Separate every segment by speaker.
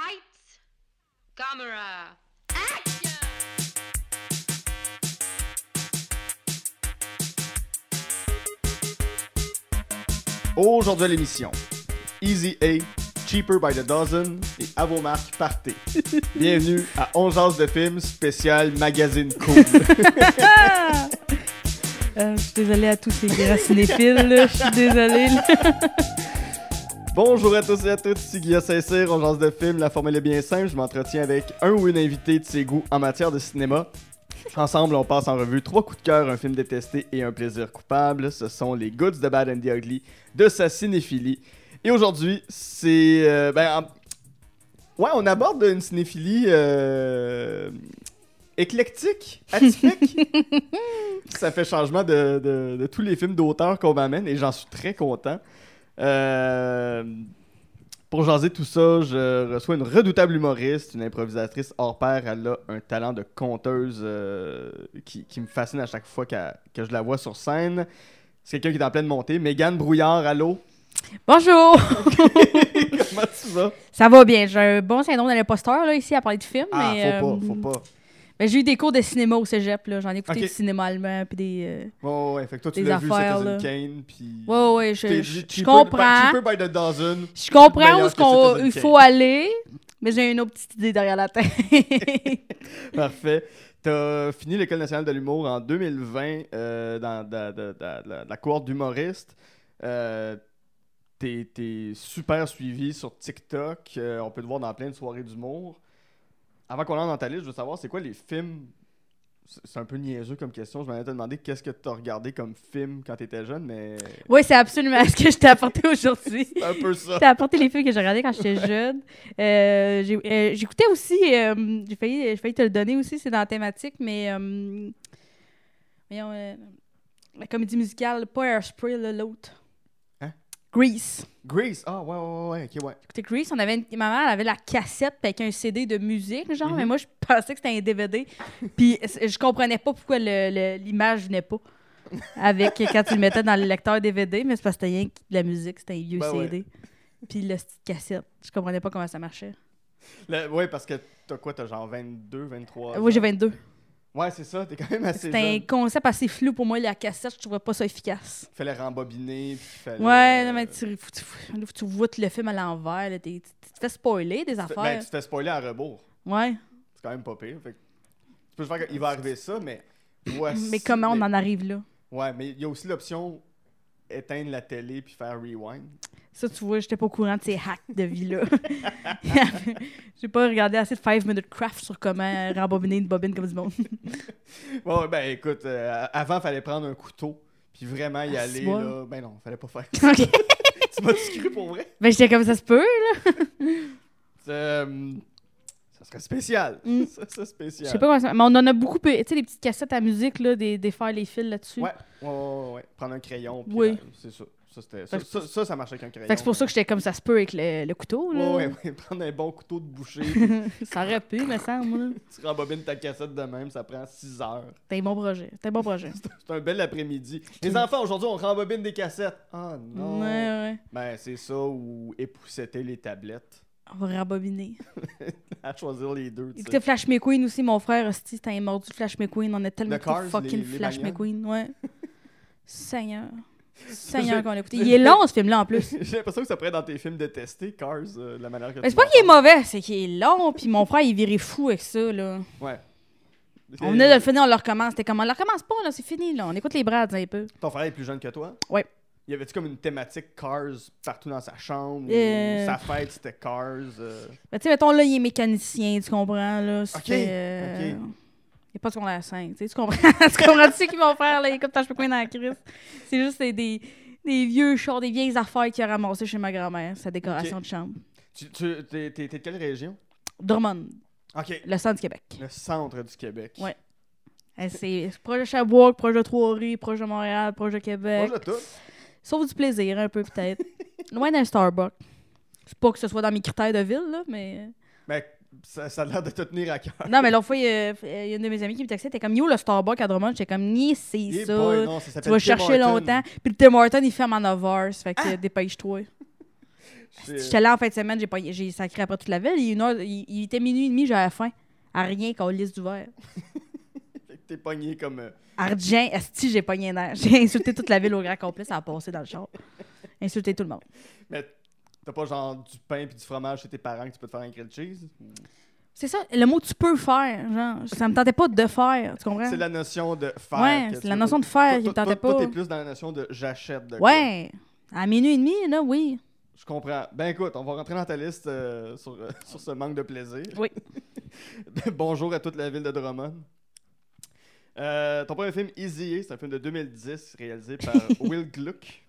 Speaker 1: Lights, camera, action!
Speaker 2: Aujourd'hui à l'émission, Easy A, Cheaper by the Dozen et à vos marques, partez. Bienvenue à 11 heures de films spécial magazine cool.
Speaker 3: Euh, je suis désolée à tous les racinéphiles, là. je suis désolée. là.
Speaker 2: Bonjour à tous et à toutes, ici Guillaume Saint-Cyr, on jase de films. La formule est bien simple, je m'entretiens avec un ou une invitée de ses goûts en matière de cinéma. Ensemble, on passe en revue trois coups de cœur, un film détesté et un plaisir coupable. Ce sont les Goods de Bad and the Ugly de sa cinéphilie. Et aujourd'hui, c'est... euh, ben, en- Ouais, on aborde une cinéphilie... euh, éclectique, atypique. Ça fait changement de, de- de tous les films d'auteur qu'on m'amène et j'en suis très content. Euh, pour jaser tout ça, je reçois une redoutable humoriste, une improvisatrice hors pair. Elle a un talent de conteuse euh, qui, qui me fascine à chaque fois qu'elle- que je la vois sur scène. C'est quelqu'un qui est en pleine montée. Mégane Brouillard, allô?
Speaker 3: Bonjour!
Speaker 2: Comment tu vas?
Speaker 3: Ça va bien, j'ai un bon syndrome de l'imposteur là, ici à parler de films.
Speaker 2: Ah,
Speaker 3: mais,
Speaker 2: faut
Speaker 3: euh,
Speaker 2: pas, faut pas.
Speaker 3: mais j'ai eu des cours de cinéma au cégep, là. j'en ai écouté
Speaker 2: Ok.
Speaker 3: du cinéma allemand, puis des. euh,
Speaker 2: Bon, ouais, fait que toi, tu
Speaker 3: Des
Speaker 2: l'as vu,
Speaker 3: affaires,
Speaker 2: Citizen
Speaker 3: là.
Speaker 2: Kane, puis...
Speaker 3: Ouais, ouais,
Speaker 2: T'es
Speaker 3: je, je-
Speaker 2: dit
Speaker 3: je
Speaker 2: cheaper-
Speaker 3: comprends.
Speaker 2: by- cheaper by the dozen.
Speaker 3: Je comprends
Speaker 2: Meilleur
Speaker 3: où
Speaker 2: que
Speaker 3: ce qu'on,
Speaker 2: Citizen
Speaker 3: il
Speaker 2: Kane.
Speaker 3: faut aller, mais j'ai une autre petite idée derrière la tête.
Speaker 2: Parfait. T'as fini l'École nationale de l'humour en 2020 euh, dans, dans- dans- dans- dans la cohorte d'humoristes. Euh, T'es t'es super suivi sur TikTok. Euh, on peut te voir dans plein de soirées d'humour. Avant qu'on entre dans ta liste, je veux savoir, c'est quoi les films... C'est c'est un peu niaiseux comme question. Je m'allais te demander qu'est-ce que t'as regardé comme film quand t'étais jeune, mais...
Speaker 3: oui, c'est absolument ce que je t'ai apporté aujourd'hui.
Speaker 2: c'est un peu ça.
Speaker 3: T'as apporté les films que j'ai regardés quand j'étais jeune. Euh, j'ai- euh, J'écoutais aussi, euh, j'ai failli, j'ai failli te le donner aussi, c'est dans la thématique, mais. euh, voyons, euh, la comédie musicale, pas Airspray, l'autre.
Speaker 2: Hein?
Speaker 3: Grease.
Speaker 2: Grace. Ah, ouais, ouais, ouais, ouais, ok, ouais.
Speaker 3: J'écoutais Grease, on avait une- ma mère elle avait la cassette puis avec un CD de musique, genre,
Speaker 2: Mhm.
Speaker 3: mais moi je pensais que c'était un DVD. Puis c- je comprenais pas pourquoi le- le- l'image venait pas. Avec euh, quand tu le mettais dans le lecteur DVD, mais c'est parce que c'était rien que de la musique, c'était un vieux
Speaker 2: Ben ouais.
Speaker 3: CD. Puis le petit cassette, je comprenais pas comment ça marchait.
Speaker 2: Le- ouais, parce que t'as quoi? T'as genre 22, 23
Speaker 3: oui, j'ai
Speaker 2: ans?
Speaker 3: 22.
Speaker 2: Ouais, Ah, c'est ça. T'es quand même assez
Speaker 3: C'était un
Speaker 2: jeune.
Speaker 3: concept assez flou pour moi, la cassette, je trouvais pas ça efficace.
Speaker 2: fallait rembobiner, puis fallait... euh,
Speaker 3: Ouais, non, mais tu, faut, tu- faut- tu vois tout le film à l'envers, là, t'es- tu tu te fais spoiler des
Speaker 2: Tu te fais- ben,
Speaker 3: affaires.
Speaker 2: tu te fais spoiler à rebours.
Speaker 3: Ouais.
Speaker 2: C'est quand même pas pire. Fait que tu peux te faire qu'il va arriver ça, mais... voici-
Speaker 3: Mais comment on
Speaker 2: mais-
Speaker 3: en arrive là?
Speaker 2: Ouais, mais il y a aussi l'option éteindre la télé puis faire rewind.
Speaker 3: Ça, tu vois, j'étais pas au courant de ces hacks de vie-là. J'ai pas regardé assez de 5 Minute Craft sur comment rembobiner une bobine comme du monde.
Speaker 2: Bon, ben écoute, euh, avant, fallait prendre un couteau, puis vraiment y
Speaker 3: Ah,
Speaker 2: aller,
Speaker 3: c'est moi.
Speaker 2: là. Ben non, fallait pas faire ça.
Speaker 3: OK.
Speaker 2: tu m'as cru pour vrai?
Speaker 3: Ben, j'étais comme ça se peut.
Speaker 2: Euh, ça serait spécial.
Speaker 3: Mm.
Speaker 2: Ça serait spécial.
Speaker 3: Je sais pas comment ça. Mais on en a beaucoup. Tu sais, les petites cassettes à musique, là, des, des faire les fils là-dessus.
Speaker 2: Ouais, ouais, ouais, ouais. Prendre un crayon, puis...
Speaker 3: Oui.
Speaker 2: euh, c'est ça. Ça, c'était- ça,
Speaker 3: Fait que-
Speaker 2: ça, ça, ça marchait avec un crayon.
Speaker 3: Fait que c'est pour ça que j'étais comme ça se peut avec le, le couteau. Là.
Speaker 2: Oh, Ouais, ouais, ouais. Prendre un bon couteau de boucher, puis
Speaker 3: ça aurait pu, me semble. là.
Speaker 2: tu rembobines ta cassette de même, ça prend 6 heures.
Speaker 3: C'était un bon projet. C'était un bon projet.
Speaker 2: C'est un bel après-midi. Les enfants, aujourd'hui, on rembobine des cassettes. Ah non.
Speaker 3: Ouais, ouais.
Speaker 2: Ben, c'est ça ou épousseter les tablettes.
Speaker 3: On va rembobiner.
Speaker 2: À choisir les deux, tu sais.
Speaker 3: Écoutez, Flash McQueen aussi, mon frère, hostie, c'était un mordu de Flash McQueen. On a tellement
Speaker 2: Le
Speaker 3: écouté
Speaker 2: Cars,
Speaker 3: fucking
Speaker 2: les- les
Speaker 3: Flash
Speaker 2: bagnoles.
Speaker 3: McQueen. Ouais. Seigneur. Seigneur qu'on a écouté.
Speaker 2: je-
Speaker 3: Il est long, ce film-là, en plus.
Speaker 2: J'ai l'impression que ça pourrait être dans tes films détestés, Cars, euh, de la manière que
Speaker 3: Mais
Speaker 2: tu
Speaker 3: c'est pas qu'il est
Speaker 2: m'en
Speaker 3: mauvais, c'est qu'il est long, puis mon frère, il virait fou avec ça, là.
Speaker 2: parles. Ouais.
Speaker 3: On
Speaker 2: Et-
Speaker 3: venait de le finir, on le recommence. C'était comme, on le recommence pas, là, c'est fini, là. On écoute les brades un peu.
Speaker 2: Ton frère est plus jeune que toi?
Speaker 3: Ouais.
Speaker 2: Y avait-tu comme une thématique Cars partout dans sa chambre? ou
Speaker 3: Euh.
Speaker 2: Sa fête, c'était Cars. euh?
Speaker 3: Mais tu sais, mettons, là, il est mécanicien, tu comprends, là.
Speaker 2: Ok,
Speaker 3: C'était, euh,
Speaker 2: ok.
Speaker 3: Il est pas de secondaire 5, tu sais, tu comprends? tu comprends-tu ce qu'ils vont faire, là? Il est comme Tash McQueen dans la crise. C'est juste des, des, des vieux chars, des vieilles affaires qu'il a ramassées chez ma grand-mère, sa décoration
Speaker 2: Ok.
Speaker 3: de chambre.
Speaker 2: Tu, tu, t'es, t'es- t'es de quelle région?
Speaker 3: Drummond,
Speaker 2: Ok.
Speaker 3: le centre du Québec.
Speaker 2: Le centre du Québec.
Speaker 3: Ouais. Euh, C'est c'est proche de Sherbrooke, proche de Trois-Rivières, proche de Montréal, proche de Québec.
Speaker 2: Bonjour à tous.
Speaker 3: Sauf du plaisir, un peu peut-être. Loin d'un Starbucks. C'est pas que ce soit dans mes critères de ville, là, mais. euh,
Speaker 2: Mais ça, ça a l'air de te tenir à cœur.
Speaker 3: Non, mais l'autre fois, il y a il y a une de mes amies qui me textait, t'es comme, yo, le Starbucks à Drummond, j'étais comme, ni c'est
Speaker 2: Eh
Speaker 3: ça.
Speaker 2: boy, non, ça
Speaker 3: tu
Speaker 2: s'appelle
Speaker 3: vas
Speaker 2: Tim
Speaker 3: chercher
Speaker 2: Hortons. Ah! Euh.
Speaker 3: longtemps. Puis le Tim Hortons, il ferme à 9h, ça fait que dépêche-toi.
Speaker 2: C'est- euh,
Speaker 3: J'étais là en fin de semaine, j'ai, pas, j'ai sacré après toute la veille. Il, est une heure- il- il était minuit et demi, j'avais faim. À rien qu'on lisse du verre.
Speaker 2: Fait que t'es pogné comme. euh,
Speaker 3: Argent, esti, j'ai pogné un air. J'ai insulté toute la ville au grand complet, ça a passé dans le char. Insulté tout le monde.
Speaker 2: Mais t'as pas genre du pain puis du fromage chez tes parents que tu peux te faire un grilled cheese?
Speaker 3: C'est ça, le mot tu peux faire, genre, ça me tentait pas de faire, tu comprends?
Speaker 2: C'est la notion de faire.
Speaker 3: ouais,
Speaker 2: que
Speaker 3: c'est
Speaker 2: tu
Speaker 3: la
Speaker 2: veux.
Speaker 3: notion de faire qui
Speaker 2: Toi-
Speaker 3: me tentait
Speaker 2: toi- toi,
Speaker 3: pas.
Speaker 2: t'es plus dans la notion de j'achète de quoi.
Speaker 3: ouais, à minuit et demi, là, oui.
Speaker 2: Je comprends. Ben écoute, on va rentrer dans ta liste euh, sur, euh, sur ce manque de plaisir.
Speaker 3: Oui.
Speaker 2: Bonjour à toute la ville de Drummond. Euh, ton premier film, Easy A, c'est un film de 2010 réalisé par Will Gluck,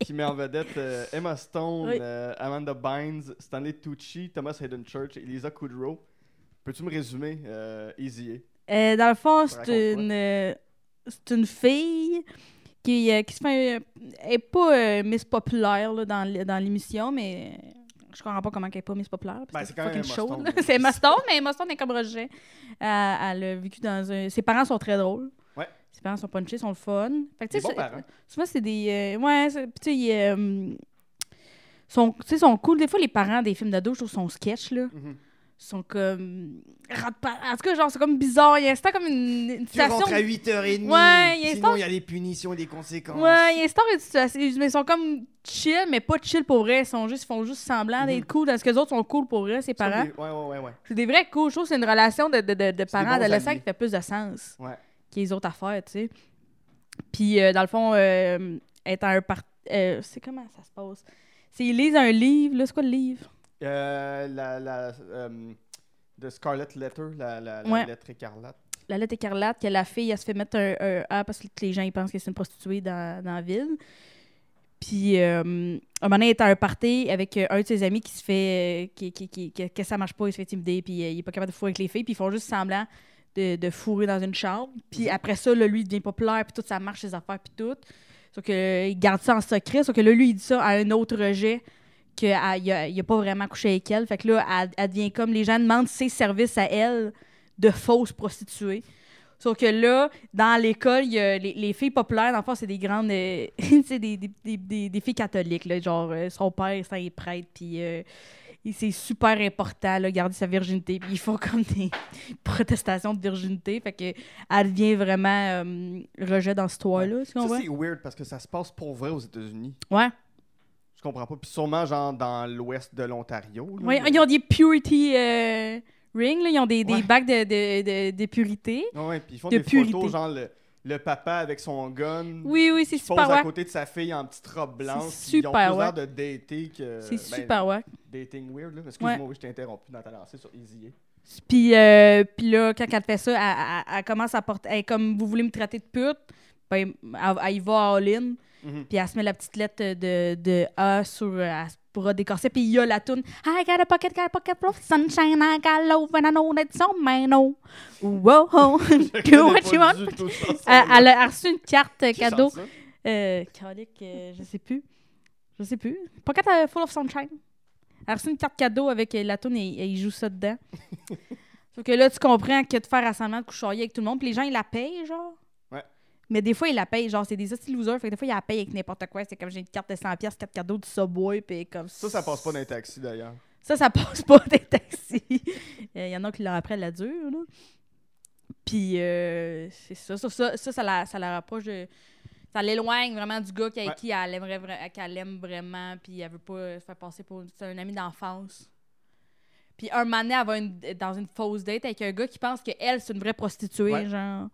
Speaker 2: qui met en vedette euh, Emma Stone,
Speaker 3: Oui.
Speaker 2: euh, Amanda Bynes, Stanley Tucci, Thomas Hayden Church et Lisa Kudrow. Peux-tu me résumer euh, Easy A?
Speaker 3: Euh, dans le fond,
Speaker 2: raconte quoi?
Speaker 3: c'est une, euh, c'est une fille qui, euh, qui se fait. euh, elle est pas euh, Miss Populaire là, dans, l- dans l'émission, mais euh, je comprends pas comment elle est pas Miss Populaire. parce
Speaker 2: Ben,
Speaker 3: que
Speaker 2: c'est quand même Emma
Speaker 3: fucking chaude,
Speaker 2: Stone,
Speaker 3: là.
Speaker 2: là.
Speaker 3: c'est Emma Stone, mais Emma Stone est comme rejet. Euh, elle a vécu dans un. Ses parents sont très drôles.
Speaker 2: Ouais.
Speaker 3: Ses parents sont punchés, sont le fun. Fait que, tu
Speaker 2: Des
Speaker 3: sais,
Speaker 2: bons
Speaker 3: c'est-
Speaker 2: parents.
Speaker 3: Souvent, c'est des. euh, ouais, c'est- puis tu sais, ils, euh, sont, tu sais, sont cool. Des fois, les parents des films d'ado, je trouve, sont sketch, là.
Speaker 2: Mhm.
Speaker 3: Ils sont comme. rentre pas- En tout cas, genre, c'est comme bizarre. Il instaure comme une, une situation.
Speaker 2: 8h30.
Speaker 3: Ouais, il est sinon temps-
Speaker 2: il y a des punitions et des conséquences.
Speaker 3: Ouais, ils instaurent une situation. Mais ils sont comme chill, mais pas chill pour vrai. Ils, sont juste, ils font juste
Speaker 2: Mhm.
Speaker 3: semblant d'être cool. Parce que les autres sont cool pour vrai, ses parents.
Speaker 2: Ouais, ouais, ouais, ouais.
Speaker 3: C'est des vrais cool. Je trouve que c'est une relation de, de, de, de
Speaker 2: bons
Speaker 3: parents adolescents
Speaker 2: amis.
Speaker 3: qui fait plus de sens
Speaker 2: Ouais.
Speaker 3: que les autres affaires, tu sais. Puis, euh, dans le fond, euh, être un part. euh, c'est comment ça se passe? C'est ils lisent un livre. Là, c'est quoi le livre?
Speaker 2: Euh, la, la, euh, The Scarlet Letter, la, la, la
Speaker 3: Ouais.
Speaker 2: lettre écarlate.
Speaker 3: La lettre écarlate, que la fille, elle se fait mettre un, un A parce que les gens, ils pensent que c'est une prostituée dans, dans la ville. Puis, euh, un moment donné, elle est à un party avec euh, un de ses amis qui se fait. euh, qui, qui, qui- que, que ça marche pas, il se fait intimider, puis euh, il est pas capable de fourrer avec les filles, puis ils font juste semblant de, de fourrer dans une chambre. Puis après ça, là, lui, il devient populaire, puis tout, ça marche, ses affaires, puis tout. Sauf que, euh, il garde ça en secret, sauf que là, lui, il dit ça à un autre rejet qu'il a, il a pas vraiment couché avec elle. Fait que là, elle, elle devient comme. Les gens demandent ses services à elle de fausses prostituées. Sauf que là, dans l'école, il y a les, les filles populaires, dans le fond, c'est des grandes. euh, tu sais, des, des, des- des- des filles catholiques, là, genre euh, son père, ça, il est prêtre, puis euh, il- c'est super important, là, garder sa virginité. Puis ils font comme des protestations de virginité. Fait que elle devient vraiment euh, rejet dans cette histoire-là. tu
Speaker 2: Ça,
Speaker 3: comprends?
Speaker 2: c'est weird parce que ça se passe pour vrai aux États-Unis.
Speaker 3: Ouais.
Speaker 2: Je comprends pas. Puis sûrement, genre, dans l'ouest de l'Ontario. là.
Speaker 3: Ouais, ils ont des purity euh, rings, là, ils ont des, des
Speaker 2: Ouais.
Speaker 3: bacs de, de, de- de purité.
Speaker 2: Ouais, puis ils font
Speaker 3: de
Speaker 2: des
Speaker 3: purité.
Speaker 2: photos, genre, le, le papa avec son gun.
Speaker 3: Oui, oui, c'est
Speaker 2: qui pose
Speaker 3: super
Speaker 2: à
Speaker 3: wack.
Speaker 2: côté de sa fille en petite robe blanche.
Speaker 3: C'est
Speaker 2: puis Ils ont
Speaker 3: super
Speaker 2: plus l'air
Speaker 3: wack.
Speaker 2: de dater que.
Speaker 3: C'est
Speaker 2: ben,
Speaker 3: super wack.
Speaker 2: Dating weird, là. Excuse-moi, oui, je t'ai interrompu dans ta lancée sur Easy. A.
Speaker 3: Puis, euh, puis là, quand elle fait ça, elle, elle- elle commence à porter. Elle est comme vous voulez me traiter de pute, ben, elle, elle y va à all-in.
Speaker 2: Mhm.
Speaker 3: Puis elle se met la petite lettre de, de A sur. euh, Elle se pourra décorser. Puis il y a la toune I got a pocket, got a pocket full of sunshine, I got love and I know that it's on my no. Wow, do what you want. Elle, elle a reçu une carte euh, cadeau. Euh, calique, euh, je sais plus. Je sais plus. Pocket euh, Full of Sunshine. Elle a reçu une carte cadeau avec euh, la toune et, et il joue ça dedans. Sauf que là, tu comprends que de faire rassemblement de couchoyer avec tout le monde, puis les gens, ils la payent, genre.
Speaker 2: Ouais.
Speaker 3: Mais des fois, ils la payent, genre, c'est des hosties losers. Fait que des fois, ils la payent avec n'importe quoi. C'est comme j'ai une carte de 100$, carte cadeau du Subway, puis comme
Speaker 2: Ça, ça passe pas dans les taxis d'ailleurs.
Speaker 3: ça, ça passe pas des taxis. Euh, Il y en a qui l'ont après la dure, là. Puis, euh, c'est ça. Ça, ça, ça, ça la, ça la rapproche de- Ça l'éloigne vraiment du gars qui-
Speaker 2: Ouais.
Speaker 3: qui elle aimerait vra- euh, qu'elle aime vraiment, puis elle veut pas se faire passer pour une- c'est un ami d'enfance. Puis un moment donné, elle va une- dans une fausse date avec un gars qui pense qu'elle, c'est une vraie prostituée,
Speaker 2: Ouais.
Speaker 3: genre.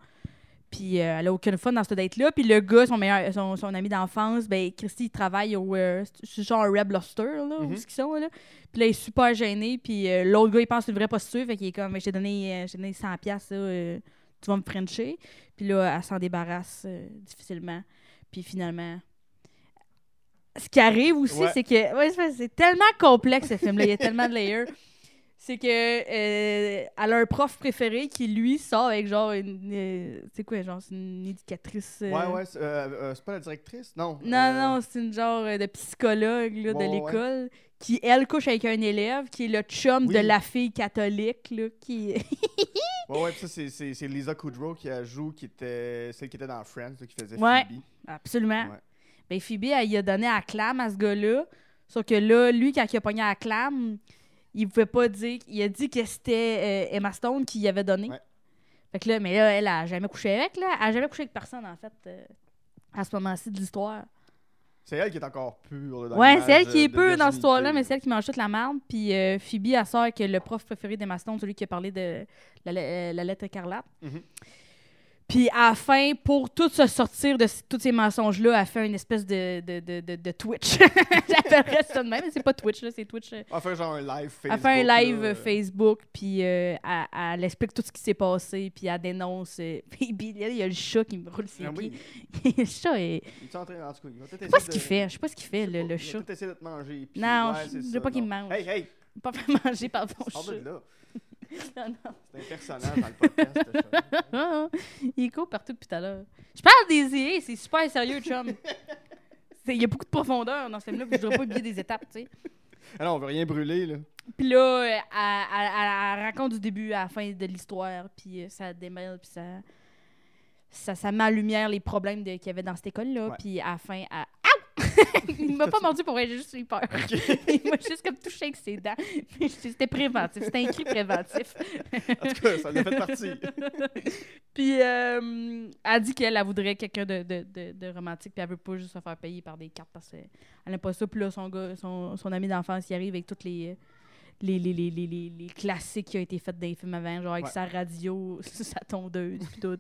Speaker 3: Puis euh, elle a aucune fun dans cette date-là. Puis le gars, son meilleur, son, son ami d'enfance, ben Christy, il travaille au. euh, c'est genre un Red Lobster, là, où
Speaker 2: Mhm.
Speaker 3: ce qu'ils sont, là. Puis là, il est super gêné. Puis euh, l'autre gars, il pense que c'est une vraie prostituée. Fait qu'il est comme, j'ai donné, euh, j'ai donné 100$, là, euh, tu vas me frencher. Puis là, elle s'en débarrasse euh, difficilement. Puis finalement. Ce qui arrive aussi,
Speaker 2: Ouais.
Speaker 3: c'est que. ouais, c'est- c'est tellement complexe, ce film-là. Il y a tellement de layers. C'est que. euh, elle a un prof préféré qui, lui, sort avec genre une. euh, c'est quoi, genre, c'est une éducatrice. euh,
Speaker 2: Ouais, ouais, c'est euh, euh, c'est pas la directrice, non.
Speaker 3: non,
Speaker 2: euh,
Speaker 3: non, c'est une genre euh, de psychologue
Speaker 2: Ouais,
Speaker 3: là, de
Speaker 2: ouais,
Speaker 3: l'école qui, elle, couche avec un élève qui est le chum
Speaker 2: Oui.
Speaker 3: de la fille catholique. Là, qui...
Speaker 2: Ouais, ouais, pis ça, c'est- c'est c'est Lisa Kudrow qui a joue, qui était celle qui était dans Friends, là, qui faisait
Speaker 3: Ouais.
Speaker 2: Phoebe.
Speaker 3: Absolument.
Speaker 2: Ouais.
Speaker 3: Ben, Phoebe, elle, y a donné acclame à ce gars-là. Sauf que là, lui, quand il a pogné à Clam, il pouvait pas dire. Il a dit que c'était euh, Emma Stone qui y avait donné.
Speaker 2: Ouais.
Speaker 3: Fait que là, mais là, elle a jamais couché avec, là. Elle a jamais couché avec personne, en fait, euh, à ce moment-ci de l'histoire.
Speaker 2: C'est elle qui est encore pure. là, dans
Speaker 3: Ouais,
Speaker 2: l'image
Speaker 3: c'est elle qui
Speaker 2: de-
Speaker 3: est
Speaker 2: de
Speaker 3: peu dans cette
Speaker 2: virginité,
Speaker 3: histoire-là, mais
Speaker 2: là.
Speaker 3: c'est elle qui mange toute la merde. Puis euh, Phoebe, elle sort que le prof préféré d'Emma Stone, celui qui a parlé de la, le- euh, la lettre écarlate.
Speaker 2: Mhm.
Speaker 3: Puis à la fin, pour tout se sortir de c- tous ces mensonges-là, elle fait une espèce de, de, de, de, de Twitch. J'appellerais ça de même, mais c'est pas Twitch, là, c'est Twitch. euh,
Speaker 2: Elle Ah, fait genre un live Facebook.
Speaker 3: elle fait un live
Speaker 2: là.
Speaker 3: euh, Facebook, puis euh, elle, elle explique tout ce qui s'est passé, puis elle dénonce. euh, Phoebe, là, il y a le chat qui me roule ses
Speaker 2: Ah
Speaker 3: pieds.
Speaker 2: oui,
Speaker 3: le chat est...
Speaker 2: il est en train, en tout cas, il va peut-être
Speaker 3: Je sais
Speaker 2: essayer
Speaker 3: pas ce
Speaker 2: de-
Speaker 3: qu'il fait, je sais pas ce qu'il fait,
Speaker 2: je sais
Speaker 3: le,
Speaker 2: pas,
Speaker 3: le
Speaker 2: Il
Speaker 3: chat.
Speaker 2: va peut-être essayer de te manger. puis
Speaker 3: Non,
Speaker 2: ouais,
Speaker 3: je-
Speaker 2: c'est
Speaker 3: je veux
Speaker 2: ça,
Speaker 3: pas qu'il
Speaker 2: non.
Speaker 3: me mange. Oh,
Speaker 2: Hey, hey,
Speaker 3: Pas faire manger par ton
Speaker 2: sors
Speaker 3: chat.
Speaker 2: de là.
Speaker 3: Non, non.
Speaker 2: C'est un personnage dans le podcast. ce chat.
Speaker 3: Ah, ah. Il court partout depuis tout à l'heure. Je parle des IA, c'est super sérieux, chum. C'est- Il y a beaucoup de profondeur dans ce film-là, puis je voudrais pas oublier des étapes, tu sais.
Speaker 2: Ah non, on veut rien brûler, là.
Speaker 3: Puis là, euh, elle, elle- elle- elle raconte du début à la fin de l'histoire, puis euh, ça démêle, puis ça, ça, ça met en lumière les problèmes de- qu'il y avait dans cette école-là,
Speaker 2: Ouais.
Speaker 3: puis à la fin, elle... Aouh! Il m'a pas mordu pour rien, j'ai juste eu peur. Il m'a juste comme touché avec ses dents. Mais C'était préventif, c'était un cri préventif.
Speaker 2: En tout cas, ça en a fait partie.
Speaker 3: Puis euh, elle dit qu'elle elle voudrait quelqu'un de, de, de, de romantique, puis elle veut pas juste se faire payer par des cartes parce qu'elle n'a pas ça. Puis là, son, gars, son, son ami d'enfance, il arrive avec toutes les, les, les, les, les, les, les classiques qui ont été faites dans les films avant, genre avec
Speaker 2: Ouais.
Speaker 3: sa radio, sa tondeuse, puis tout.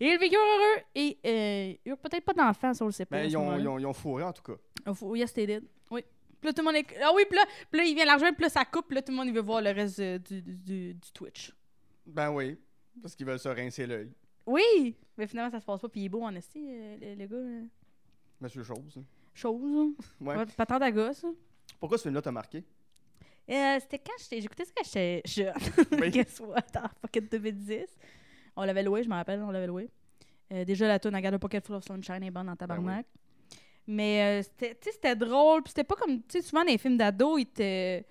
Speaker 3: Et ils vécurent heureux et euh, ils ont peut-être pas d'enfants, ça on le sait pas.
Speaker 2: Ben,
Speaker 3: à ce
Speaker 2: ils ont,
Speaker 3: moment-là.
Speaker 2: ils, ont, ils ont fourré, en tout cas.
Speaker 3: Oh, faut- yes, they did. Oui. Puis là, tout le monde est. Ah oui, puis là, puis là, il vient l'argent, puis là, ça coupe, puis là, tout le monde, il veut voir le reste euh, du, du, du Twitch.
Speaker 2: Ben oui, parce qu'ils veulent se rincer l'œil.
Speaker 3: Oui! Mais finalement, ça se passe pas, puis il est beau en esti, euh, le, le gars. euh,
Speaker 2: Monsieur Chose. là.
Speaker 3: chose. hein.
Speaker 2: Ouais.
Speaker 3: Pas Patente à gosse. hein.
Speaker 2: Pourquoi ce film-là t'a marqué?
Speaker 3: Euh, C'était quand j'étais. J'écoutais ça quand j'étais jeune.
Speaker 2: Oui.
Speaker 3: Guess what? En pocket 2010. On l'avait loué, je me rappelle, on l'avait loué. Euh, déjà, la tune, regarde le pocket full of sunshine est bonne en tabarnak.
Speaker 2: Ben
Speaker 3: Mais euh, c'était- tu sais, c'était drôle. Puis c'était pas comme. Tu sais, souvent dans les films d'ados, ils te.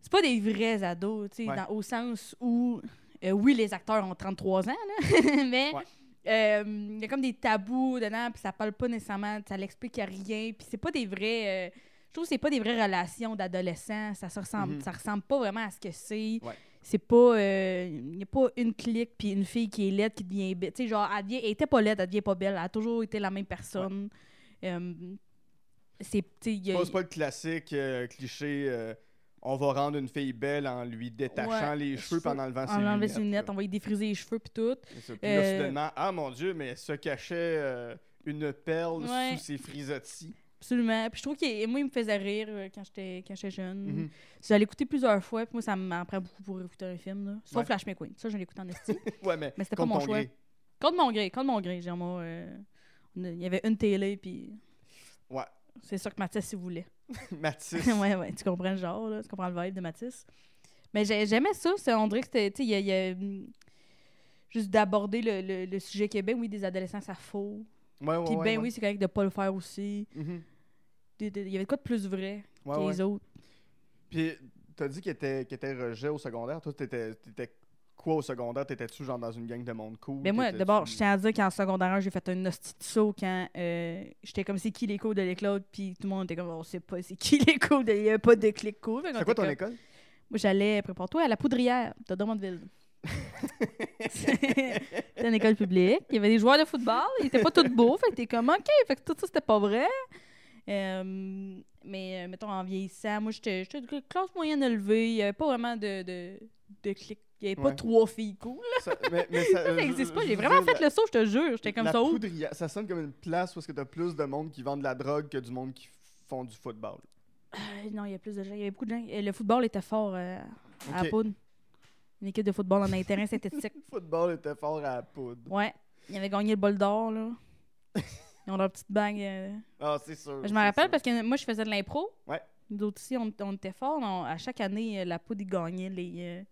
Speaker 3: C'est pas des vrais ados, tu sais,
Speaker 2: Ouais.
Speaker 3: dans- au sens où. euh, oui, les acteurs ont 33 ans, là, mais.
Speaker 2: Ouais.
Speaker 3: euh, Il y a comme des tabous dedans, puis ça parle pas nécessairement, ça l'explique à rien, puis c'est pas des vrais. euh, je trouve que c'est pas des vraies relations d'adolescents, ça se ressemble,
Speaker 2: Mhm.
Speaker 3: ça ressemble pas vraiment à ce que c'est.
Speaker 2: Ouais.
Speaker 3: C'est pas. euh, Il n'y a pas une clique puis une fille qui est laide qui devient belle. Tu sais, genre, elle, devient- elle était pas laide, elle devient pas belle. Elle a toujours été la même personne. Euh, c'est. tu sais, y a-
Speaker 2: Pas- C'est pas le classique euh, cliché euh, on va rendre une fille belle en lui détachant
Speaker 3: Ouais,
Speaker 2: les cheveux
Speaker 3: cheveux,
Speaker 2: pendant le vent
Speaker 3: on enlevait ses lunettes, on
Speaker 2: là.
Speaker 3: va y défriser les cheveux puis tout.
Speaker 2: C'est ça. Puis là,
Speaker 3: Euh,
Speaker 2: soudainement, ah mon Dieu, mais elle se cachait euh, une perle
Speaker 3: Ouais.
Speaker 2: sous ses frisottis.
Speaker 3: Absolument. Puis je trouve que moi, il me faisait rire euh, quand j'étais quand j'étais jeune.
Speaker 2: Mhm.
Speaker 3: Je l'ai écouté plusieurs fois, puis moi, ça m'en prend beaucoup pour écouter un film. là. Sauf
Speaker 2: Ouais.
Speaker 3: Flash McQueen. Ça, je l'écoute en esti.
Speaker 2: Ouais, mais,
Speaker 3: Mais c'était pas
Speaker 2: contre
Speaker 3: mon
Speaker 2: ton
Speaker 3: choix.
Speaker 2: gré.
Speaker 3: Contre mon gré, contre mon gré. Genre, moi, euh, on a- il y avait une télé, puis
Speaker 2: Ouais.
Speaker 3: c'est sûr que Mathis, il voulait.
Speaker 2: Mathis.
Speaker 3: ouais, ouais, tu comprends le genre, là, tu comprends le vibe de Mathis. Mais j'ai- j'aimais ça, ça, on dirait que c'était, tu sais, il y a- il y a, hum, juste d'aborder le, le- le sujet Québec, oui, des adolescents, ça faux.
Speaker 2: Ouais, ouais,
Speaker 3: Puis
Speaker 2: ouais,
Speaker 3: ben
Speaker 2: ouais.
Speaker 3: oui, c'est correct de pas le faire aussi.
Speaker 2: Mhm.
Speaker 3: De- de- Il y avait de quoi de plus vrai
Speaker 2: Ouais,
Speaker 3: que
Speaker 2: ouais.
Speaker 3: les autres.
Speaker 2: Puis, t'as dit qu'il était, qu'il était rejet au secondaire. Toi, t'étais, t'étais quoi au secondaire? T'étais-tu genre dans une gang de monde cool?
Speaker 3: Mais Ben moi,
Speaker 2: T'étais-tu-
Speaker 3: d'abord, je tiens à dire qu'en secondaire 1, j'ai fait un hostie de saut quand euh, j'étais comme c'est qui les cours de l'école, puis tout le monde était comme on sait pas c'est qui les cours de il y avait pas de clic cool. Fait qu'on
Speaker 2: C'est quoi ton
Speaker 3: était comme-
Speaker 2: école?
Speaker 3: Moi, j'allais, prépare-toi, à la Poudrière de Drummondville. C'était une école publique. Il y avait des joueurs de football. Ils étaient pas tous beaux. Fait que t'es comme, OK. Fait que tout ça, c'était pas vrai. Euh, mais, euh, mettons, en vieillissant, moi, j'étais j'étais de classe moyenne élevée. Il y avait pas vraiment de, de, de clic. Il n'y avait pas
Speaker 2: Ouais.
Speaker 3: trois filles cool.
Speaker 2: Ça, mais, mais ça,
Speaker 3: Ça
Speaker 2: je-
Speaker 3: n'existe pas.
Speaker 2: je
Speaker 3: J'ai
Speaker 2: veux
Speaker 3: vraiment
Speaker 2: dire,
Speaker 3: fait le saut, je te jure. J'étais comme
Speaker 2: la
Speaker 3: ça. oh. où?
Speaker 2: poudrière, ça sonne comme une place où est-ce que t'as plus de monde qui vend de la drogue que du monde qui font du football.
Speaker 3: Euh, non, il y a plus de gens. Il y avait beaucoup de gens. Et Le football était fort euh, à
Speaker 2: Ok.
Speaker 3: la Poudre. Une équipe de football en un terrain synthétique.
Speaker 2: Le football était fort à la poudre.
Speaker 3: Ouais. Ils avaient gagné le bol d'or, là. Ils ont leur petite bague. euh.
Speaker 2: Ah, c'est sûr.
Speaker 3: Je
Speaker 2: c'est
Speaker 3: me rappelle
Speaker 2: sûr.
Speaker 3: parce que moi, je faisais de l'impro.
Speaker 2: Ouais.
Speaker 3: Nous autres ici, on, on était forts. on- à chaque année, euh, la poudre, ils gagnaient les, euh,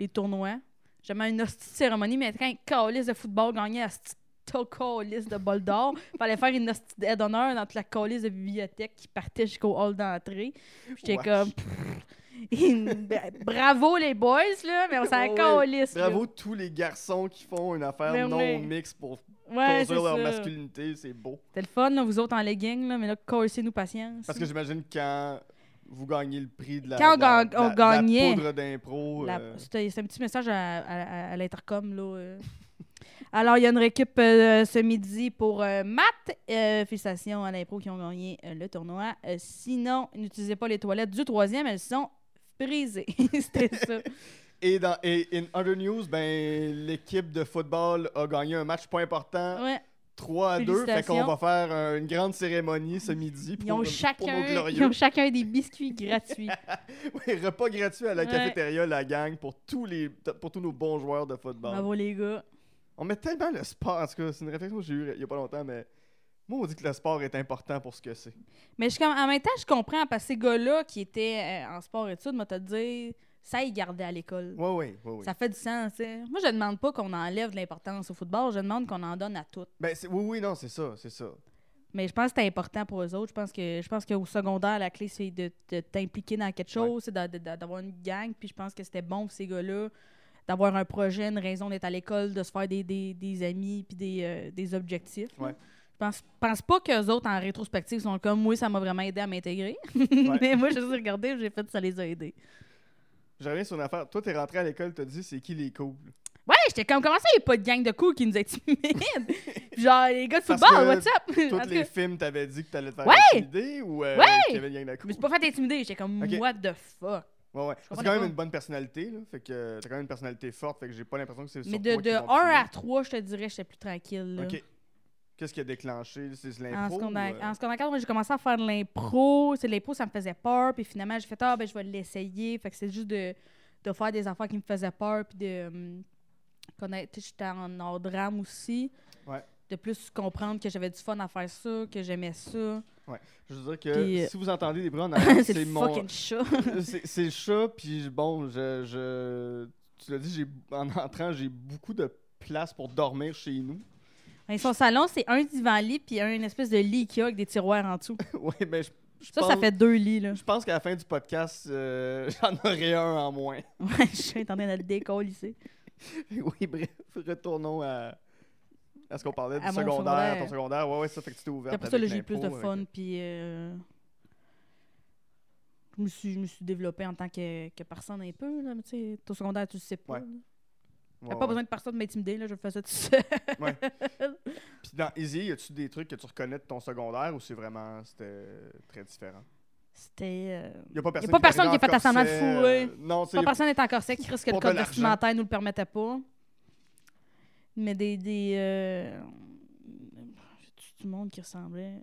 Speaker 3: les tournois. J'avais une hostie de cérémonie, mais quand un calice de football gagnait la petite calice de bol d'or, fallait faire une hostie d'aide d'honneur dans toute la calice de bibliothèque qui partait jusqu'au hall d'entrée. J'étais
Speaker 2: Wesh.
Speaker 3: comme... pff, Ben, Bravo les boys, là, mais on s'en
Speaker 2: Ouais.
Speaker 3: calisse, là.
Speaker 2: Bravo tous les garçons qui font une affaire
Speaker 3: Mais
Speaker 2: non
Speaker 3: oui.
Speaker 2: mixte pour
Speaker 3: Ouais, c'est
Speaker 2: construire leur
Speaker 3: ça.
Speaker 2: masculinité, c'est beau.
Speaker 3: C'était le fun, là, vous autres en legging, là, mais là, corsez-nous patience.
Speaker 2: Parce que j'imagine quand vous gagnez le prix de la,
Speaker 3: Quand on
Speaker 2: de la-
Speaker 3: gagne-
Speaker 2: de la-
Speaker 3: on
Speaker 2: de la
Speaker 3: gagnait.
Speaker 2: poudre d'impro,
Speaker 3: La-
Speaker 2: euh,
Speaker 3: C'était c'est un petit message à, à- à- à l'intercom, là. euh. Alors, il y a une récup euh, ce midi pour euh, Matt. Euh, félicitations à l'impro qui ont gagné euh, le tournoi. Euh, sinon, n'utilisez pas les toilettes du troisième, elles sont brisées. C'était ça.
Speaker 2: Et dans et in other news, ben l'équipe de football a gagné un match pas important,
Speaker 3: Ouais.
Speaker 2: 3 à 2, fait
Speaker 3: Félicitations.
Speaker 2: qu'on va faire euh, une grande cérémonie ce midi pour,
Speaker 3: Ils, ont
Speaker 2: pour nos
Speaker 3: chacun, ils
Speaker 2: glorieux.
Speaker 3: ont chacun des biscuits gratuits.
Speaker 2: Oui, repas gratuit à la
Speaker 3: Ouais.
Speaker 2: cafétéria la gang pour tous les pour tous nos bons joueurs de football.
Speaker 3: Bravo, les gars.
Speaker 2: On met tellement le sport en tout cas, c'est une réflexion que j'ai eue il y a pas longtemps mais moi on dit que le sport est important pour ce que c'est.
Speaker 3: Mais je, suis comme- en même temps, je comprends, parce que ces gars-là qui étaient euh, en sport-études, moi, te dire, ça, ils gardaient à l'école.
Speaker 2: Ouais ouais, ouais, ouais.
Speaker 3: Ça fait du sens, tu sais. Moi, je demande pas qu'on enlève de l'importance au football, je demande qu'on en donne à toutes.
Speaker 2: Ben c'est- oui oui non, c'est ça, c'est ça.
Speaker 3: Mais je pense que c'est important pour eux autres. Je pense que je pense qu'au secondaire, la clé, c'est de, de t'impliquer dans quelque chose, c'est d'a- d'a- d'avoir une gang. Puis je pense que c'était bon pour ces gars-là d'avoir un projet, une raison d'être à l'école, de se faire des, des- des amis puis des, euh, des objectifs. là.
Speaker 2: Ouais.
Speaker 3: Je pense, pense pas qu'eux autres, en rétrospective, sont comme « Oui, ça m'a vraiment aidé à m'intégrer. Mais moi, je les ai regardés, j'ai fait « Ça les a aidés ».
Speaker 2: Je reviens sur une affaire. Toi t'es rentré à l'école, t'as dit c'est qui les cool.
Speaker 3: Ouais, j'étais comme « Comment ça, il n'y a pas de gang de coups qui nous intimident? » Genre, les gars de
Speaker 2: Parce
Speaker 3: football,
Speaker 2: que
Speaker 3: what's up? En
Speaker 2: Toutes
Speaker 3: tout
Speaker 2: les
Speaker 3: cas,
Speaker 2: films t'avais dit que t'allais te faire
Speaker 3: Ouais!
Speaker 2: intimider ou euh,
Speaker 3: Ouais!
Speaker 2: qu'il y avait une gang de
Speaker 3: Je
Speaker 2: coups?
Speaker 3: me suis pas fait intimider, j'étais comme
Speaker 2: Ok.
Speaker 3: What the fuck?
Speaker 2: Ouais, ouais.
Speaker 3: comprends
Speaker 2: C'est quand même
Speaker 3: pas.
Speaker 2: une bonne personnalité, là. Fait que euh, t'as quand même une personnalité forte, fait que j'ai pas l'impression que c'est
Speaker 3: Mais
Speaker 2: sur
Speaker 3: de,
Speaker 2: toi
Speaker 3: de
Speaker 2: qu'ils
Speaker 3: 1
Speaker 2: vont
Speaker 3: à 3, je te dirais, j'étais plus tranquille. là.
Speaker 2: piler. OK. Qu'est-ce qui a déclenché? C'est de
Speaker 3: En
Speaker 2: l'impro? ou,
Speaker 3: secondaire,
Speaker 2: euh,
Speaker 3: en secondaire quatre, moi, j'ai commencé à faire de l'impro. C'est de l'impro, ça me faisait peur. Puis finalement, j'ai fait, ah, ben, je vais l'essayer. Fait que c'est juste de, de faire des affaires qui me faisaient peur. Puis de hum, connaître. tu sais, J'étais en hors drame aussi.
Speaker 2: Ouais.
Speaker 3: De plus comprendre que j'avais du fun à faire ça, que j'aimais ça.
Speaker 2: Je veux dire que
Speaker 3: Puis, euh,
Speaker 2: si vous entendez des bruits en arrière,
Speaker 3: c'est
Speaker 2: c'est
Speaker 3: le
Speaker 2: mon...
Speaker 3: fucking chat.
Speaker 2: c'est c'est le chat, puis bon, je... je- Tu l'as dit, j'ai en entrant, j'ai beaucoup de place pour dormir chez nous.
Speaker 3: Et Ben, son salon, c'est un divan-lit, puis un espèce de lit qu'il y a avec des tiroirs en dessous.
Speaker 2: ouais, ben je, je
Speaker 3: Ça, ça
Speaker 2: pense-
Speaker 3: fait deux lits, là.
Speaker 2: Je pense qu'à la fin du podcast, euh, j'en aurai un en moins.
Speaker 3: Ouais, je suis en train de le décoller.
Speaker 2: Oui, bref, retournons à, à ce qu'on parlait du
Speaker 3: À mon
Speaker 2: secondaire,
Speaker 3: secondaire.
Speaker 2: ton secondaire. Ouais, ouais, ça fait que tu t'es ouvert.
Speaker 3: C'est pour ça là, j'ai eu plus de fun, puis euh, je, me suis, je me suis développée en tant que, que personne un peu. Là, mais tu sais, ton secondaire, tu le sais pas.
Speaker 2: Ouais.
Speaker 3: là. T'as pas besoin de personne pour m'intimider, là, je le faisais tout seul.
Speaker 2: Puis dans Easy, y a-tu des trucs que tu reconnais de ton secondaire ou c'est vraiment c'était très différent?
Speaker 3: C'était. euh,
Speaker 2: Y a pas personne,
Speaker 3: pas personne
Speaker 2: arrivait
Speaker 3: qui a
Speaker 2: en
Speaker 3: fait semblant de
Speaker 2: corset,
Speaker 3: fourrer.
Speaker 2: euh, non, c'est
Speaker 3: Pas personne n'est en corset qui risque que le
Speaker 2: Pour de
Speaker 3: code
Speaker 2: l'argent.
Speaker 3: vestimentaire nous le permettait pas. Mais des. des euh, j'ai-tu du monde qui ressemblait.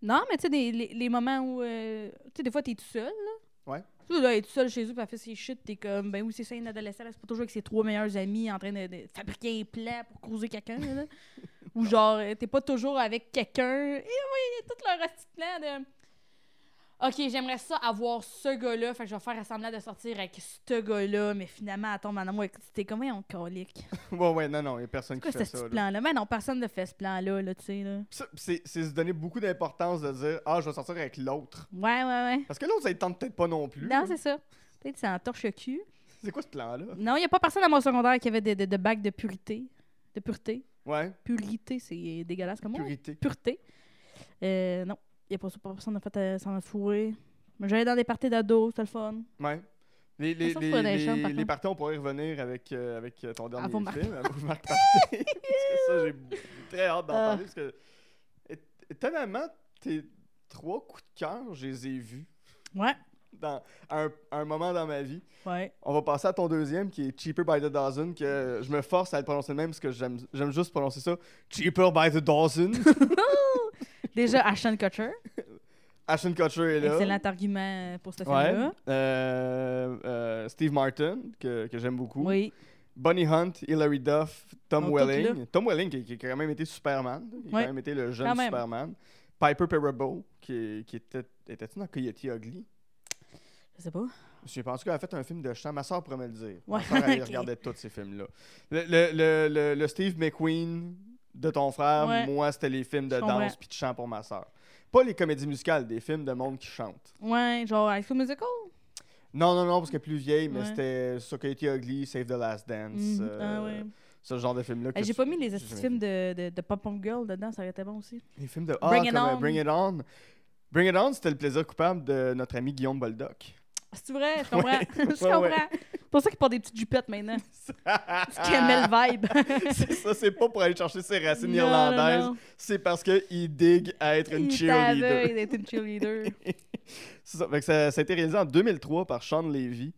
Speaker 3: Non, mais tu sais, des- les, les moments où. euh, tu sais, des fois, t'es tout seul, là.
Speaker 2: Ouais.
Speaker 3: Tu sais, là, être tout seul chez eux, puis elle fait ses shit, t'es comme, ben oui, c'est ça, une adolescente, c'est pas toujours avec ses trois meilleurs amis en train de, de fabriquer un plat pour causer quelqu'un, là. Ou genre, euh, t'es pas toujours avec quelqu'un. Et oui, tout leur petit plan de. OK, j'aimerais ça avoir ce gars-là. Fait que je vais faire semblant de sortir avec ce gars-là. Mais finalement, elle tombe en amour. avec- T'es comme, on colique.
Speaker 2: Ouais, ouais, non, non, y a personne
Speaker 3: C'est
Speaker 2: qui fait
Speaker 3: quoi ce petit
Speaker 2: ça. là.
Speaker 3: plan-là? Mais non, personne ne fait ce plan-là, là, tu sais. Là.
Speaker 2: Ça, C'est c'est se donner beaucoup d'importance de dire Ah, je vais sortir avec l'autre.
Speaker 3: Ouais, ouais, ouais.
Speaker 2: Parce que l'autre, ça ne tente peut-être pas non plus.
Speaker 3: Non, c'est ça. Peut-être que c'est en torche-cul.
Speaker 2: C'est quoi ce plan-là?
Speaker 3: Non, il n'y a pas personne à mon secondaire qui avait de, de, de bac de purité. De pureté.
Speaker 2: Ouais,
Speaker 3: Purité, c'est dégueulasse comme mot.
Speaker 2: purité.
Speaker 3: Pureté. Euh, non, il n'y a pas ça. pas Personne n'a fait euh, s'en fourrer. Mais j'allais dans des parties d'ados, c'était le fun.
Speaker 2: Ouais. Les, les,
Speaker 3: Ça,
Speaker 2: les,
Speaker 3: c'est pas dans les
Speaker 2: les-
Speaker 3: chambres, par
Speaker 2: les
Speaker 3: contre.
Speaker 2: parties, on pourrait y revenir avec, euh, avec euh, ton dernier
Speaker 3: vous,
Speaker 2: film.
Speaker 3: Marc.
Speaker 2: à vous, Marc Party. parce que ça, j'ai très hâte d'en
Speaker 3: Ah.
Speaker 2: parler. Parce que, é- étonnamment, tes trois coups de cœur, je les ai vus
Speaker 3: Ouais.
Speaker 2: dans, à, un, à un moment dans ma vie.
Speaker 3: Ouais.
Speaker 2: On va passer à ton deuxième, qui est Cheaper by the Dozen, que euh, je me force à le prononcer de même, parce que j'aime j'aime juste prononcer ça. Cheaper by the Dozen.
Speaker 3: Déjà, Ashton Kutcher.
Speaker 2: Ashton Kutcher est là.
Speaker 3: Excellent argument pour ce
Speaker 2: Ouais.
Speaker 3: film-là.
Speaker 2: Euh, euh, Steve Martin, que, que j'aime beaucoup.
Speaker 3: Oui.
Speaker 2: Bonnie Hunt, Hilary Duff, Tom
Speaker 3: Ils sont tous
Speaker 2: Welling. Tom Welling qui, qui a quand même été Superman. là, qui a
Speaker 3: Ouais.
Speaker 2: quand même été le jeune
Speaker 3: Quand même.
Speaker 2: Superman. Piper Perabo, qui, qui était. Était-tu dans Coyote Ugly?
Speaker 3: Je sais pas.
Speaker 2: Je suis pensé qu'elle a fait un film de chant. Ma soeur pourrait me le dire.
Speaker 3: Ouais,
Speaker 2: Ma soeur, elle
Speaker 3: ok.
Speaker 2: regardait tous ces films-là. Le, le- le- le- le Steve McQueen de ton frère,
Speaker 3: Ouais.
Speaker 2: moi, c'était les films de
Speaker 3: Je comprends.
Speaker 2: danse puis de chant pour ma soeur. Pas les comédies musicales, des films de monde qui chante.
Speaker 3: Ouais, genre High School Musical.
Speaker 2: Non, non, non, parce que plus vieille, mais
Speaker 3: Ouais.
Speaker 2: c'était Society Ugly, Save the Last Dance.
Speaker 3: Mhm.
Speaker 2: euh,
Speaker 3: Ah ouais.
Speaker 2: Ce genre de film-là. que
Speaker 3: Eh, J'ai
Speaker 2: tu-
Speaker 3: pas mis les
Speaker 2: j'ai
Speaker 3: petits
Speaker 2: jamais
Speaker 3: films de, de, de Pop Punk Girl dedans, ça aurait été bon aussi.
Speaker 2: vu. Les films de. Ah,
Speaker 3: Bring It
Speaker 2: comme, euh,
Speaker 3: On.
Speaker 2: Bring It On. Bring It On, c'était le plaisir coupable de notre ami Guillaume Boldoc.
Speaker 3: Ah, C'est vrai, je comprends.
Speaker 2: Ouais,
Speaker 3: je
Speaker 2: ouais,
Speaker 3: comprends.
Speaker 2: ouais.
Speaker 3: C'est pour ça qu'il porte des petites jupettes maintenant. Parce qu'il aimait
Speaker 2: Ah.
Speaker 3: le vibe.
Speaker 2: C'est ça, c'est pas pour aller chercher ses racines
Speaker 3: Non,
Speaker 2: irlandaises,
Speaker 3: non, non.
Speaker 2: c'est parce qu'il digue à être une
Speaker 3: Il était
Speaker 2: cheerleader.
Speaker 3: aveugle d'être une cheerleader.
Speaker 2: C'est ça. Fait que ça, ça a été réalisé en 2003 par Sean Levy.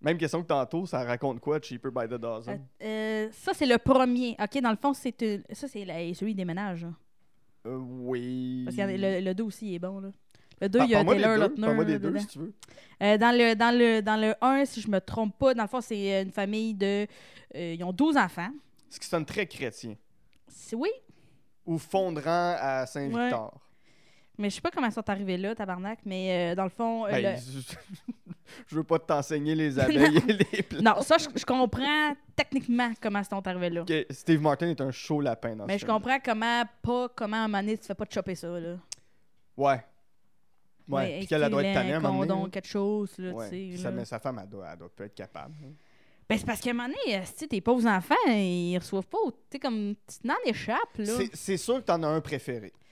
Speaker 2: Même question que tantôt, ça raconte quoi, Cheaper by the Dozen?
Speaker 3: Euh, ça, c'est le premier. OK, dans le fond, c'est une- ça, c'est la- celui des ménages. là.
Speaker 2: Euh, oui.
Speaker 3: Parce que le, le 2 aussi, il est bon. Là. Le 2,
Speaker 2: Hmm. Par-
Speaker 3: il y a
Speaker 2: parle-moi des
Speaker 3: Taylor
Speaker 2: deux,
Speaker 3: Lautner.
Speaker 2: parle-moi des
Speaker 3: là,
Speaker 2: deux,
Speaker 3: dedans.
Speaker 2: si tu veux.
Speaker 3: Euh, dans, le, dans, le, dans le 1, si je me trompe pas, dans le fond, c'est euh, une famille de... euh, ils ont 12 enfants.
Speaker 2: Ce qui sonne très chrétien.
Speaker 3: C'est- Oui,
Speaker 2: Ou fondrant à Saint-Victor.
Speaker 3: mais je sais pas comment ils sont arrivés là, tabarnak, mais euh, dans le fond... euh,
Speaker 2: Ben,
Speaker 3: le-
Speaker 2: je- je veux pas t'enseigner les abeilles et les plantes.
Speaker 3: Non, ça, je, je comprends techniquement comment ils sont arrivés là.
Speaker 2: Ok, Ah, Steve Martin est un chaud lapin dans
Speaker 3: Mais
Speaker 2: ce
Speaker 3: je
Speaker 2: film.
Speaker 3: comprends comment, pas comment, à un moment donné, tu fais pas de choper ça, là.
Speaker 2: Ouais. Ouais,
Speaker 3: Mais
Speaker 2: puis qu'elle elle doit être tannée
Speaker 3: écrivez-le,
Speaker 2: à un moment donné,
Speaker 3: condom,
Speaker 2: là.
Speaker 3: quelque chose, là,
Speaker 2: Ouais,
Speaker 3: tu
Speaker 2: puis
Speaker 3: sais.
Speaker 2: ça,
Speaker 3: là.
Speaker 2: mais sa femme, elle doit, elle doit pas être capable.
Speaker 3: Ben, c'est parce qu'à un moment donné, euh, si tes pauvres enfants, ils reçoivent pas, tu sais, comme, tu t'en échappes, là.
Speaker 2: C'est c'est sûr que t'en as un préféré.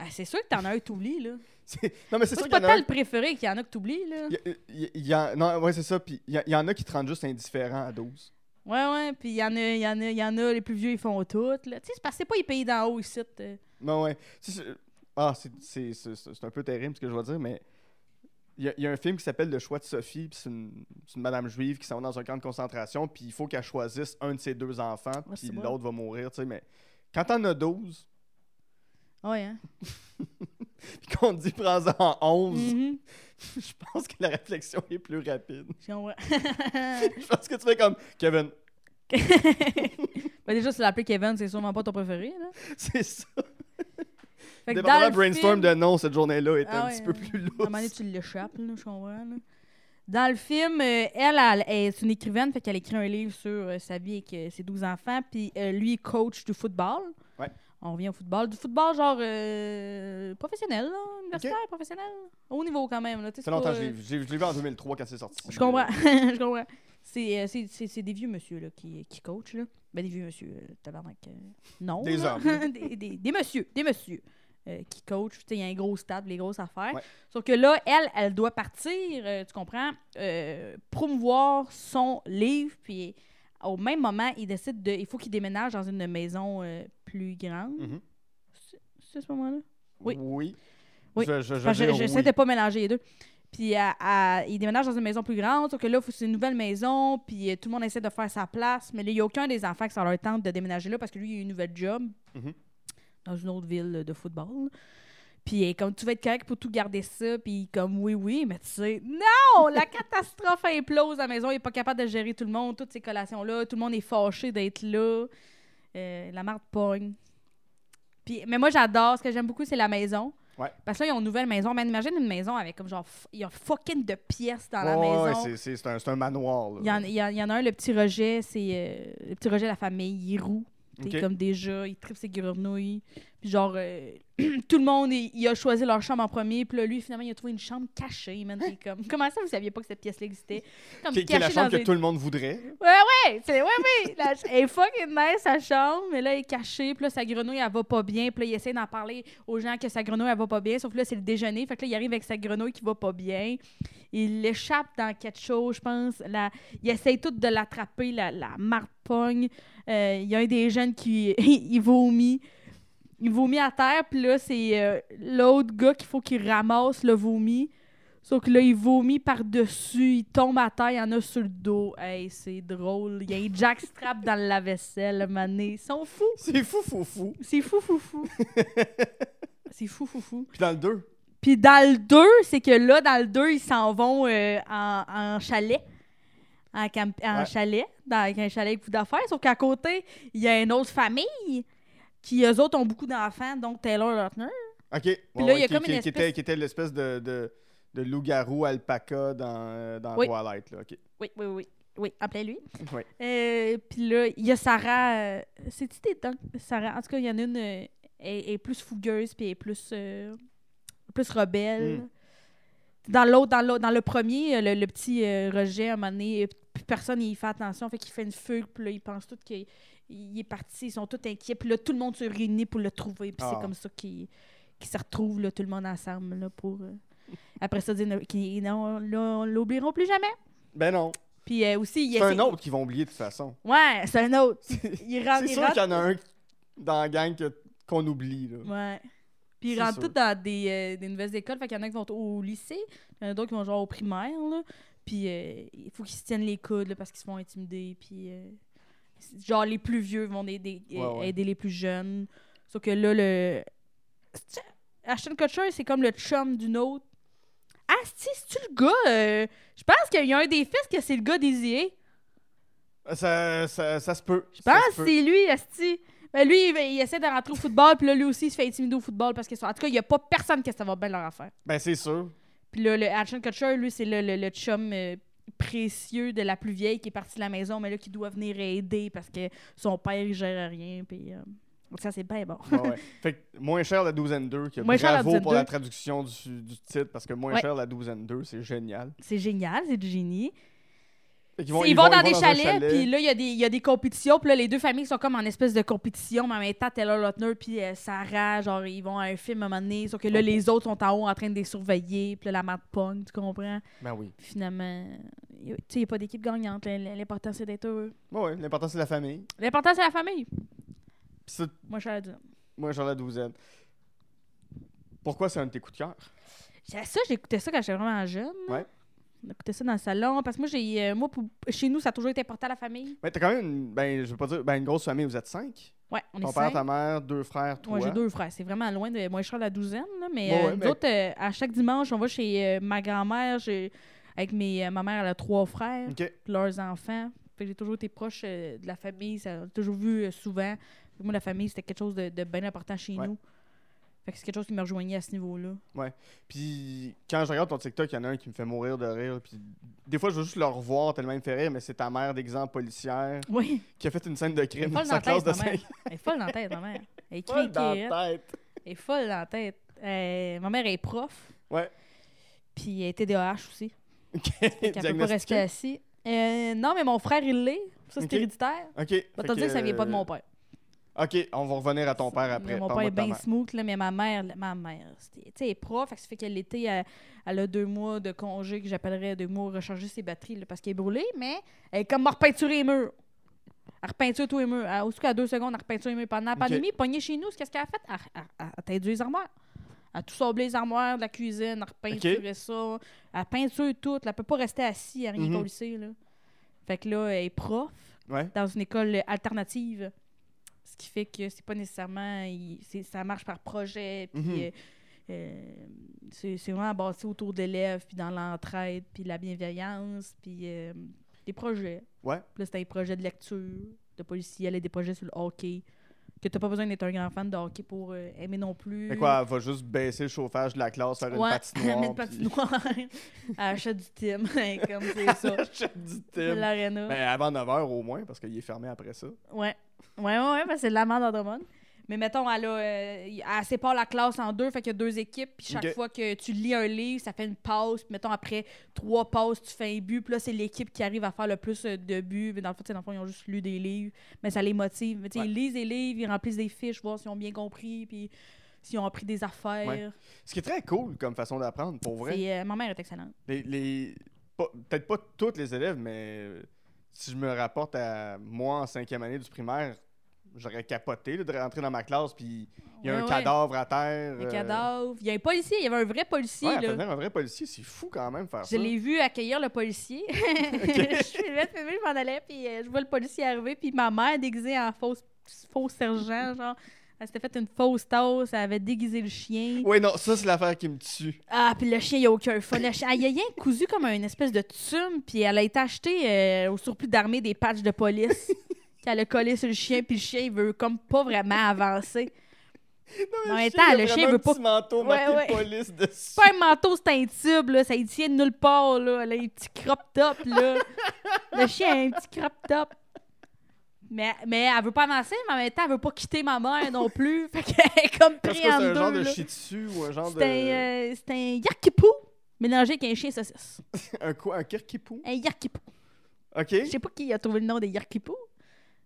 Speaker 3: Ah, C'est sûr que t'en as un que t'oublies, là.
Speaker 2: C'est- Non, mais c'est sûr
Speaker 3: Ça,
Speaker 2: qu'il
Speaker 3: C'est
Speaker 2: y
Speaker 3: pas
Speaker 2: en a
Speaker 3: tant
Speaker 2: un-
Speaker 3: le préféré qu'il y en a que t'oublies, là.
Speaker 2: il y a- il y a- Non, ouais, c'est ça. Puis il y, a- il y en a qui te rendent juste indifférent à 12.
Speaker 3: Ouais, ouais, puis il y en a, il y en a, il y en a, les plus vieux, ils font tout, là. Tu sais, c'est parce que c'est pas les pays d'en haut, ici, euh.
Speaker 2: Non, ouais. Tu sais, c'est- Ah, c'est- c'est c'est- c'est un peu terrible ce que je vais dire, mais il y, a- il y a un film qui s'appelle Le choix de Sophie. Puis c'est une, c'est une madame juive qui s'en va dans un camp de concentration. Puis il faut qu'elle choisisse un de ses deux enfants.
Speaker 3: Ouais,
Speaker 2: Puis
Speaker 3: c'est bon.
Speaker 2: l'autre va mourir, tu sais. Mais quand t'en as 12,
Speaker 3: Ouais, hein.
Speaker 2: puis qu'on te dit prends-en 11,
Speaker 3: Mhm.
Speaker 2: je pense que la réflexion est plus rapide.
Speaker 3: Puis on voit-
Speaker 2: je pense que tu fais comme Kevin,
Speaker 3: ben, déjà, si tu l'appelles Kevin, c'est sûrement pas ton préféré, là.
Speaker 2: c'est ça.
Speaker 3: Fait que
Speaker 2: Dépendamment
Speaker 3: dans
Speaker 2: de
Speaker 3: le
Speaker 2: brainstorm
Speaker 3: film-
Speaker 2: de non, cette journée-là est
Speaker 3: Ah
Speaker 2: un
Speaker 3: ouais,
Speaker 2: petit peu
Speaker 3: ouais.
Speaker 2: plus
Speaker 3: À un moment donné,
Speaker 2: lousse.
Speaker 3: tu l'échappes, là, je comprends. là. Dans le film, euh, elle, elle, elle est une écrivaine, fait qu'elle écrit un livre sur euh, sa vie avec euh, ses 12 enfants, puis euh, lui, il coach du football.
Speaker 2: Ouais.
Speaker 3: On revient au football. Du football, genre euh, professionnel, là, universitaire, professionnel. Haut niveau quand même. Là, tu sais,
Speaker 2: Ça fait
Speaker 3: c'est
Speaker 2: longtemps que
Speaker 3: pas,
Speaker 2: je l'ai
Speaker 3: euh,
Speaker 2: vu. J'ai- Je l'ai vu en 2003 quand c'est sorti.
Speaker 3: Je comprends. je comprends. C'est, euh, c'est, c'est, c'est des vieux monsieur là, qui, qui coachent. Là. Ben, des vieux monsieur, euh, tabarnak. euh, non.
Speaker 2: Des
Speaker 3: là.
Speaker 2: hommes.
Speaker 3: des, des, des messieurs. Des messieurs euh, qui coachent. Tu sais, Il y a un gros stade, les grosses affaires.
Speaker 2: Ouais.
Speaker 3: Sauf que là, elle, elle doit partir, euh, tu comprends, euh, promouvoir son livre. Puis au même moment, il décide de. Il faut qu'il déménage dans une maison euh, plus grande.
Speaker 2: Mhm.
Speaker 3: C'est, c'est à ce moment-là? Oui.
Speaker 2: Oui.
Speaker 3: Oui.
Speaker 2: Je, je, je
Speaker 3: Enfin, je-
Speaker 2: veux dire
Speaker 3: J'essaie
Speaker 2: oui.
Speaker 3: de pas mélanger les deux. Puis à- à- il déménage dans une maison plus grande, sauf que là, faut- c'est une nouvelle maison, puis euh, tout le monde essaie de faire sa place, mais là, il n'y a aucun des enfants qui ça leur tente de déménager là parce que lui, il a une nouvelle job
Speaker 2: Mhm.
Speaker 3: dans une autre ville de football. Puis elle est comme tu vas être correct pour tout garder ça, puis comme oui, oui, mais tu sais, non, Oh, la catastrophe implose, la maison, il n'est pas capable de gérer tout le monde, toutes ces collations-là, tout le monde est fâché d'être là, Euh, la marde pogne. Puis, mais moi, j'adore, ce que j'aime beaucoup, c'est la maison.
Speaker 2: Ouais.
Speaker 3: Parce que là, ils ont une nouvelle maison. Man, imagine une maison avec comme genre, f- il y a fucking de pièces dans la
Speaker 2: Ouais, ouais,
Speaker 3: maison.
Speaker 2: c'est- c'est c'est un, c'est un manoir. Là.
Speaker 3: Il y, en, il y en- il y en a un, le petit rejet, c'est euh, le petit rejet de la famille, il est roux. T'es
Speaker 2: Ok.
Speaker 3: comme déjà, il tripe ses grenouilles. Puis genre, euh, tout le monde, il, il a choisi leur chambre en premier. Puis là, lui, finalement, il a trouvé une chambre cachée, man. T'es comme, comment ça, vous saviez pas que cette pièce-là existait? Comme
Speaker 2: Qui, qui est la
Speaker 3: cachée
Speaker 2: chambre
Speaker 3: dans
Speaker 2: que
Speaker 3: un-
Speaker 2: tout le monde voudrait.
Speaker 3: Ouais, ouais, c'est, ouais, ouais. La, elle est fucking nice, sa chambre, mais là, elle est cachée. Puis là, sa grenouille, elle va pas bien. Puis là, il essaie d'en parler aux gens que sa grenouille, elle va pas bien. Sauf que là, c'est le déjeuner. Fait que là, il arrive avec sa grenouille qui va pas bien. Il l'échappe dans quelque chose, je pense. La, il essaie tout de l'attraper, la, la marde pogne. Euh, Il y a un des jeunes qui il vomit. Il vomit à terre, puis là, c'est euh, l'autre gars qu'il faut qu'il ramasse le vomi. Sauf que là, il vomit par-dessus, il tombe à terre, il y en a sur le dos. Hey, c'est drôle. Il y a un jackstrap dans la vaisselle, mané. Ils sont fous.
Speaker 2: C'est fou, fou, fou.
Speaker 3: C'est fou, fou, fou. c'est fou, fou, fou.
Speaker 2: Puis dans le 2.
Speaker 3: Puis dans le 2, c'est que là, dans le 2, ils s'en vont euh, en, en chalet. En, camp- en
Speaker 2: Ouais.
Speaker 3: chalet, dans, avec un chalet avec beaucoup d'affaires. Sauf qu'à côté, il y a une autre famille qui, eux autres, ont beaucoup d'enfants, donc Taylor Lautner.
Speaker 2: OK. Puis
Speaker 3: là, il y a comme
Speaker 2: qui,
Speaker 3: une
Speaker 2: qui était,
Speaker 3: espèce-
Speaker 2: qui était l'espèce de, de, de loup-garou alpaca dans, euh, dans
Speaker 3: Oui.
Speaker 2: Twilight. Là. OK.
Speaker 3: Oui, oui, oui. Oui, appelez-lui.
Speaker 2: Ouais.
Speaker 3: Euh, puis là, il y a Sarah. euh, C'est-tu des dents? Sarah, en tout cas, il y en a une. euh, elle, elle est plus fougueuse, puis elle est plus. euh, plus rebelle.
Speaker 2: Mm.
Speaker 3: Dans l'autre, dans l'autre, dans le premier, le, le petit euh, Roger, à un moment donné, plus personne n'y fait attention, fait qu'il fait une fugue, puis là, il pense tout qu'il il est parti, ils sont tous inquiets, puis là, tout le monde se réunit pour le trouver, puis
Speaker 2: Ah.
Speaker 3: c'est comme ça qu'il qu'ils se retrouvent, là, tout le monde ensemble, là, pour... euh, après ça, dire ne- qu'ils- non, là, on l'oublieront plus jamais.
Speaker 2: Ben non.
Speaker 3: Puis euh, aussi, il
Speaker 2: C'est un
Speaker 3: essaie-
Speaker 2: autre qu'ils vont oublier de toute façon.
Speaker 3: Ouais, c'est un autre.
Speaker 2: C'est
Speaker 3: Il rentre, il
Speaker 2: sûr
Speaker 3: rentre-
Speaker 2: qu'il y en a un dans la gang que- qu'on oublie. Là.
Speaker 3: Ouais. Puis ils
Speaker 2: C'est
Speaker 3: rentrent
Speaker 2: sûr.
Speaker 3: tous dans des, euh, des nouvelles écoles. Fait qu'il y en a qui vont au lycée, il y en a d'autres qui vont genre au primaire, là. Puis euh, il faut qu'ils se tiennent les coudes, là, parce qu'ils se font intimider. Puis euh, c'est- genre les plus vieux vont aider,
Speaker 2: Ouais, ouais.
Speaker 3: aider les plus jeunes. Sauf que là, le... C'est-tu- Ashton Kutcher, c'est comme le chum d'une autre. Ah, si, c'est-tu le gars? euh, Je pense qu'il y a un des fils que c'est le gars désiré.
Speaker 2: Ça, ça, ça se peut.
Speaker 3: Je
Speaker 2: Ça
Speaker 3: pense
Speaker 2: se
Speaker 3: que
Speaker 2: peut.
Speaker 3: c'est lui, Asti. Ben lui, il, il essaie de rentrer au football, puis là, lui aussi, il se fait intimider au football parce que, en tout cas, il n'y a pas personne qui ça va bien leur affaire.
Speaker 2: Ben c'est sûr.
Speaker 3: Puis là, le Action Kutcher, lui, c'est le, le, le chum euh, précieux de la plus vieille qui est partie de la maison, mais là, qui doit venir aider parce que son père, il gère rien, puis euh, donc ça, c'est bien bon.
Speaker 2: Ouais, ouais. Fait que moins cher la douzaine 2, que
Speaker 3: Moins cher la
Speaker 2: bravo
Speaker 3: douzaine
Speaker 2: pour
Speaker 3: deux.
Speaker 2: la traduction du, du titre, parce que moins
Speaker 3: Ouais.
Speaker 2: cher la douzaine 2, c'est génial.
Speaker 3: C'est génial, c'est du génie.
Speaker 2: Fait qu'ils
Speaker 3: Ils vont,
Speaker 2: ils
Speaker 3: dans
Speaker 2: ils
Speaker 3: des
Speaker 2: un
Speaker 3: chalets,
Speaker 2: chalet.
Speaker 3: puis là, il y, a des- il y a des compétitions, puis là, les deux familles sont comme en espèce de compétition, mais en même temps, Taylor Lautner puis euh, Sarah, genre, ils vont à un film à un moment donné, sauf que là, les autres sont en haut en train de les surveiller, puis là, la map pogne, tu comprends?
Speaker 2: Ben oui.
Speaker 3: Puis finalement, y a- tu sais, il n'y a pas d'équipe gagnante, là, l'important, c'est d'être heureux.
Speaker 2: Ouais, ouais, l'important c'est la famille.
Speaker 3: L'important, c'est la famille.
Speaker 2: Puis c'est
Speaker 3: Moi, je suis à la dune.
Speaker 2: moins cher la douzaine. Pourquoi c'est un de tes coups de cœur?
Speaker 3: J'ai- Ça, j'écoutais ça quand j'étais vraiment jeune.
Speaker 2: Ouais.
Speaker 3: On écoutait ça dans le salon, parce que moi, j'ai, euh, moi pour- chez nous, ça a toujours été important, la famille.
Speaker 2: Ben t'as quand même, une, ben je veux pas dire, ben une grosse famille, vous êtes cinq.
Speaker 3: Ouais, on
Speaker 2: Ton
Speaker 3: est
Speaker 2: père,
Speaker 3: cinq.
Speaker 2: ta mère, deux frères, toi.
Speaker 3: Moi, j'ai deux frères. C'est vraiment loin de. Moi, je suis à la douzaine, là, mais
Speaker 2: Ouais,
Speaker 3: euh,
Speaker 2: ouais,
Speaker 3: nous
Speaker 2: mais-
Speaker 3: autres, euh, à chaque dimanche, on va chez euh, ma grand-mère. j'ai- Avec mes, euh, ma mère, elle a trois frères,
Speaker 2: Ok.
Speaker 3: puis leurs enfants. Fait que j'ai toujours été proche euh, de la famille. Ça, on l'a toujours vu euh, souvent. Pour moi, la famille, c'était quelque chose de, de bien important chez
Speaker 2: Ouais.
Speaker 3: nous. Fait que c'est quelque chose qui me rejoignait à ce niveau-là.
Speaker 2: Puis quand je regarde ton TikTok, il y en a un qui me fait mourir de rire. Puis des fois, je veux juste le revoir tellement il me fait rire, mais c'est ta mère d'exemple policière
Speaker 3: Oui,
Speaker 2: qui a fait une scène de crime
Speaker 3: folle
Speaker 2: dans
Speaker 3: dans la
Speaker 2: sa classe
Speaker 3: tête,
Speaker 2: de
Speaker 3: ma mère.
Speaker 2: 5
Speaker 3: elle est folle dans la tête, ma mère. Elle écrit,
Speaker 2: Folle dans
Speaker 3: elle
Speaker 2: la tête.
Speaker 3: est folle dans la tête. Euh, ma mère est prof,
Speaker 2: Ouais.
Speaker 3: puis elle est TDAH aussi.
Speaker 2: OK.
Speaker 3: Elle peut pas rester
Speaker 2: Diagnostiqué.
Speaker 3: assise. Euh, non, mais mon frère, il l'est. Ça, c'est
Speaker 2: Ok.
Speaker 3: héréditaire.
Speaker 2: OK. Fait
Speaker 3: Va te dire que ça vient pas de mon
Speaker 2: euh,
Speaker 3: père.
Speaker 2: OK, on va revenir à ton père après.
Speaker 3: Mon père
Speaker 2: Parle-moi
Speaker 3: est
Speaker 2: de ta
Speaker 3: bien
Speaker 2: mère.
Speaker 3: smooth, là, mais ma mère, la- ma mère, c'était- tu sais, elle est prof, fait que ça fait que l'été, elle, elle a deux mois de congé que j'appellerais deux mois recharger ses batteries là, parce qu'elle est brûlée, mais elle est comme à repeinturer les murs. Elle repeinture tous les murs. Elle, au qu'à deux secondes, elle repeinture les murs. Pendant la
Speaker 2: Ok.
Speaker 3: pandémie, pognée chez nous, qu'est-ce qu'elle a fait? Elle, elle, elle- elle teinture les armoires. Elle a tout sablé les armoires de la cuisine, elle repeinturait ça. Elle peinture tout. Elle peut pas rester assise à rien
Speaker 2: Mhm.
Speaker 3: qu'au lycée, là. Fait que là, elle est prof
Speaker 2: Ouais.
Speaker 3: dans une école alternative. Ce qui fait que c'est pas nécessairement. il- c'est- ça marche par projet. Puis
Speaker 2: Mhm.
Speaker 3: euh, euh, c'est c'est vraiment bâti autour de l'élève, puis dans l'entraide, puis la bienveillance, puis euh, des projets.
Speaker 2: Ouais.
Speaker 3: Puis là, c'était des projets de lecture, de policier, et des projets sur le hockey. Que t'as pas besoin d'être un grand fan de hockey pour euh, aimer non plus.
Speaker 2: Fait quoi, elle va juste baisser le chauffage de la classe, faire
Speaker 3: Ouais,
Speaker 2: une patinoire.
Speaker 3: mettre patinoire. Elle achète du team, comme c'est
Speaker 2: puis-
Speaker 3: ça.
Speaker 2: Je te dis, Tim.
Speaker 3: L'aréna.
Speaker 2: Ben, avant 9h au moins, parce qu'il est fermé après ça.
Speaker 3: Ouais. Ouais, ouais, ouais, parce que c'est de la merde en demande. Mais mettons, elle, a, euh, y- elle sépare la classe en deux, fait qu'il y a deux équipes, puis chaque
Speaker 2: Ok.
Speaker 3: fois que tu lis un livre, ça fait une pause, puis mettons, après trois pauses, tu fais un but, puis là, c'est l'équipe qui arrive à faire le plus euh, de buts, mais dans le fond, tu sais, dans le fond, ils ont juste lu des livres, mais ça les motive. Mais tu sais,
Speaker 2: Ouais.
Speaker 3: ils lisent des livres, ils remplissent des fiches, voir s'ils ont bien compris, puis s'ils ont appris des affaires.
Speaker 2: Ouais. Ce qui est très cool comme façon d'apprendre, pour vrai.
Speaker 3: C'est, euh, ma mère est excellente.
Speaker 2: Les, les- pas- Peut-être pas tous les élèves, mais euh, si je me rapporte à moi en cinquième année du primaire, j'aurais capoté là, de rentrer dans ma classe, puis il y a
Speaker 3: Ouais,
Speaker 2: un
Speaker 3: ouais.
Speaker 2: cadavre à terre.
Speaker 3: Un
Speaker 2: euh,
Speaker 3: cadavre. Il y a un policier, il y avait un vrai policier,
Speaker 2: ouais, à
Speaker 3: là.
Speaker 2: devenir un vrai policier, c'est fou quand même faire
Speaker 3: Je
Speaker 2: ça.
Speaker 3: l'ai vu accueillir le policier. je filmais, je filmais, je m'en allais, puis euh, je vois le policier arriver, puis ma mère déguisée en fausse, faux sergent, genre. Elle s'était fait une fausse tasse, elle avait déguisé le chien.
Speaker 2: Oui, non, ça c'est l'affaire qui me tue.
Speaker 3: Ah, puis le chien, il a aucun fun. Le chien, elle y a rien cousu comme une espèce de tume, puis elle a été achetée euh, au surplus d'armée des patchs de police. qu'elle a collé sur le chien, puis le chien, il veut comme pas vraiment avancer.
Speaker 2: Non,
Speaker 3: En même
Speaker 2: il
Speaker 3: temps,
Speaker 2: a
Speaker 3: le
Speaker 2: vraiment
Speaker 3: chien
Speaker 2: un
Speaker 3: veut pas-
Speaker 2: petit manteau
Speaker 3: Ouais,
Speaker 2: marqué
Speaker 3: ouais.
Speaker 2: police dessus.
Speaker 3: C'est pas un manteau, c'est un tube, là. Ça y tient de nulle part, là. Elle a un petit crop top, là. Le chien a un petit crop top. Mais, mais elle veut pas avancer, mais en même temps, elle veut pas quitter ma mère non plus. fait qu'elle est comme
Speaker 2: Parce
Speaker 3: prise
Speaker 2: que c'est
Speaker 3: en
Speaker 2: un
Speaker 3: deux.
Speaker 2: genre de
Speaker 3: là.
Speaker 2: shih tzu ou un genre
Speaker 3: C'est
Speaker 2: de.
Speaker 3: un, euh, c'est un yarkipou mélangé avec un chien saucisse.
Speaker 2: Un quoi Un kirkipou
Speaker 3: Un yarkipou.
Speaker 2: Ok.
Speaker 3: Je sais pas qui a trouvé le nom des yarkipou,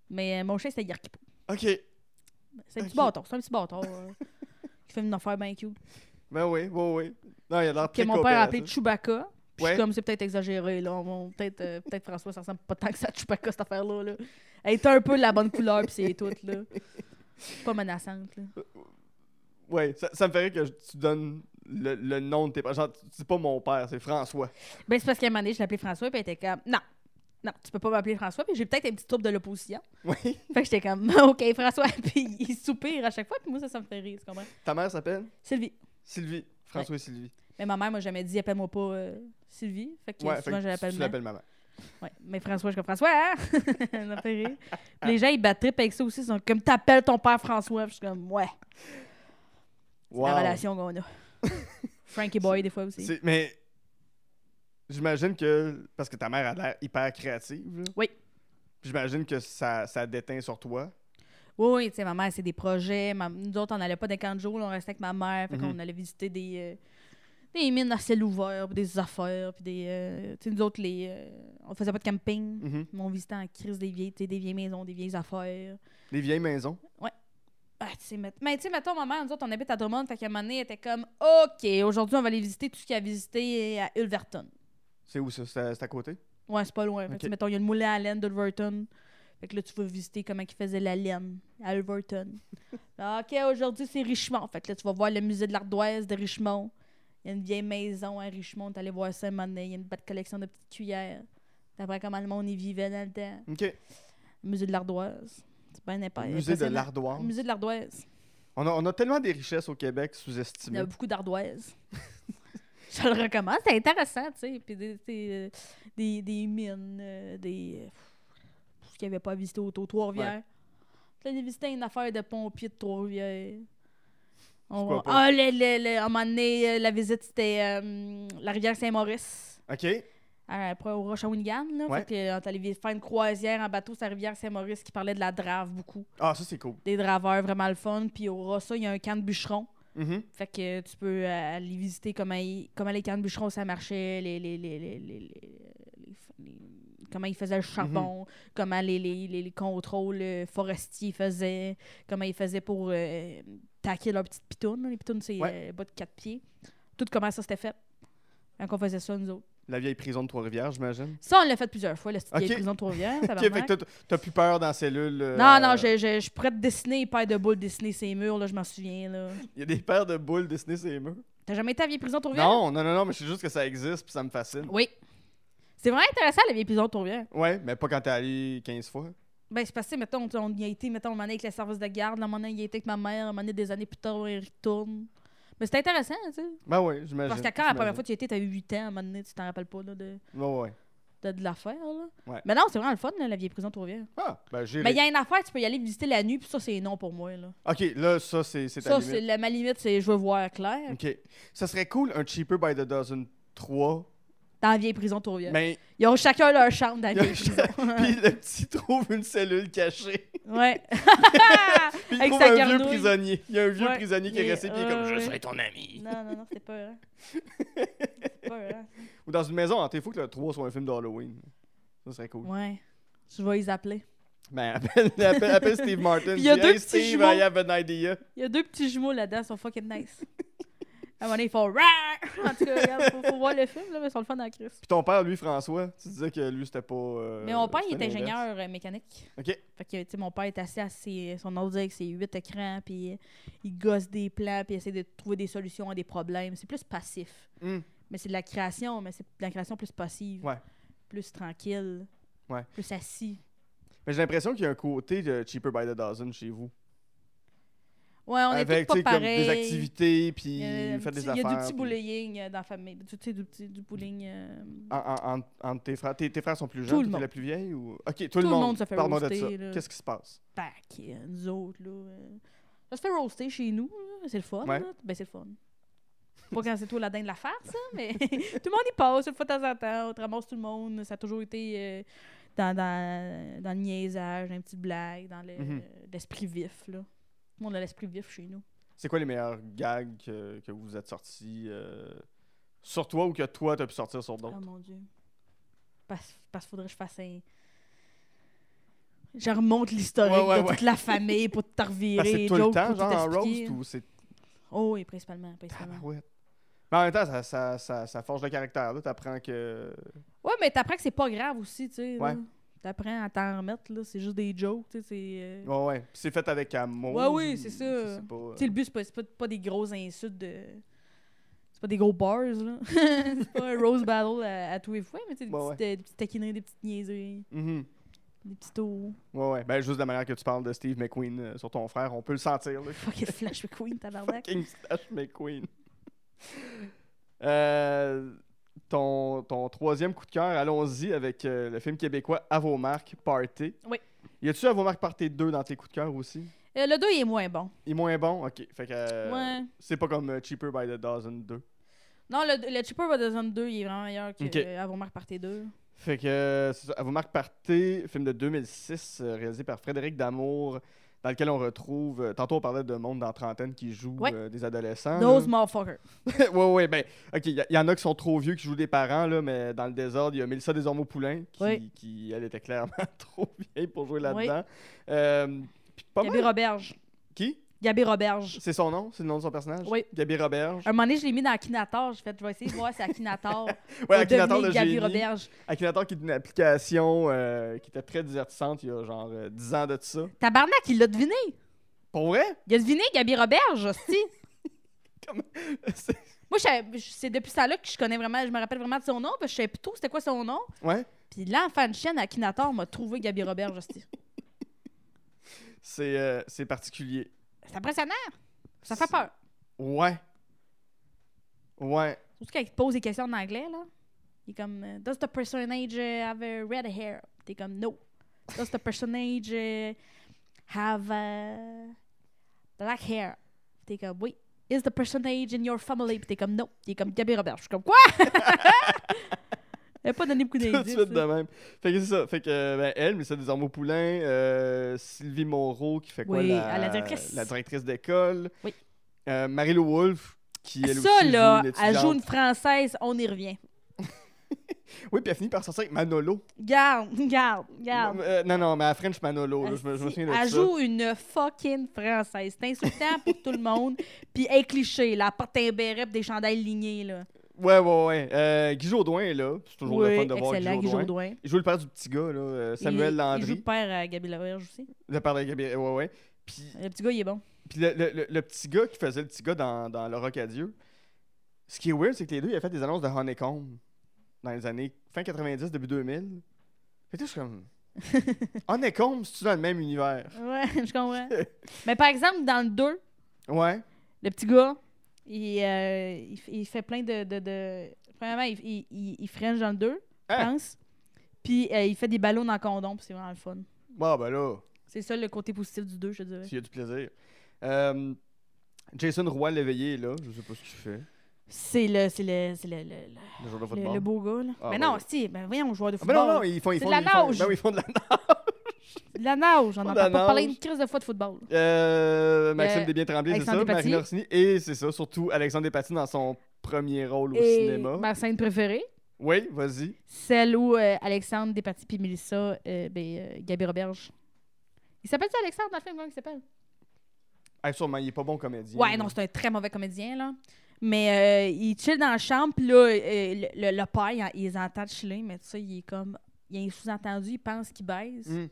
Speaker 3: mais euh, mon chien, c'est un yarkipou.
Speaker 2: Ok.
Speaker 3: C'est un petit
Speaker 2: Ok.
Speaker 3: bâton, c'est un petit bâton. euh, qui fait une affaire bien cute.
Speaker 2: Ben oui, oui, oui. Non, il a l'air
Speaker 3: Que
Speaker 2: très
Speaker 3: mon père a appelé
Speaker 2: coopératif.
Speaker 3: Chewbacca. Puis je
Speaker 2: Ouais.
Speaker 3: suis comme, c'est peut-être exagéré, là. On- on- Peut-être euh, peut-être François, ça ressemble pas tant que ça à Chewbacca, cette affaire-là. Là. Elle est un peu de la bonne couleur, puis c'est tout, là. Pas menaçante, là.
Speaker 2: Ouais, ça, ça me ferait que je- tu donnes le, le nom de tes parents. Genre, tu dis pas mon père, c'est François.
Speaker 3: Ben, c'est parce qu'à un moment donné, je l'appelais François, puis elle était comme, non, non, tu peux pas m'appeler François, puis j'ai peut-être un petit trouble de l'opposition.
Speaker 2: Oui.
Speaker 3: Fait que j'étais comme, OK, François, puis il soupire à chaque fois, puis moi, ça, ça me fait rire, tu comprends?
Speaker 2: Ta mère s'appelle
Speaker 3: Sylvie.
Speaker 2: Sylvie. François et Sylvie.
Speaker 3: Mais ma mère m'a jamais dit, appelle-moi pas euh, Sylvie. Fait que
Speaker 2: Ouais, fait
Speaker 3: souvent,
Speaker 2: que
Speaker 3: je l'appelle
Speaker 2: tu
Speaker 3: maman.
Speaker 2: l'appelles maman.
Speaker 3: Ouais, mais François, je suis comme François, hein? Ça me fait rire. Puis Les gens, ils battent trip avec ça aussi. Ils sont comme, t'appelles ton père François. Puis je suis comme, ouais,
Speaker 2: Wow.
Speaker 3: la relation qu'on a. Frankie Boy, des fois aussi.
Speaker 2: C'est- Mais j'imagine que. Parce que ta mère a l'air hyper créative. là.
Speaker 3: Oui.
Speaker 2: J'imagine que ça, ça déteint sur toi.
Speaker 3: Oui, oui, tu sais, ma mère, c'est des projets. Ma- Nous autres, on n'allait pas dans les camps de jour, là, on restait avec ma mère. Fait qu'on
Speaker 2: Mhm.
Speaker 3: allait visiter des, euh, des mines à ciel ouvert, puis des affaires, puis des. euh, tu sais, nous autres, les, euh, on faisait pas de camping.
Speaker 2: Mhm.
Speaker 3: Mais on visitait en crise des vieilles, tu sais, des vieilles maisons, des vieilles affaires.
Speaker 2: Les vieilles maisons.
Speaker 3: Ah, tu sais, mais mais tu sais, mettons, ma mère, nous autres, on habite à Drummond, fait qu'à un moment donné, elle était comme, OK, aujourd'hui, on va aller visiter tout ce qu'il y a visité à Ulverton.
Speaker 2: C'est où ça? C'est à, c'est à côté?
Speaker 3: Ouais, c'est pas loin. Fait que,
Speaker 2: Ok.
Speaker 3: tu sais, mettons, il y a le moulin à laine d'Ulverton. Fait que là, tu vas visiter comment ils faisaient la laine à Ulverton. OK, aujourd'hui, c'est Richmond. Fait que là, tu vas voir le musée de l'ardoise de Richmond. Il y a une vieille maison à Richmond, t'allais voir ça un moment donné. Il y a une belle collection de petites cuillères. T'apprends comment le monde y vivait dans le temps.
Speaker 2: OK.
Speaker 3: Le musée de l'ardoise. C'est bien impa-
Speaker 2: Musée de
Speaker 3: impressionnant.
Speaker 2: l'ardoise.
Speaker 3: Le musée de l'ardoise.
Speaker 2: On a, on a tellement des richesses au Québec
Speaker 3: Il y a
Speaker 2: sous-estimées.
Speaker 3: beaucoup d'ardoises. Je le recommande, c'est intéressant, tu sais. Puis des, des, euh, des, des mines, euh, des. Tout ce qu'il n'y avait pas visité autour, Trois-Rivières. Tu as visité une affaire de pompiers de Trois-Rivières. On
Speaker 2: Pourquoi
Speaker 3: va-
Speaker 2: pas?
Speaker 3: Ah, le, le, le- à un moment donné, euh, la visite, c'était euh, la rivière Saint-Maurice.
Speaker 2: OK.
Speaker 3: à- Après, au Rochawinigan, là.
Speaker 2: Ouais.
Speaker 3: Fait que, euh, t'allais vi- faire une croisière en bateau sur la rivière Saint-Maurice qui parlait de la drave beaucoup.
Speaker 2: Ah, ça, c'est cool.
Speaker 3: Des draveurs vraiment le fun. Puis au Rossa, il y a un camp de bûcherons.
Speaker 2: Mhm.
Speaker 3: Fait que tu peux euh, aller visiter comment, ils- comment les cannes bûcherons ça marchait, les, les, les, les, les- les- les- les- comment ils
Speaker 2: Mhm.
Speaker 3: faisaient le charbon, comment les, les, les, les contrôles euh, forestiers faisaient, comment ils faisaient pour euh, taquer leurs petites pitounes. là. Les pitounes, c'est
Speaker 2: Ouais.
Speaker 3: euh, bas de quatre pieds. Tout comment ça c'était fait. Quand on faisait ça, nous autres.
Speaker 2: La vieille prison de Trois-Rivières, j'imagine.
Speaker 3: Ça, on l'a fait plusieurs fois, la petite vieille
Speaker 2: Ok.
Speaker 3: prison de Trois-Rivières.
Speaker 2: OK,
Speaker 3: Ah, tabarnak.
Speaker 2: fait que t'as- t'as plus peur dans la cellule. euh,
Speaker 3: non, non, je, je, je suis prête à dessiner, paire de boules, dessiner ces murs, là, je m'en souviens. là.
Speaker 2: Il y a des paires de boules dessinées sur les murs.
Speaker 3: T'as jamais été à la vieille prison de Trois-Rivières?
Speaker 2: Non, non, non, non, mais c'est juste que ça existe puis ça me fascine.
Speaker 3: Oui. C'est vraiment intéressant, la vieille prison de Trois-Rivières.
Speaker 2: Ouais, mais pas quand t'es allé 15 fois.
Speaker 3: Ben, c'est parce que, mettons, on y a été, mettons, on en avec le service de garde, là, on y a été avec ma mère, on en des années plus tard, il retourne. Mais c'est intéressant, tu sais.
Speaker 2: Ben ouais, j'imagine.
Speaker 3: Parce que quand la première fois que tu y étais, t'as eu 8 ans, à un moment donné, tu t'en rappelles pas, là, de,
Speaker 2: Ouais, ouais.
Speaker 3: de, de l'affaire, là.
Speaker 2: Ouais.
Speaker 3: Mais non, c'est vraiment le fun, là, la vieille prison de Trois-Rivières.
Speaker 2: Ah, ben j'ai.
Speaker 3: Mais il y a une affaire, tu peux y aller visiter la nuit, puis ça, c'est non pour moi, là.
Speaker 2: Ok, là, ça, c'est c'est ta
Speaker 3: Ça, c'est
Speaker 2: limite. Mm.
Speaker 3: la, ma limite, c'est je veux voir clair.
Speaker 2: Ok. Ça serait cool, un Cheaper by the Dozen 3.
Speaker 3: Dans la vieille prison de Trois-Rivières.
Speaker 2: Mais.
Speaker 3: Ils ont chacun leur chambre dans la
Speaker 2: il y a-
Speaker 3: vieille prison.
Speaker 2: puis le petit trouve une cellule cachée.
Speaker 3: ouais.
Speaker 2: Puis il
Speaker 3: Avec
Speaker 2: trouve
Speaker 3: sa
Speaker 2: un vieux
Speaker 3: garnouille.
Speaker 2: prisonnier. Il y a un vieux
Speaker 3: Ouais,
Speaker 2: prisonnier qui est
Speaker 3: mais-
Speaker 2: resté, puis il est
Speaker 3: ouais,
Speaker 2: comme Je
Speaker 3: ouais.
Speaker 2: serai ton ami.
Speaker 3: non, non, non, c'était peur, hein. C'était peur, hein.
Speaker 2: Ou dans une maison, t'es fou que le 3 soit un film d'Halloween. Ça serait cool.
Speaker 3: Ouais. Je vais les appeler.
Speaker 2: Ben, appelle, appelle, appelle Steve Martin.
Speaker 3: Il y a
Speaker 2: dis,
Speaker 3: deux
Speaker 2: hey,
Speaker 3: petits
Speaker 2: Steve,
Speaker 3: jumeaux.
Speaker 2: I have an idea.
Speaker 3: Il y a deux petits jumeaux là-dedans, ils sont fucking nice. À un moment donné, ils font Rar! En tout cas, regarde, faut, faut voir le film, là, mais ils sont le fun dans la crise.
Speaker 2: Puis ton père, lui, François, tu disais que lui, c'était pas. euh,
Speaker 3: Mais mon père, il est
Speaker 2: c'était l'inverse.
Speaker 3: ingénieur euh, mécanique.
Speaker 2: Ok.
Speaker 3: Fait que, tu sais, mon père est assis à ses- son ordi avec ses huit écrans, puis euh, il gosse des plans, puis il essaie de trouver des solutions à des problèmes. C'est plus passif.
Speaker 2: Hmm.
Speaker 3: Mais c'est de la création, mais c'est de la création plus passive.
Speaker 2: Ouais.
Speaker 3: Plus tranquille.
Speaker 2: Ouais.
Speaker 3: Plus assis.
Speaker 2: Mais j'ai l'impression qu'il y a un côté de Cheaper by the Dozen chez vous.
Speaker 3: Ouais, on est
Speaker 2: Avec,
Speaker 3: tous
Speaker 2: tu
Speaker 3: pas
Speaker 2: sais, comme
Speaker 3: pareils.
Speaker 2: des activités, puis
Speaker 3: Il y a, un
Speaker 2: faire des
Speaker 3: petit- Euh, il
Speaker 2: affaires.
Speaker 3: y a du petit
Speaker 2: puis-
Speaker 3: bullying euh, dans la famille. Tu sais, du petit du bullying. euh,
Speaker 2: En- en- en- Entre tes frères. Tes, tes frères sont plus
Speaker 3: Tout
Speaker 2: jeunes,
Speaker 3: le
Speaker 2: toi, t'es
Speaker 3: monde.
Speaker 2: la plus vieille ou. Ok, tout,
Speaker 3: le
Speaker 2: le monde.
Speaker 3: monde se fait
Speaker 2: Parle-moi de
Speaker 3: roaster,
Speaker 2: ça.
Speaker 3: là.
Speaker 2: Qu'est-ce qui se passe?
Speaker 3: pack, euh, nous autres, là. euh, Ça se fait roaster chez nous, là, c'est le fun,
Speaker 2: Ouais.
Speaker 3: là. Ben, c'est le fun. Pas quand c'est toi la dinde de la farce, hein, mais tout le monde y passe, une fois de temps en temps, on te ramasse tout le monde. Ça a toujours été euh, dans, dans, dans le niaisage, dans les petites blagues, dans le- euh,
Speaker 2: Mhm.
Speaker 3: l'esprit vif. Là. Tout le monde a l'esprit vif chez nous.
Speaker 2: C'est quoi les meilleurs gags que, que vous êtes sortis euh, sur toi ou que toi t'as pu sortir sur d'autres?
Speaker 3: Oh mon Dieu. Parce, parce qu'il faudrait que je fasse un. Je remonte l'historique
Speaker 2: Ouais, ouais,
Speaker 3: de toute la famille pour te
Speaker 2: Parce que
Speaker 3: revirer.
Speaker 2: c'est tout le
Speaker 3: Joe,
Speaker 2: temps,
Speaker 3: pour tout hein.
Speaker 2: genre en
Speaker 3: t'expliquer.
Speaker 2: roast ou c'est
Speaker 3: Oh oui, principalement. principalement.
Speaker 2: tabarouette? Mais en même temps, ça, ça, ça, ça forge le caractère, là. T'apprends que.
Speaker 3: Ouais, mais t'apprends que c'est pas grave aussi, tu sais.
Speaker 2: Ouais.
Speaker 3: là. T'apprends à t'en remettre, là. C'est juste des jokes, tu sais. c'est, euh,
Speaker 2: Ouais, ouais. Puis c'est fait avec amour.
Speaker 3: Ouais, oui, c'est
Speaker 2: ou-
Speaker 3: ça.
Speaker 2: C'est pas. euh,
Speaker 3: Tu sais, le but, c'est pas, c'est pas, pas des grosses insultes de. C'est pas des gros bars, là. c'est pas un rose battle à, à tous les fois, mais tu sais, des,
Speaker 2: Ouais,
Speaker 3: petites, euh, des petites taquineries, des petites niaiseries,
Speaker 2: mhm.
Speaker 3: des petits tours.
Speaker 2: Ouais, ouais. Ben, juste de la manière que tu parles de Steve McQueen euh, sur ton frère, on peut le sentir, là.
Speaker 3: Fucking Flash McQueen, tabarnak.
Speaker 2: Fucking Slash McQueen. Euh, ton, ton troisième coup de cœur, allons-y avec euh, le film québécois À vos marques, Party.
Speaker 3: Oui.
Speaker 2: Y a-tu À vos marques, Party 2 dans tes coups de cœur aussi
Speaker 3: Euh, le 2, il est moins bon.
Speaker 2: Il est moins bon Ok. Fait que. euh,
Speaker 3: Ouais.
Speaker 2: C'est pas comme euh, Cheaper by the Dozen 2.
Speaker 3: Non, le, le Cheaper by the Zone 2, il est vraiment meilleur que
Speaker 2: Ok.
Speaker 3: euh, Avant Marc Partie 2.
Speaker 2: Fait que, euh, c'est ça, à vos marques partez, film de 2006, euh, réalisé par Frédéric Damour, dans lequel on retrouve, euh, tantôt on parlait de monde dans trentaine qui joue
Speaker 3: Ouais.
Speaker 2: euh, des adolescents.
Speaker 3: Those
Speaker 2: là.
Speaker 3: motherfuckers.
Speaker 2: ouais, ouais, ben, ok, il y, a- y en a qui sont trop vieux, qui jouent des parents, là, mais dans le désordre, il y a Mélissa Desormeaux-Poulain, qui,
Speaker 3: Oui.
Speaker 2: qui, elle était clairement trop vieille pour jouer là-dedans. Euh, puis pas
Speaker 3: Gabi
Speaker 2: mal-
Speaker 3: Roberge.
Speaker 2: Qui?
Speaker 3: Gabi Roberge.
Speaker 2: C'est son nom? C'est le nom de son personnage?
Speaker 3: Oui.
Speaker 2: Gabi Roberge.
Speaker 3: Un moment donné, je l'ai mis dans Akinator. J'ai fait, je vais essayer de voir si Akinator
Speaker 2: Ouais,
Speaker 3: va
Speaker 2: Akinator
Speaker 3: devenir
Speaker 2: le
Speaker 3: Gabi
Speaker 2: génie.
Speaker 3: Roberge.
Speaker 2: Akinator qui est une application euh, qui était très divertissante il y a genre euh, 10 ans de ça.
Speaker 3: Tabarnak, il l'a deviné.
Speaker 2: Pour vrai?
Speaker 3: Il a deviné Gabi Roberge, hostie.
Speaker 2: C'est-
Speaker 3: Moi, je savais- je- c'est depuis ça là que je connais vraiment, je me rappelle vraiment de son nom, parce que je savais plus trop c'était quoi son nom.
Speaker 2: ouais.
Speaker 3: Puis l'enfant de chienne Akinator m'a trouvé Gabi Roberge, hostie.
Speaker 2: C'est euh, c'est particulier.
Speaker 3: C'est impressionnant. Ça fait peur.
Speaker 2: Ouais. Ouais.
Speaker 3: Surtout quand il te pose des questions en anglais, là. Il est comme euh, Does the personage euh, have a red hair? T'es comme No. Does the personage euh, have euh, black hair? T'es comme Oui. Is the personage in your family? Puis t'es comme No. Il est comme Gabi Robert. Je suis comme Quoi? Elle a pas donné beaucoup
Speaker 2: Tout de
Speaker 3: d'indices.
Speaker 2: suite de
Speaker 3: là.
Speaker 2: même. Fait que c'est ça. Fait que euh, ben, elle, mais c'est des au poulain. euh, Sylvie Moreau qui fait quoi
Speaker 3: Oui,
Speaker 2: la,
Speaker 3: à la directrice.
Speaker 2: la directrice d'école.
Speaker 3: Oui.
Speaker 2: Euh, Marie-Lou Wolfe qui elle
Speaker 3: Ça,
Speaker 2: aussi
Speaker 3: là,
Speaker 2: joue une
Speaker 3: elle joue une
Speaker 2: étudiante.
Speaker 3: française, on y revient.
Speaker 2: Oui, puis elle finit par sortir avec Manolo.
Speaker 3: Garde, garde, garde.
Speaker 2: Euh, non non, mais elle French Manolo, là, je, me, je me
Speaker 3: Asti,
Speaker 2: souviens de
Speaker 3: elle
Speaker 2: ça.
Speaker 3: joue une fucking française. C'est insultant pour tout le monde. Puis elle est cliché, là. Elle porte un béret pis des chandelles lignées, là.
Speaker 2: Ouais ouais ouais. Euh, Guy Jodoin est là, c'est toujours le fun de voir Guy
Speaker 3: excellent, Guy
Speaker 2: Jodoin.
Speaker 3: Jourdouin.
Speaker 2: Il joue le père du petit gars là, euh, Samuel
Speaker 3: il,
Speaker 2: Landry.
Speaker 3: Il joue le père à Gabi Laverge aussi.
Speaker 2: Le père de Gabriel. Ouais ouais. Puis
Speaker 3: Le petit gars, il est bon.
Speaker 2: Puis le, le- le- le petit gars qui faisait le petit gars dans, dans Le Rock à Dieu, ce qui est weird, c'est que les deux, ils avaient fait des annonces de Honeycomb dans les années fin 90, début 2000. Fait que là, je suis comme. Honeycomb, c'est-tu dans le même univers?
Speaker 3: Ouais, je comprends. Mais par exemple, dans le 2,
Speaker 2: Ouais.
Speaker 3: le petit gars, il, euh, il, f- il fait plein de. de, de- Premièrement, il, il, il, il fringe dans le 2, je
Speaker 2: Hein?
Speaker 3: pense. Puis euh, il fait des ballons dans le condom, puis c'est vraiment le fun.
Speaker 2: Bon, ben là,
Speaker 3: C'est ça le côté positif du 2, je dirais.
Speaker 2: s'il y a du plaisir. Euh, Jason Roy l'éveillé est là, je sais pas ce qu'il fait.
Speaker 3: C'est le. C'est le. C'est le, le- le-
Speaker 2: Le jour de
Speaker 3: Le,
Speaker 2: football.
Speaker 3: le beau gars, là.
Speaker 2: Ah,
Speaker 3: mais
Speaker 2: bah
Speaker 3: non,
Speaker 2: oui.
Speaker 3: si, ben voyons, joueur de
Speaker 2: Ah,
Speaker 3: football.
Speaker 2: ben non, non, ils font, ils
Speaker 3: C'est
Speaker 2: font
Speaker 3: de la
Speaker 2: ils font-
Speaker 3: nage.
Speaker 2: ben oui, ils font de la nage.
Speaker 3: De la nage, on
Speaker 2: Pas
Speaker 3: n'entend
Speaker 2: de la
Speaker 3: pas parler
Speaker 2: nage.
Speaker 3: une crise de fois de football. là.
Speaker 2: Euh, Maxime
Speaker 3: Euh,
Speaker 2: Desbiens Tremblay, c'est
Speaker 3: Alexandre
Speaker 2: ça.
Speaker 3: Despatie.
Speaker 2: Marina Orsini. Et c'est ça, surtout Alexandre Despatie dans son premier rôle au
Speaker 3: Et
Speaker 2: cinéma.
Speaker 3: ma scène préférée,
Speaker 2: Oui, vas-y.
Speaker 3: celle où euh, Alexandre Despatie puis Mélissa, euh, ben, euh, Gabi Roberge. Il s'appelle-tu Alexandre dans le film? Comment il s'appelle?
Speaker 2: Ah, sûrement, il est pas bon comédien.
Speaker 3: Ouais, non, c'est un très mauvais comédien, là. Mais euh, il chill dans la chambre, puis là, euh, le, le- le père, il, il les entend chiller, mais tu sais, il est comme. Il y a un sous-entendu, il pense qu'il baise.
Speaker 2: Mm.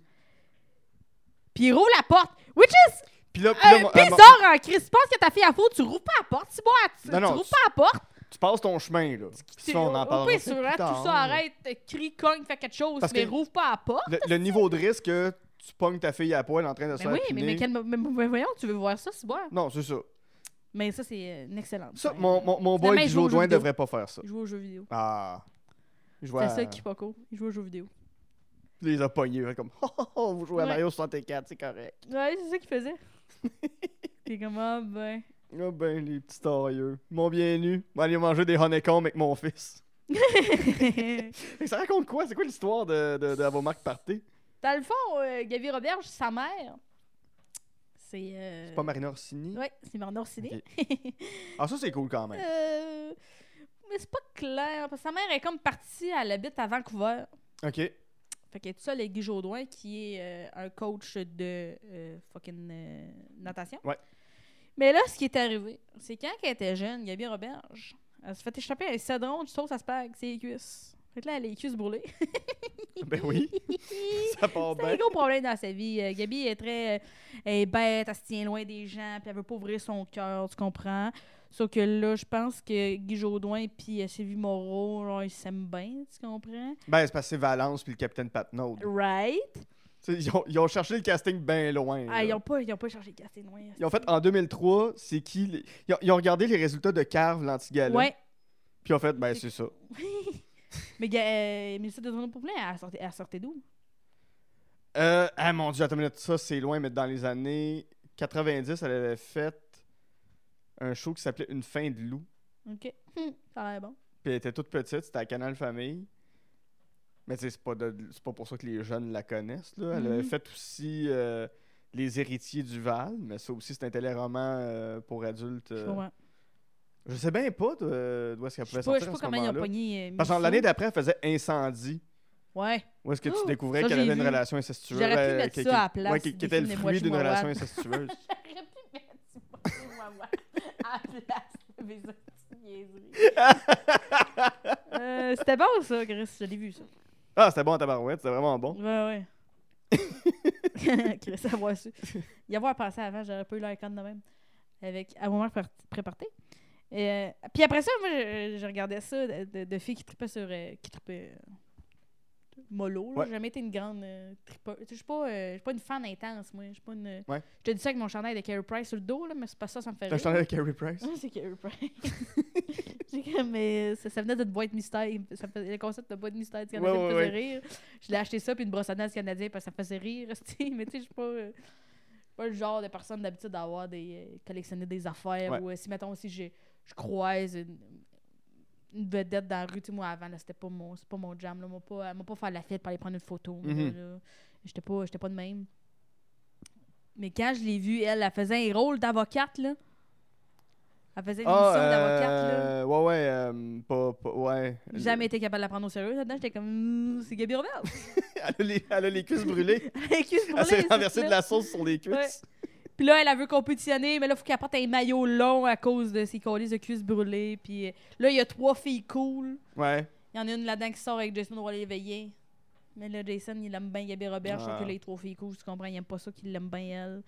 Speaker 3: Puis il roule la porte. Which is
Speaker 2: Puis là, puis là,
Speaker 3: un
Speaker 2: mon- euh,
Speaker 3: bizarre
Speaker 2: mon-
Speaker 3: en crise. Tu penses que ta fille a faux, tu rouvres pas la porte. Si moi, tu,
Speaker 2: Non, non,
Speaker 3: tu rouvres
Speaker 2: tu-
Speaker 3: pas la porte.
Speaker 2: tu passes ton chemin, là.
Speaker 3: tu-
Speaker 2: Ça, on en
Speaker 3: Au
Speaker 2: parlera
Speaker 3: pire,
Speaker 2: plus
Speaker 3: sur hein,
Speaker 2: tard,
Speaker 3: tout ça,
Speaker 2: là.
Speaker 3: arrête, euh, crie, cogne, fais quelque chose,
Speaker 2: Parce
Speaker 3: mais
Speaker 2: que-
Speaker 3: rouvre pas la porte.
Speaker 2: Le, le niveau de risque que tu pognes ta fille à poil en train de se
Speaker 3: Mais
Speaker 2: faire
Speaker 3: Ben oui, mais,
Speaker 2: piner.
Speaker 3: mais, quel- mais- mais voyons, tu veux voir ça, c'est bon.
Speaker 2: Non, c'est ça.
Speaker 3: Mais ça, c'est euh, une excellente.
Speaker 2: Ça,
Speaker 3: scène.
Speaker 2: mon, mon, mon boy
Speaker 3: Finalement,
Speaker 2: Guy
Speaker 3: il joue aux jeux
Speaker 2: Jodoin
Speaker 3: vidéo.
Speaker 2: devrait pas faire ça.
Speaker 3: Il joue aux jeux vidéo.
Speaker 2: Ah. Je vois.
Speaker 3: C'est ça qui est pas cool. Il joue aux jeux vidéo.
Speaker 2: les a pognés. fait comme, oh, oh, oh, vous jouez à
Speaker 3: Ouais.
Speaker 2: Mario 64, c'est correct.
Speaker 3: Ouais, c'est ça qu'il faisait. T'es comme, ah ben.
Speaker 2: Oh, Ah ben, les petits tarieux. Ils m'ont bien nu. Ils vont aller manger des honeycombs avec mon fils. Mais ça raconte quoi? C'est quoi l'histoire de, de, de vos marques partées?
Speaker 3: Dans le fond, euh, Gaby Roberge, sa mère, c'est. euh,
Speaker 2: C'est pas Marina Orsini?
Speaker 3: Ouais, c'est Marina Orsini.
Speaker 2: Ah, ça, c'est cool quand même.
Speaker 3: Euh, mais c'est pas clair, parce que sa mère est comme partie, elle habite à Vancouver.
Speaker 2: OK.
Speaker 3: Fait qu'elle est toute seule avec Guy Jodoin, qui est euh, un coach de euh, fucking euh, natation.
Speaker 2: Ouais.
Speaker 3: Mais là, ce qui est arrivé, c'est quand elle était jeune, Gabi Roberge, elle se fait échapper un cédron de sauce à spag, ses cuisses. Fait que là, elle a les cuisses brûlées.
Speaker 2: Ben oui, ça part
Speaker 3: C'est un
Speaker 2: bien.
Speaker 3: gros problème dans sa vie. Euh, Gabi est très euh, elle est bête, elle se tient loin des gens, puis elle veut pas ouvrir son cœur, tu comprends? Sauf que là, je pense que Guy Jodoin puis euh, Sylvie Moreau, genre, ils s'aiment bien, tu comprends?
Speaker 2: Ben, c'est parce que c'est Valence puis le capitaine Patnaud.
Speaker 3: Ah.
Speaker 2: Tu
Speaker 3: Right?
Speaker 2: sais, Ils ont, ils ont cherché le casting bien loin.
Speaker 3: Ah,
Speaker 2: là.
Speaker 3: ils ont pas, ils ont pas changé de casting, loin.
Speaker 2: Ils ont fait en 2003, c'est qui les- ils, ont, ils ont regardé les résultats de Carve, l'antigala.
Speaker 3: Ouais.
Speaker 2: Puis ils ont fait, ben c'est ça.
Speaker 3: Mais ga- euh, Mélissa de Tourneau Poupelin, elle sortait, elle sortait d'où?
Speaker 2: Euh, ah mon dieu, attends une minute, ça c'est loin, mais dans les années 90, elle avait fait un show qui s'appelait Une fin de loup.
Speaker 3: OK. Hum, ça a l'air bon.
Speaker 2: Puis elle était toute petite, c'était à Canal Famille. Mais tu sais, c'est pas, de- c'est pas pour ça que les jeunes la connaissent. Là. Elle avait
Speaker 3: Mhm.
Speaker 2: fait aussi euh, Les héritiers du Val, mais ça aussi c'est un téléroman euh, pour adultes.
Speaker 3: Je
Speaker 2: euh.
Speaker 3: comprends.
Speaker 2: Je sais bien pas de- d'où est-ce qu'elle
Speaker 3: Je
Speaker 2: pouvait
Speaker 3: sais pas,
Speaker 2: sortir
Speaker 3: je sais
Speaker 2: à
Speaker 3: pas
Speaker 2: ce
Speaker 3: comment ils ont
Speaker 2: moment-là.
Speaker 3: pogné. euh,
Speaker 2: Parce que
Speaker 3: Mélissa.
Speaker 2: l'année d'après, elle faisait Incendie.
Speaker 3: Ouais.
Speaker 2: Où est-ce que tu
Speaker 3: Oh,
Speaker 2: découvrais
Speaker 3: ça,
Speaker 2: qu'elle
Speaker 3: j'ai
Speaker 2: avait une
Speaker 3: vu.
Speaker 2: relation incestueuse?
Speaker 3: J'aurais pu
Speaker 2: euh,
Speaker 3: mettre
Speaker 2: qui-
Speaker 3: ça
Speaker 2: qui-
Speaker 3: à la place
Speaker 2: ouais, qui,
Speaker 3: des
Speaker 2: qui était le
Speaker 3: films des
Speaker 2: fruit d'une
Speaker 3: Moishmois.
Speaker 2: relation incestueuse.
Speaker 3: J'aurais pu mettre du Chihuahua à la place de mes autres petites niaiseries. Euh, C'était bon, ça, Chris. Je l'ai vu, ça.
Speaker 2: ah, c'était bon à tabarouette, c'était vraiment bon.
Speaker 3: Ouais, ouais. Chris, avoir su. Y avoir pensé avant, j'aurais pas eu l'icône de même. Avec à moment préparé. Euh, puis après ça, moi, je, je regardais ça de, de- de filles qui tripaient sur. euh, qui tripaient. euh, mollo, là.
Speaker 2: Ouais.
Speaker 3: J'ai jamais été une grande euh, tripeuse. Tu sais, Je suis pas, euh, je suis pas une fan intense, moi. Je suis pas une.
Speaker 2: Ouais.
Speaker 3: Je te dis ça avec mon chandail de Carey Price sur le dos, là, mais c'est pas ça, ça me fait
Speaker 2: T'as un
Speaker 3: rire.
Speaker 2: chandail avec Carrie Price?
Speaker 3: Ah, c'est Carey Price. J'ai comme, mais ça, ça venait de boîte mystère. Ça me faisait- le concept de boîte mystère du Canadien
Speaker 2: Ouais,
Speaker 3: me
Speaker 2: ouais,
Speaker 3: faisait rire. Je l'ai acheté ça, puis une brosse à dents du Canadien, parce que ça me faisait rire. esti. mais tu sais, je suis pas, euh, pas le genre de personne d'habitude d'avoir des. euh, collectionner des affaires.
Speaker 2: Ouais.
Speaker 3: Ou euh, si, mettons, si j'ai- je croise une, une vedette dans la rue, tu sais, moi, avant, là, c'était pas mon, c'est pas mon jam. Là, moi, pas, moi, pas faire la fête pour aller prendre une photo. moi,
Speaker 2: Mhm.
Speaker 3: là, là. J'étais pas, j'étais pas de même. Mais quand je l'ai vue, elle, elle faisait un rôle d'avocate, là. Elle faisait une
Speaker 2: Ah,
Speaker 3: mission d'avocate, là.
Speaker 2: euh, ouais, ouais, euh, pas, pas- ouais.
Speaker 3: J'ai Jamais été capable de la prendre au sérieux là-dedans. J'étais comme, Ouh, c'est Gabi Robert.
Speaker 2: Elle a les, elle a les cuisses brûlées.
Speaker 3: Elle
Speaker 2: Elle s'est renversée de la sauce sur les cuisses.
Speaker 3: Ouais. Puis là, elle, elle veut compétitionner, mais là, il faut qu'elle porte un maillot long à cause de ses colis de cuisses brûlées. Puis euh, là, il y a trois filles cool.
Speaker 2: Ouais.
Speaker 3: Il y en a une là-dedans qui sort avec Jason Roy l'éveillé. Mais là, Jason, il aime bien Gabi Robert. Je
Speaker 2: Ah.
Speaker 3: trouve que les trois filles cool, tu comprends, il aime pas ça qu'il l'aime bien, elle.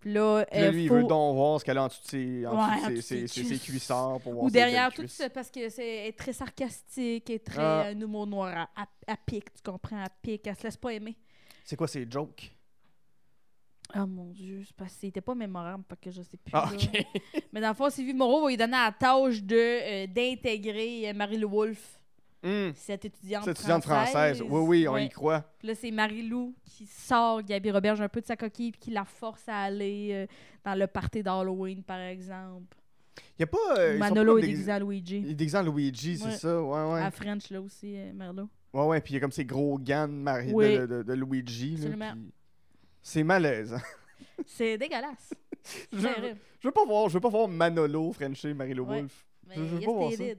Speaker 3: Puis là,
Speaker 2: Puis là,
Speaker 3: euh,
Speaker 2: lui, il
Speaker 3: faut-
Speaker 2: veut donc voir ce qu'elle a en dessous de ses, en
Speaker 3: Ouais,
Speaker 2: dessous de
Speaker 3: en
Speaker 2: ses-
Speaker 3: dessous
Speaker 2: ses-
Speaker 3: de ses
Speaker 2: ses- ses
Speaker 3: cuisses.
Speaker 2: cuissards pour voir
Speaker 3: Ou
Speaker 2: ses belles
Speaker 3: derrière tout
Speaker 2: cuisses.
Speaker 3: ça, parce que c'est elle est très sarcastique, elle est très
Speaker 2: Ah.
Speaker 3: euh, un humour noir, à, à, à pique, tu comprends, à pique, elle se laisse pas aimer.
Speaker 2: C'est quoi ses jokes?
Speaker 3: Ah mon dieu, c'est parce que c'était pas mémorable, parce que je sais plus.
Speaker 2: Ah,
Speaker 3: là.
Speaker 2: ok.
Speaker 3: Mais dans le fond, Sylvie Moreau va lui donner la tâche de, euh, d'intégrer euh, Marie-Lou Wolfe,
Speaker 2: Hum,
Speaker 3: cette étudiante
Speaker 2: Cette
Speaker 3: française.
Speaker 2: étudiante française. Oui, oui, on y
Speaker 3: Ouais.
Speaker 2: croit.
Speaker 3: Puis là, c'est Marie-Lou qui sort Gabi Roberge un peu de sa coquille, puis qui la force à aller euh, dans le party d'Halloween, par exemple.
Speaker 2: Il y a pas. euh, ils sont
Speaker 3: Manolo
Speaker 2: pas
Speaker 3: est
Speaker 2: déguis-
Speaker 3: déguisé à Luigi.
Speaker 2: Il est déguisé en Luigi,
Speaker 3: Ouais.
Speaker 2: c'est ça, ouais, ouais.
Speaker 3: À French, là aussi, euh, Merlot.
Speaker 2: Ouais, ouais, puis il y a comme ces gros gants de, Mari-
Speaker 3: Oui.
Speaker 2: de, de- de Luigi. là,
Speaker 3: Absolument.
Speaker 2: puis- C'est malaise. hein.
Speaker 3: C'est dégueulasse. C'est
Speaker 2: Je-
Speaker 3: terrible.
Speaker 2: Je veux pas voir, je veux pas voir Manolo, Frenchy, Marie-Lou
Speaker 3: Ouais.
Speaker 2: Wolfe.
Speaker 3: Mais
Speaker 2: Je veux
Speaker 3: yes,
Speaker 2: pas voir
Speaker 3: they
Speaker 2: ça.
Speaker 3: did.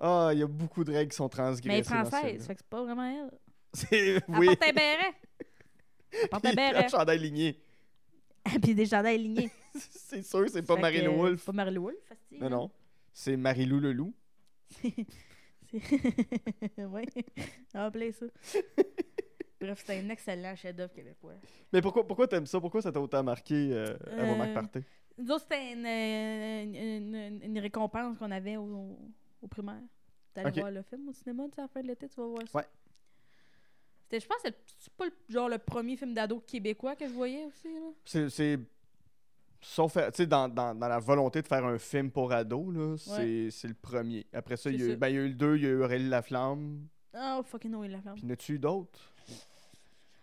Speaker 2: Ah, il y a beaucoup de règles qui sont
Speaker 3: Mais elle est
Speaker 2: transgressées. dans ce
Speaker 3: française, fait que c'est pas vraiment elle.
Speaker 2: film-là. C'est
Speaker 3: Elle
Speaker 2: oui.
Speaker 3: porte un béret. Elle porte un
Speaker 2: Il a
Speaker 3: béret.
Speaker 2: un chandail ligné.
Speaker 3: Puis des chandails lignés.
Speaker 2: C'est sûr, c'est pas
Speaker 3: Fait que,
Speaker 2: Marie-Lou
Speaker 3: euh,
Speaker 2: Wolfe.
Speaker 3: Pas Marie-Lou Wolfe, facile.
Speaker 2: Non, non. C'est Marie-Lou le loup.
Speaker 3: C'est- ouais. Rappelez ça. Bref, c'est un excellent chef-d'œuvre québécois.
Speaker 2: Mais pourquoi, pourquoi t'aimes ça? Pourquoi ça t'a autant marqué euh, à vos
Speaker 3: Euh,
Speaker 2: Mac Party?
Speaker 3: Nous autres, c'était une, euh, une, une- une récompense qu'on avait au, au- au primaire. D'aller
Speaker 2: Ok.
Speaker 3: voir le film au cinéma, tu sais, à la fin de l'été, tu vas voir ça.
Speaker 2: Ouais.
Speaker 3: C'était, je pense, c'est c'est pas le, genre le premier film d'ado québécois que je voyais aussi. Là.
Speaker 2: C'est- C'est. Sauf, à- tu sais, dans, dans, dans la volonté de faire un film pour ados, là, c'est c'est le premier. Après ça, il y, a
Speaker 3: C'est
Speaker 2: eu-
Speaker 3: ça.
Speaker 2: ben, il y a eu le 2, il y a eu Aurélie Laflamme.
Speaker 3: Oh, fucking Noël la flamme.
Speaker 2: Puis n'as-tu eu d'autres?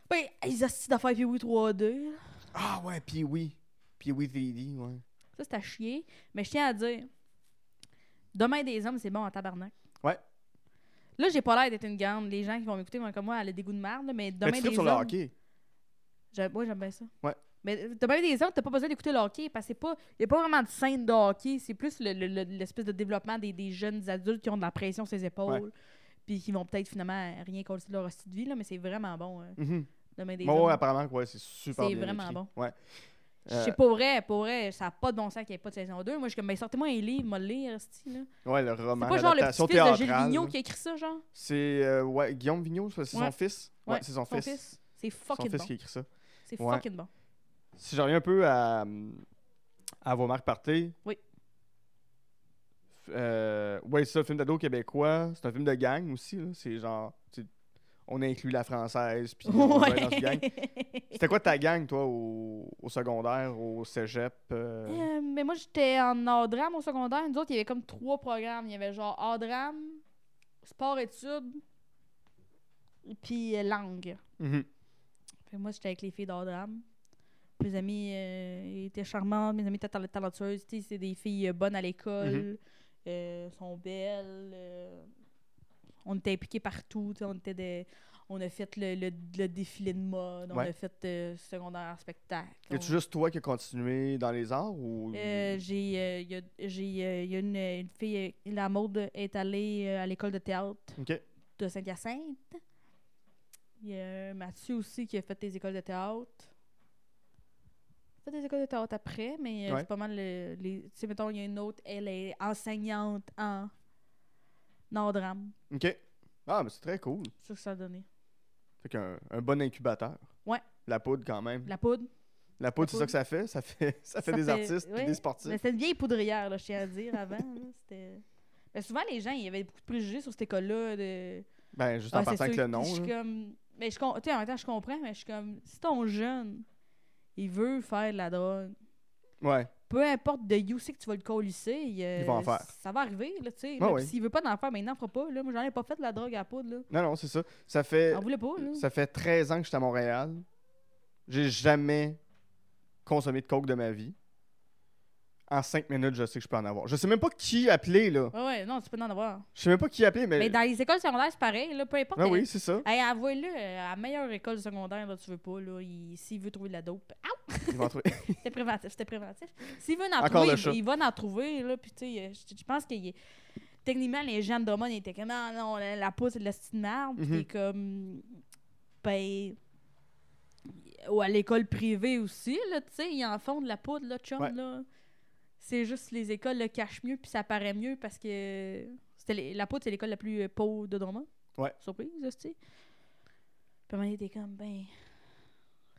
Speaker 3: Ben, ils assistent d'affaires puis oui 3-2. là.
Speaker 2: Ah ouais, puis oui. Puis oui, 3D, ouais.
Speaker 3: Ça, c'est à chier. Mais je tiens à dire, Demain des hommes, c'est bon en tabarnak.
Speaker 2: Ouais.
Speaker 3: Là, j'ai pas l'air d'être une grande. Les gens qui vont m'écouter vont être comme moi, elle a des goûts de merde, là,
Speaker 2: Mais
Speaker 3: mais demain
Speaker 2: Ben, tu
Speaker 3: des
Speaker 2: tripes sur le
Speaker 3: hommes-
Speaker 2: hockey.
Speaker 3: J'aime- ouais, j'aime bien ça.
Speaker 2: Ouais.
Speaker 3: Mais euh, demain des autres, t'as pas besoin d'écouter le hockey parce qu'il n'y a pas vraiment de scène de hockey. C'est plus le- le- le- l'espèce de développement des, des jeunes adultes qui ont de la pression sur les épaules. Puis qui vont peut-être finalement rien coller de leur hostie de vie, là, mais c'est vraiment bon. hein.
Speaker 2: Mhm.
Speaker 3: Demain des
Speaker 2: Ouais,
Speaker 3: hommes.
Speaker 2: ouais, euh, apparemment, ouais, c'est super
Speaker 3: C'est
Speaker 2: bien.
Speaker 3: vraiment
Speaker 2: écrit.
Speaker 3: bon.
Speaker 2: Ouais.
Speaker 3: Je sais pas vrai, pour vrai, ça n'a pas de bon sens qu'il n'y ait pas de saison 2. Moi, je suis comme, ben, sortez-moi un livre, moi le lire, c'ti, là.
Speaker 2: Ouais, le
Speaker 3: C'est
Speaker 2: roman.
Speaker 3: pas genre le
Speaker 2: l'adaptation
Speaker 3: petit-fils de Gilles
Speaker 2: théâtrale,
Speaker 3: Vigneault
Speaker 2: là.
Speaker 3: qui a écrit ça, genre?
Speaker 2: C'est euh, ouais, Guillaume Vigneault, c'est
Speaker 3: Ouais.
Speaker 2: son fils. Ouais, c'est son, fils.
Speaker 3: C'est
Speaker 2: Son
Speaker 3: fucking
Speaker 2: fils
Speaker 3: bon.
Speaker 2: qui a écrit ça.
Speaker 3: C'est
Speaker 2: Ouais.
Speaker 3: fucking bon.
Speaker 2: Si je reviens un peu à, à vos marques partées.
Speaker 3: Oui.
Speaker 2: Euh, ouais, c'est ça, le film d'ado québécois. C'est un film de gang aussi. là. C'est genre. tu- On inclut la française. Puis on va dans une gang.
Speaker 3: Ouais.
Speaker 2: C'était quoi ta gang, toi, au, au secondaire, au cégep euh,
Speaker 3: Euh, mais moi, j'étais en A-drame au secondaire. Nous autres, il y avait comme trois programmes. Il y avait genre A-drame, sport-études, puis euh, langue.
Speaker 2: mhm.
Speaker 3: Fait que moi, j'étais avec les filles d'Adram. Mes amies euh, étaient charmantes, mes amies étaient tal- talentueuses. Tu sais, c'est des filles euh, bonnes à
Speaker 2: Mhm.
Speaker 3: l'école, euh, sont belles. euh, on était impliqués partout. tu sais, On, était des- on a fait le, le- le défilé de mode, on
Speaker 2: Ouais.
Speaker 3: a fait euh, secondaire en spectacle.
Speaker 2: Y a-tu
Speaker 3: on-
Speaker 2: juste toi qui as continué dans les arts ou.
Speaker 3: Euh, j'ai euh, y a, j'ai, euh, y a une, une fille, euh, la mode est allée euh, à l'école de théâtre
Speaker 2: Ok.
Speaker 3: de Saint-Hyacinthe. Il y a Mathieu aussi qui a fait des écoles de théâtre. Il a fait des écoles de théâtre après, mais euh,
Speaker 2: Ouais.
Speaker 3: c'est pas mal. le- les, tu sais, mettons, il y a une autre, elle est enseignante en Nord-Drame.
Speaker 2: Ok. Ah, mais c'est très cool.
Speaker 3: C'est ça que ça a donné.
Speaker 2: Fait qu'un un bon incubateur.
Speaker 3: Ouais.
Speaker 2: La poudre, quand même.
Speaker 3: La poudre.
Speaker 2: La poudre, c'est ça
Speaker 3: poudre.
Speaker 2: que ça fait. Ça fait, ça fait
Speaker 3: Ça
Speaker 2: des
Speaker 3: fait-
Speaker 2: artistes puis
Speaker 3: ouais,
Speaker 2: des sportifs.
Speaker 3: Mais c'était une vieille poudrière, là, je tiens à dire, avant. là, c'était... Mais souvent, les gens, il y avait beaucoup de préjugés sur cette école-là. de-
Speaker 2: Ben, juste
Speaker 3: Ah,
Speaker 2: en
Speaker 3: c'est
Speaker 2: partant avec
Speaker 3: sûr
Speaker 2: le nom.
Speaker 3: que Je suis
Speaker 2: là.
Speaker 3: comme. Mais je, com- tu sais, en même temps, je comprends, mais je suis comme. Si ton jeune, il veut faire de la drogue,
Speaker 2: Ouais.
Speaker 3: peu importe de you c'est que tu vas le colisser, euh,
Speaker 2: Il va en faire.
Speaker 3: Ça va arriver, là, tu sais.
Speaker 2: Ah
Speaker 3: là,
Speaker 2: oui.
Speaker 3: puis S'il veut pas d'en faire, maintenant, il fera pas. Là. Moi, j'en ai pas fait de la drogue à la poudre, là.
Speaker 2: Non, non, c'est ça. Ça fait,
Speaker 3: On voulait pas, là.
Speaker 2: Euh, ça fait 13 ans que je suis à Montréal. J'ai jamais consommé de coke de ma vie. En 5 minutes, je sais que je peux en avoir. Je sais même pas qui appeler, là.
Speaker 3: Ouais, ouais, non, tu peux en avoir.
Speaker 2: Je sais même pas qui appeler, mais.
Speaker 3: Mais dans les écoles secondaires, c'est pareil, là. Peu importe.
Speaker 2: Ah
Speaker 3: euh,
Speaker 2: Euh. oui, c'est ça.
Speaker 3: Hey, avouez-le, euh, à la meilleure école secondaire, là, tu veux pas, là, il- s'il veut trouver de la dope,
Speaker 2: Ils vont trouver.
Speaker 3: C'était préventif, c'était préventif. S'il veut en
Speaker 2: Encore
Speaker 3: trouver,
Speaker 2: le
Speaker 3: il-
Speaker 2: chat.
Speaker 3: il, va en trouver, là, puis tu sais, euh, je je pense que techniquement, les gens de Drummond ils étaient comme « Ah non, la, la peau, c'est de la petite merde puis
Speaker 2: Mhm.
Speaker 3: t'es comme... Ben... Ou à l'école privée aussi, là, tu sais, ils en font de la poudre, là, chum,
Speaker 2: Ouais.
Speaker 3: là. C'est juste les écoles le cachent mieux, puis ça paraît mieux, parce que... c'était les- la poudre, c'est l'école la plus euh, pauvre de Drummond.
Speaker 2: Ouais.
Speaker 3: Surprise, tu sais. Puis à un moment donné, t'es comme, ben...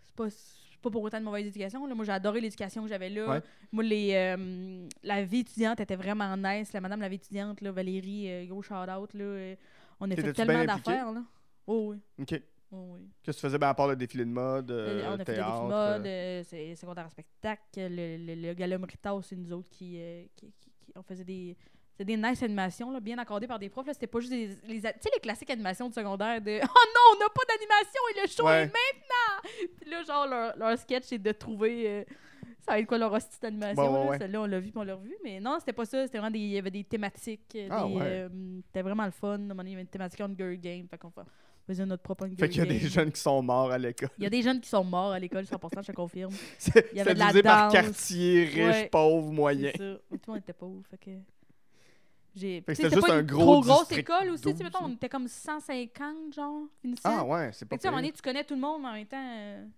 Speaker 3: C'est pas, c'est pas pour autant de mauvaise éducation. Là. Moi, j'ai adoré l'éducation que j'avais là.
Speaker 2: Ouais.
Speaker 3: Moi, les, euh, la vie étudiante était vraiment nice. La madame, la vie étudiante, là, Valérie, euh, gros shout-out. là, euh, on a fait
Speaker 2: T'étais-tu
Speaker 3: tellement
Speaker 2: bien impliquée?
Speaker 3: d'affaires. là. Oh oui.
Speaker 2: OK. Qu'est-ce
Speaker 3: Oh, oui.
Speaker 2: que tu faisais? Ben, à part le défilé de mode,
Speaker 3: Euh,
Speaker 2: euh,
Speaker 3: on a fait des
Speaker 2: théâtre.
Speaker 3: défis de
Speaker 2: euh,
Speaker 3: mode, euh, c'est- secondaire en spectacle. Le, le, le Gala Méritas, c'est nous autres qui, euh, qui- qui- qui- On faisait des. C'était des nice animations, là, bien accordées par des profs. là. C'était pas juste des. les a- tu sais, les classiques animations de secondaire de Oh non, on n'a pas d'animation et le show
Speaker 2: Ouais.
Speaker 3: est maintenant! Puis là, genre, leur, leur sketch, c'est de trouver. euh, ça va être quoi leur hostie d'animation?
Speaker 2: Ouais, ouais,
Speaker 3: là.
Speaker 2: ouais.
Speaker 3: Celle-là, on l'a vu puis on l'a revu. Mais non, c'était pas ça. C'était vraiment des. Il y avait des thématiques. euh,
Speaker 2: Ah,
Speaker 3: des,
Speaker 2: ouais.
Speaker 3: euh, c'était vraiment le fun. À un moment donné, il y avait une thématique on girl game. Fait qu'on fa- faisait notre propre on
Speaker 2: Fait qu'il y a
Speaker 3: game.
Speaker 2: des jeunes qui sont morts à l'école.
Speaker 3: Il y a des jeunes qui sont morts à l'école, 100%, je te confirme.
Speaker 2: C'est
Speaker 3: Il y avait de la
Speaker 2: divisé par
Speaker 3: danse.
Speaker 2: quartier, riche,
Speaker 3: Ouais.
Speaker 2: pauvre, moyen.
Speaker 3: C'est ça. Mais tout le monde était pauvre, fait que...
Speaker 2: Fait
Speaker 3: J'ai...
Speaker 2: que
Speaker 3: tu sais,
Speaker 2: c'était juste
Speaker 3: pas
Speaker 2: un
Speaker 3: une
Speaker 2: gros
Speaker 3: trop grosse
Speaker 2: district
Speaker 3: école aussi, tu
Speaker 2: 12,
Speaker 3: sais, mettons,
Speaker 2: là.
Speaker 3: on était comme 150, genre, finissant.
Speaker 2: Ah ouais, c'est
Speaker 3: Fait
Speaker 2: pas
Speaker 3: que, tu sais, à un moment
Speaker 2: pire.
Speaker 3: donné, tu connais tout le monde, mais en même temps... euh, tu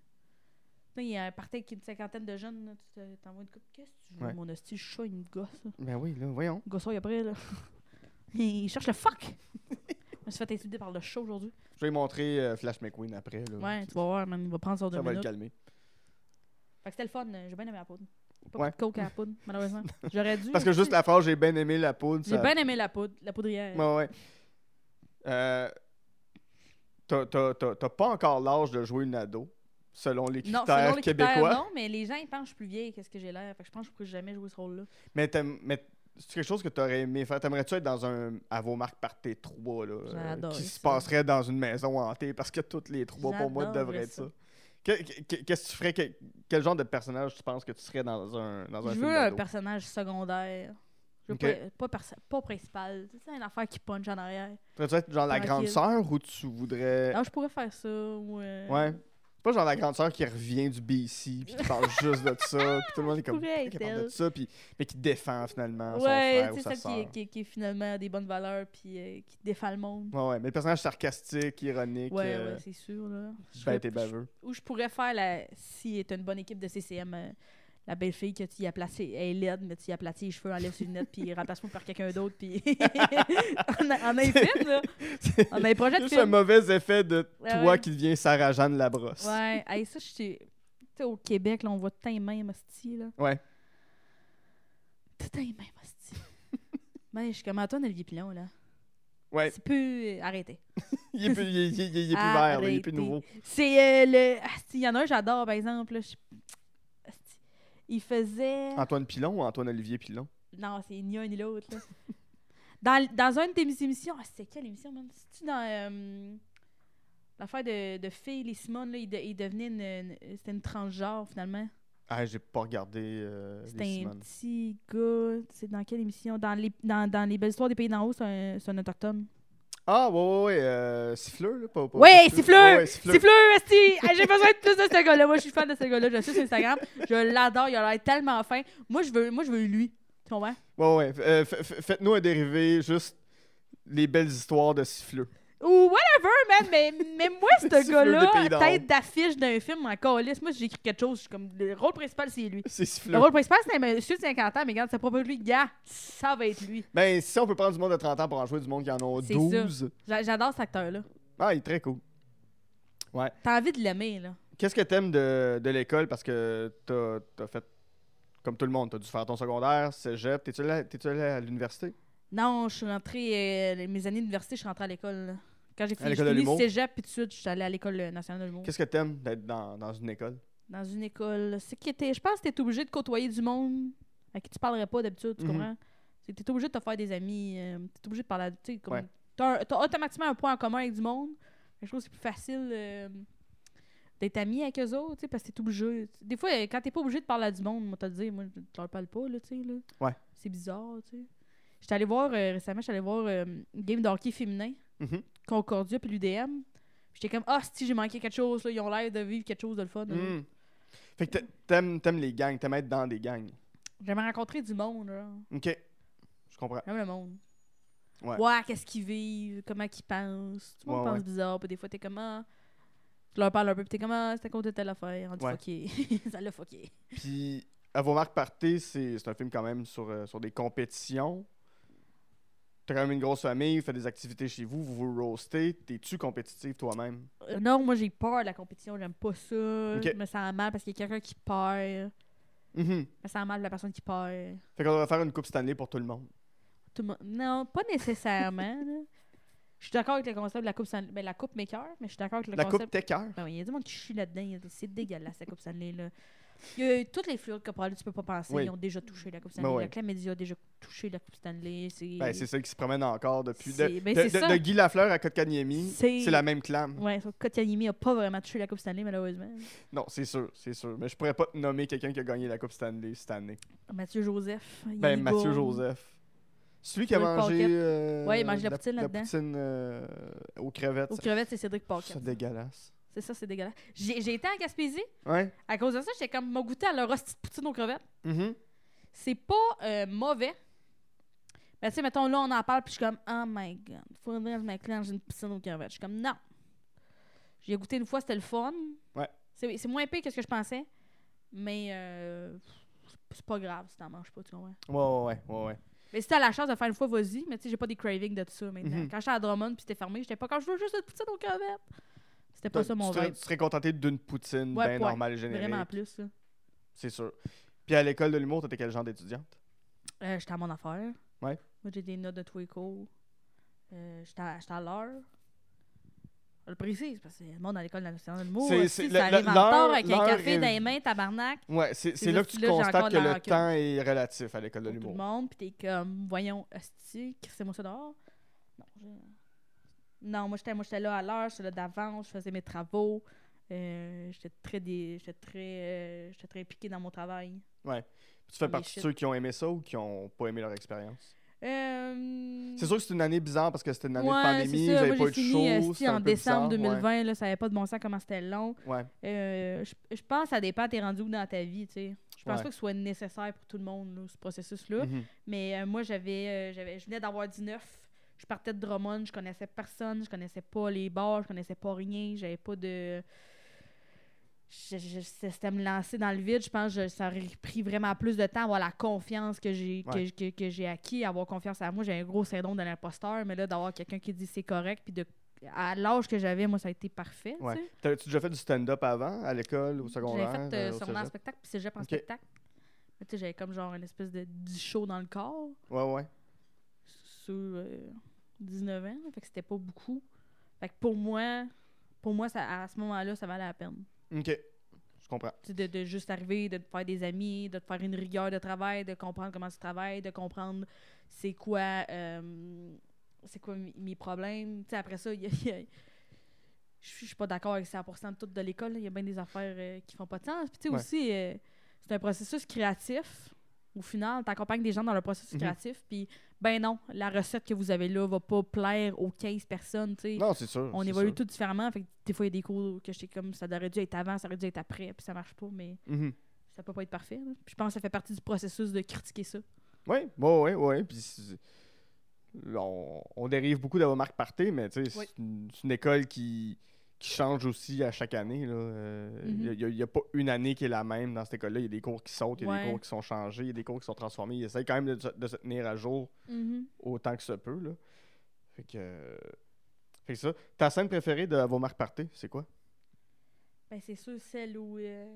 Speaker 3: sais, il y a- partait avec une cinquantaine de jeunes, là, tu te- t'envoies une coupe. Qu'est-ce que tu veux,
Speaker 2: Ouais.
Speaker 3: mon hostie, je suis chaud, il me gosse, là.
Speaker 2: Ben oui, là, voyons.
Speaker 3: Gossard, il après, là. il cherche le fuck! Je me suis fait insulter par le chat aujourd'hui.
Speaker 2: Je vais lui montrer euh, Flash McQueen après. Là.
Speaker 3: Ouais, tu vas voir, man, il va prendre son deux
Speaker 2: Ça va le
Speaker 3: minutes.
Speaker 2: calmer.
Speaker 3: Fait que c'était le fun, euh, j'ai bien aimé la poudre. Pas
Speaker 2: Ouais.
Speaker 3: de coke à la poudre, malheureusement. J'aurais dû.
Speaker 2: Parce que juste la phrase, j'ai bien aimé la poudre.
Speaker 3: J'ai
Speaker 2: ça-
Speaker 3: bien aimé la poudre, la poudrière.
Speaker 2: Ouais, ouais. Euh, t'as- T'as t'as- t'as pas encore l'âge de jouer une ado, selon les critères
Speaker 3: non, selon les
Speaker 2: québécois.
Speaker 3: critères, non, mais les gens, ils pensent que je suis plus vieille qu'est-ce que j'ai l'air. Fait que je pense que je pourrais jamais jouer ce rôle-là.
Speaker 2: Mais, t'aimes- mais c'est quelque chose que t'aurais aimé faire. T'aimerais-tu être dans un à vos marques par tes trois, là, euh,
Speaker 3: J'adore
Speaker 2: qui se
Speaker 3: ça.
Speaker 2: passerait dans une maison hantée, parce que toutes les trois, pour moi,
Speaker 3: J'adorerais
Speaker 2: devraient être
Speaker 3: ça.
Speaker 2: ça. Que- que- Qu'est-ce que tu ferais? que- quel genre de personnage tu penses que tu serais dans un, dans un
Speaker 3: je
Speaker 2: film
Speaker 3: veux un
Speaker 2: d'ado?
Speaker 3: personnage secondaire. Je veux
Speaker 2: Ok.
Speaker 3: pas, pas, perso- pas principal. Tu sais, une affaire qui punch en arrière.
Speaker 2: Tu être genre la
Speaker 3: Tranquille.
Speaker 2: grande sœur ou tu voudrais.
Speaker 3: Alors, je pourrais faire ça. Ou, euh,
Speaker 2: Ouais. C'est pas genre la grande sœur qui revient du BC puis qui parle juste de ça, puis tout le monde est comme
Speaker 3: Pourrait
Speaker 2: qui parle
Speaker 3: être
Speaker 2: de ça puis mais qui défend finalement son
Speaker 3: Ouais,
Speaker 2: frère ou
Speaker 3: tu
Speaker 2: sa
Speaker 3: sais, celle qui,
Speaker 2: sœur.
Speaker 3: est- qui, est- qui est finalement a des bonnes valeurs puis euh, qui défend le monde.
Speaker 2: Ouais, ouais, mais le personnage sarcastique, ironique,
Speaker 3: Ouais,
Speaker 2: euh,
Speaker 3: ouais, c'est sûr. Là. Je
Speaker 2: bête et
Speaker 3: serais-
Speaker 2: baveux.
Speaker 3: Ou je pourrais faire, la, si est une bonne équipe de CCM, euh, la belle fille que tu y as placée, elle est laide, mais tu y as placé les cheveux, enlève ses lunettes, puis remplace-moi par quelqu'un d'autre, puis en, en un film, là. En un projet de
Speaker 2: Juste un
Speaker 3: film.
Speaker 2: mauvais effet de
Speaker 3: Ouais,
Speaker 2: toi
Speaker 3: ouais.
Speaker 2: qui deviens Sarah Jeanne Labrosse.
Speaker 3: Ouais, hey, ça, je suis... Tu sais, au Québec, là, on voit tout un même hostie, là.
Speaker 2: Ouais.
Speaker 3: Tout un même hostie. Ben, je suis comme Antoine Olivier Pilon, là.
Speaker 2: Ouais.
Speaker 3: C'est peu... Arrêtez.
Speaker 2: Il est plus, il est- il est- il est- il est plus vert, là, il est plus
Speaker 3: Arrêtez.
Speaker 2: nouveau.
Speaker 3: C'est euh, le... Asti, Il y en a un que j'adore, par exemple. là, je- Asti. Il faisait...
Speaker 2: Antoine Pilon ou Antoine Olivier Pilon
Speaker 3: Non, c'est ni un ni l'autre. là. dans, l- dans une de tes émissions... Ah, c'était quelle émission, même? C'est-tu dans... euh, L'affaire de, de Phil et Simone, là, il, de- il devenait une, une- C'était une transgenre, finalement.
Speaker 2: Ah, j'ai pas regardé euh, les
Speaker 3: C'était un
Speaker 2: Simones.
Speaker 3: petit gars... C'est dans quelle émission? Dans les, dans, dans les Belles Histoires des Pays d'en haut, c'est un, c'est un autochtone.
Speaker 2: Ah, ouais, ouais, ouais, euh, siffleux, là, pas, pas
Speaker 3: Ouais,
Speaker 2: Siffleux. Ouais,
Speaker 3: siffleux!
Speaker 2: ouais, Siffleux.
Speaker 3: Siffleux, esti! Hey, J'ai besoin de plus de ce gars-là. Moi, je suis fan de ce gars-là. Je le suis sur Instagram. Je l'adore. Il a l'air tellement fin. Moi, je veux, moi, je veux lui. Tu comprends?
Speaker 2: Ouais, ouais. euh, fa- fa- Faites-nous un dérivé, juste les belles histoires de siffleux.
Speaker 3: Ou whatever, man. Mais, mais moi, ce
Speaker 2: Siffleux des
Speaker 3: gars-là,
Speaker 2: Pays d'en haut.
Speaker 3: tête d'affiche d'un film en calice, moi, si j'écris quelque chose, je suis comme. Le rôle principal, c'est lui.
Speaker 2: C'est
Speaker 3: Le
Speaker 2: siffleux.
Speaker 3: rôle principal, c'est un monsieur de 50 ans, mais regarde, c'est pas pour lui. Gars, ça va être lui.
Speaker 2: Ben, si on peut prendre du monde de 30 ans pour en jouer du monde qui en ont
Speaker 3: C'est
Speaker 2: 12.
Speaker 3: J'a- J'adore cet acteur-là.
Speaker 2: Ah, il est très cool.
Speaker 3: T'as envie de l'aimer, là.
Speaker 2: Qu'est-ce que t'aimes de, de l'école? Parce que t'as t'as fait, comme tout le monde, t'as dû faire ton secondaire, cégep. T'es-tu allé, à- t'es-tu allé à l'université?
Speaker 3: Non, je suis rentrée. euh, mes années d'université, je suis rentrée à l'école. là. Quand j'ai fini,
Speaker 2: l'école de
Speaker 3: j'ai fini
Speaker 2: l'humour?
Speaker 3: cégep, puis tout de suite, je suis allée à l'école euh, nationale de l'humour.
Speaker 2: Qu'est-ce que t'aimes d'être dans, dans une école?
Speaker 3: dans une école. C'est qui était, je pense que t'es obligé de côtoyer du monde à qui tu parlerais pas d'habitude, tu
Speaker 2: Mhm.
Speaker 3: comprends? C'est que t'es obligé de te faire des amis, euh, t'es obligé de parler, à- tu sais, comme
Speaker 2: Ouais.
Speaker 3: t'as, un- t'as automatiquement un point en commun avec du monde. Fait que Je trouve que c'est plus facile euh, d'être ami avec eux autres, tu sais, parce que t'es obligé. Des fois, euh, quand t'es pas obligé de parler à du monde, moi t'as dit, moi je leur parle pas, là, tu sais, là.
Speaker 2: Ouais.
Speaker 3: C'est bizarre, tu sais. J'étais allée voir euh, récemment, j'étais allée voir euh, une game d'hockey féminin.
Speaker 2: Mhm.
Speaker 3: Concordia puis l'UDM. J'étais comme, ah, si j'ai manqué quelque chose, là, ils ont l'air de vivre quelque chose de le fun. là.
Speaker 2: Mm. Fait que t'a- t'aimes t'aimes les gangs, t'aimes être dans des gangs.
Speaker 3: J'aimerais rencontrer du monde, genre.
Speaker 2: OK. Je comprends.
Speaker 3: J'aime le monde.
Speaker 2: Ouais.
Speaker 3: Voir qu'est-ce qu'ils vivent, comment ils pensent. Tout le monde
Speaker 2: Ouais,
Speaker 3: pense
Speaker 2: ouais.
Speaker 3: bizarre, puis des fois, t'es comment. Tu leur parles un peu, puis t'es ah, comment, c'était compte de telle affaire. On dit
Speaker 2: Ouais.
Speaker 3: fucké. ça l'a fucké.
Speaker 2: Puis, à vos marques partez, c'est c'est un film quand même sur, euh, sur des compétitions. T'as quand même une grosse famille, fait des activités chez vous, vous vous roastez. T'es-tu compétitif toi-même?
Speaker 3: Euh, Non, moi, j'ai peur de la compétition, j'aime pas ça.
Speaker 2: Ok.
Speaker 3: Je me sens mal parce qu'il y a quelqu'un qui perd.
Speaker 2: Mhm.
Speaker 3: Je me sens mal de la personne qui perd.
Speaker 2: Fait qu'on devrait faire une coupe cette année pour tout le monde.
Speaker 3: Tout le monde- Non, pas nécessairement. là. Je suis d'accord avec le concept de la coupe, Stanley- ben, la coupe maker, mais je suis d'accord avec le
Speaker 2: La
Speaker 3: concept.
Speaker 2: coupe Tecker?
Speaker 3: Ben oui, il y a du monde qui chie là-dedans. il y a des- C'est dégueulasse, la Coupe Stanley. Là. Il y a eu toutes les fluides que probablement tu peux pas penser.
Speaker 2: Oui. Ben
Speaker 3: Ils ont déjà touché la Coupe Stanley.
Speaker 2: ouais.
Speaker 3: La Clamédia a déjà touché la Coupe Stanley. C'est.
Speaker 2: Ben, c'est ça qui se promène encore depuis. De,
Speaker 3: C'est- ben,
Speaker 2: de-
Speaker 3: c'est
Speaker 2: de-
Speaker 3: ça.
Speaker 2: de Guy Lafleur à Kotkaniemi,
Speaker 3: C'est-
Speaker 2: c'est la même clame.
Speaker 3: Ouais, sauf que Kotkaniemi a pas vraiment touché la Coupe Stanley, malheureusement.
Speaker 2: Non, c'est sûr, c'est sûr. Mais je pourrais pas te nommer quelqu'un qui a gagné la Coupe Stanley cette année.
Speaker 3: Mathieu Joseph.
Speaker 2: Ben,
Speaker 3: Yannick
Speaker 2: Mathieu
Speaker 3: Gourde.
Speaker 2: Joseph. Celui qui a
Speaker 3: Cédric
Speaker 2: mangé.
Speaker 3: Paquette.
Speaker 2: euh,
Speaker 3: Ouais, il mange de la poutine là-dedans.
Speaker 2: poutine, euh, aux crevettes.
Speaker 3: Aux crevettes, c'est Cédric Paquette.
Speaker 2: C'est dégueulasse.
Speaker 3: C'est ça, c'est dégueulasse. J'ai j'ai été en Gaspésie.
Speaker 2: Ouais.
Speaker 3: À cause de ça, j'étais comme, m'a goûté à leur hostie de poutine aux crevettes.
Speaker 2: Mhm.
Speaker 3: C'est pas euh, mauvais. Mais tu sais, mettons, là, on en parle, puis je suis comme, oh my god, faudrait que je m'éclenche une piscine aux crevettes. Je suis comme, non. J'ai goûté une fois, c'était le fun.
Speaker 2: Ouais.
Speaker 3: C'est c'est moins pire que ce que je pensais, mais euh, c'est pas grave si t'en manges pas, tu comprends?
Speaker 2: Ouais, ouais, ouais. ouais, ouais.
Speaker 3: Mais si t'as la chance de faire une fois, vas-y, mais tu sais, j'ai pas des cravings de tout ça maintenant.
Speaker 2: Mhm.
Speaker 3: Quand j'étais à Drummond, puis c'était fermé, j'étais pas quand je veux juste une piscine aux crevettes. C'était pas
Speaker 2: Toi,
Speaker 3: ça
Speaker 2: tu
Speaker 3: mon
Speaker 2: serais-
Speaker 3: vibe.
Speaker 2: Tu serais contenté d'une poutine
Speaker 3: Ouais,
Speaker 2: bien
Speaker 3: ouais,
Speaker 2: normale et générique.
Speaker 3: Vraiment plus, là.
Speaker 2: C'est sûr. Puis à l'école de l'humour, t'étais quel genre d'étudiante?
Speaker 3: Euh, j'étais à mon affaire.
Speaker 2: Ouais.
Speaker 3: Moi, j'ai des notes de tous les cours. Euh, j'étais à, j'étais à l'heure. Je le précise, parce que le monde à l'école nationale de l'humour,
Speaker 2: C'est-
Speaker 3: euh,
Speaker 2: c'est
Speaker 3: si
Speaker 2: le-
Speaker 3: ça
Speaker 2: le-
Speaker 3: arrive en
Speaker 2: l'heure-
Speaker 3: retard avec un
Speaker 2: l'heure
Speaker 3: café
Speaker 2: est-
Speaker 3: dans les mains, tabarnak,
Speaker 2: Ouais, c'est
Speaker 3: Ces
Speaker 2: c'est là que tu
Speaker 3: hosties-là, j'ai encore
Speaker 2: constates
Speaker 3: de
Speaker 2: que
Speaker 3: la
Speaker 2: le
Speaker 3: rancune.
Speaker 2: temps est relatif à l'école de
Speaker 3: pour tout le
Speaker 2: l'humour.
Speaker 3: monde, puis t'es comme, voyons, hostie, crissez-moi ça dehors. Non, je- non moi, j'étais, moi, j'étais là à l'heure, j'étais là d'avance, je faisais mes travaux. euh, j'étais très, dé- j'étais très, euh, j'étais très impliquée dans mon travail.
Speaker 2: Tu fais
Speaker 3: Les
Speaker 2: partie de
Speaker 3: shit.
Speaker 2: ceux qui ont aimé ça ou qui ont pas aimé leur expérience?
Speaker 3: Euh,
Speaker 2: C'est sûr que c'est une année bizarre parce que c'était une année
Speaker 3: ouais,
Speaker 2: de pandémie,
Speaker 3: c'est
Speaker 2: vous
Speaker 3: ça.
Speaker 2: avez
Speaker 3: Moi,
Speaker 2: pas eu
Speaker 3: j'ai
Speaker 2: de
Speaker 3: fini euh,
Speaker 2: show,
Speaker 3: si,
Speaker 2: c'était un
Speaker 3: en
Speaker 2: peu
Speaker 3: décembre
Speaker 2: bizarre, ouais.
Speaker 3: 2020, là, ça n'avait pas de bon sens comment c'était long.
Speaker 2: Ouais.
Speaker 3: Euh, je, je pense que ça dépend tes rendus où dans ta vie, tu sais. Je pense
Speaker 2: Ouais.
Speaker 3: pas que ce soit nécessaire pour tout le monde, là, ce processus-là.
Speaker 2: Mhm.
Speaker 3: Mais euh, moi, j'avais, euh, j'avais, je venais d'avoir 19. Je partais de Drummond, je connaissais personne, je connaissais pas les bars, je connaissais pas rien, j'avais pas de. je- je- C'était me lancer dans le vide. Je pense que je- ça aurait pris vraiment plus de temps à avoir la confiance que j'ai que-
Speaker 2: Ouais.
Speaker 3: que, que j'ai acquis, avoir confiance à moi. J'ai un gros syndrome de l'imposteur, mais là, d'avoir quelqu'un qui dit c'est correct, puis de à l'âge que j'avais, moi, ça a été parfait. tu
Speaker 2: Ouais.
Speaker 3: sais.
Speaker 2: T'as-tu déjà fait du stand-up avant, à l'école, au secondaire?
Speaker 3: J'avais fait
Speaker 2: euh,
Speaker 3: euh,
Speaker 2: au
Speaker 3: sûrement un
Speaker 2: cégep?
Speaker 3: spectacle, puis cégep en
Speaker 2: Ok.
Speaker 3: spectacle. Mais tu sais, j'avais comme genre une espèce de 10 show dans le corps
Speaker 2: Ouais, ouais.
Speaker 3: sur euh, 19 ans. Fait que c'était pas beaucoup. Fait que pour moi, pour moi ça, à ce moment-là, ça valait la peine.
Speaker 2: Ok. Je comprends.
Speaker 3: Tu sais, de, de juste arriver, de te faire des amis, de te faire une rigueur de travail, de comprendre comment tu travailles, de comprendre c'est quoi euh, c'est quoi mes mes problèmes. Tu sais, après ça, il y a- il y a- je suis- je suis pas d'accord avec 100% de tout de l'école. là. Il y a bien des affaires euh, qui font pas de sens. Puis tu sais
Speaker 2: Ouais.
Speaker 3: aussi, euh, c'est un processus créatif. Au final, tu accompagnes des gens dans leur processus
Speaker 2: Mhm.
Speaker 3: créatif. Puis ben non, la recette que vous avez là va pas plaire aux 15 personnes. tu sais
Speaker 2: Non, c'est sûr.
Speaker 3: on
Speaker 2: c'est
Speaker 3: évolue
Speaker 2: sûr.
Speaker 3: tout différemment. Fait que des fois, il y a des cours que j'étais comme ça aurait dû être avant, ça aurait dû être après, puis ça marche pas, mais
Speaker 2: Mhm.
Speaker 3: ça peut pas être parfait. là. Puis je pense que ça fait partie du processus de critiquer ça.
Speaker 2: Oui, bon, oui, oui. Puis c'est- on, on dérive beaucoup de Marc Parté, mais tu sais, c'est
Speaker 3: Oui.
Speaker 2: une, c'est une école qui, qui change aussi à chaque année. là. Euh,
Speaker 3: Mhm.
Speaker 2: Il n'y a, pas une année qui est la même dans cette école-là. Il y a des cours qui sautent, il y a des
Speaker 3: Ouais.
Speaker 2: cours qui sont changés, il y a des cours qui sont transformés. Ils essayent quand même de, se- de se tenir à jour
Speaker 3: Mm-hmm.
Speaker 2: autant que se peut. Là. Fait que. Fait que ça. Ta scène préférée de Marc Parté, c'est quoi?
Speaker 3: Ben, c'est sûr, celle où euh,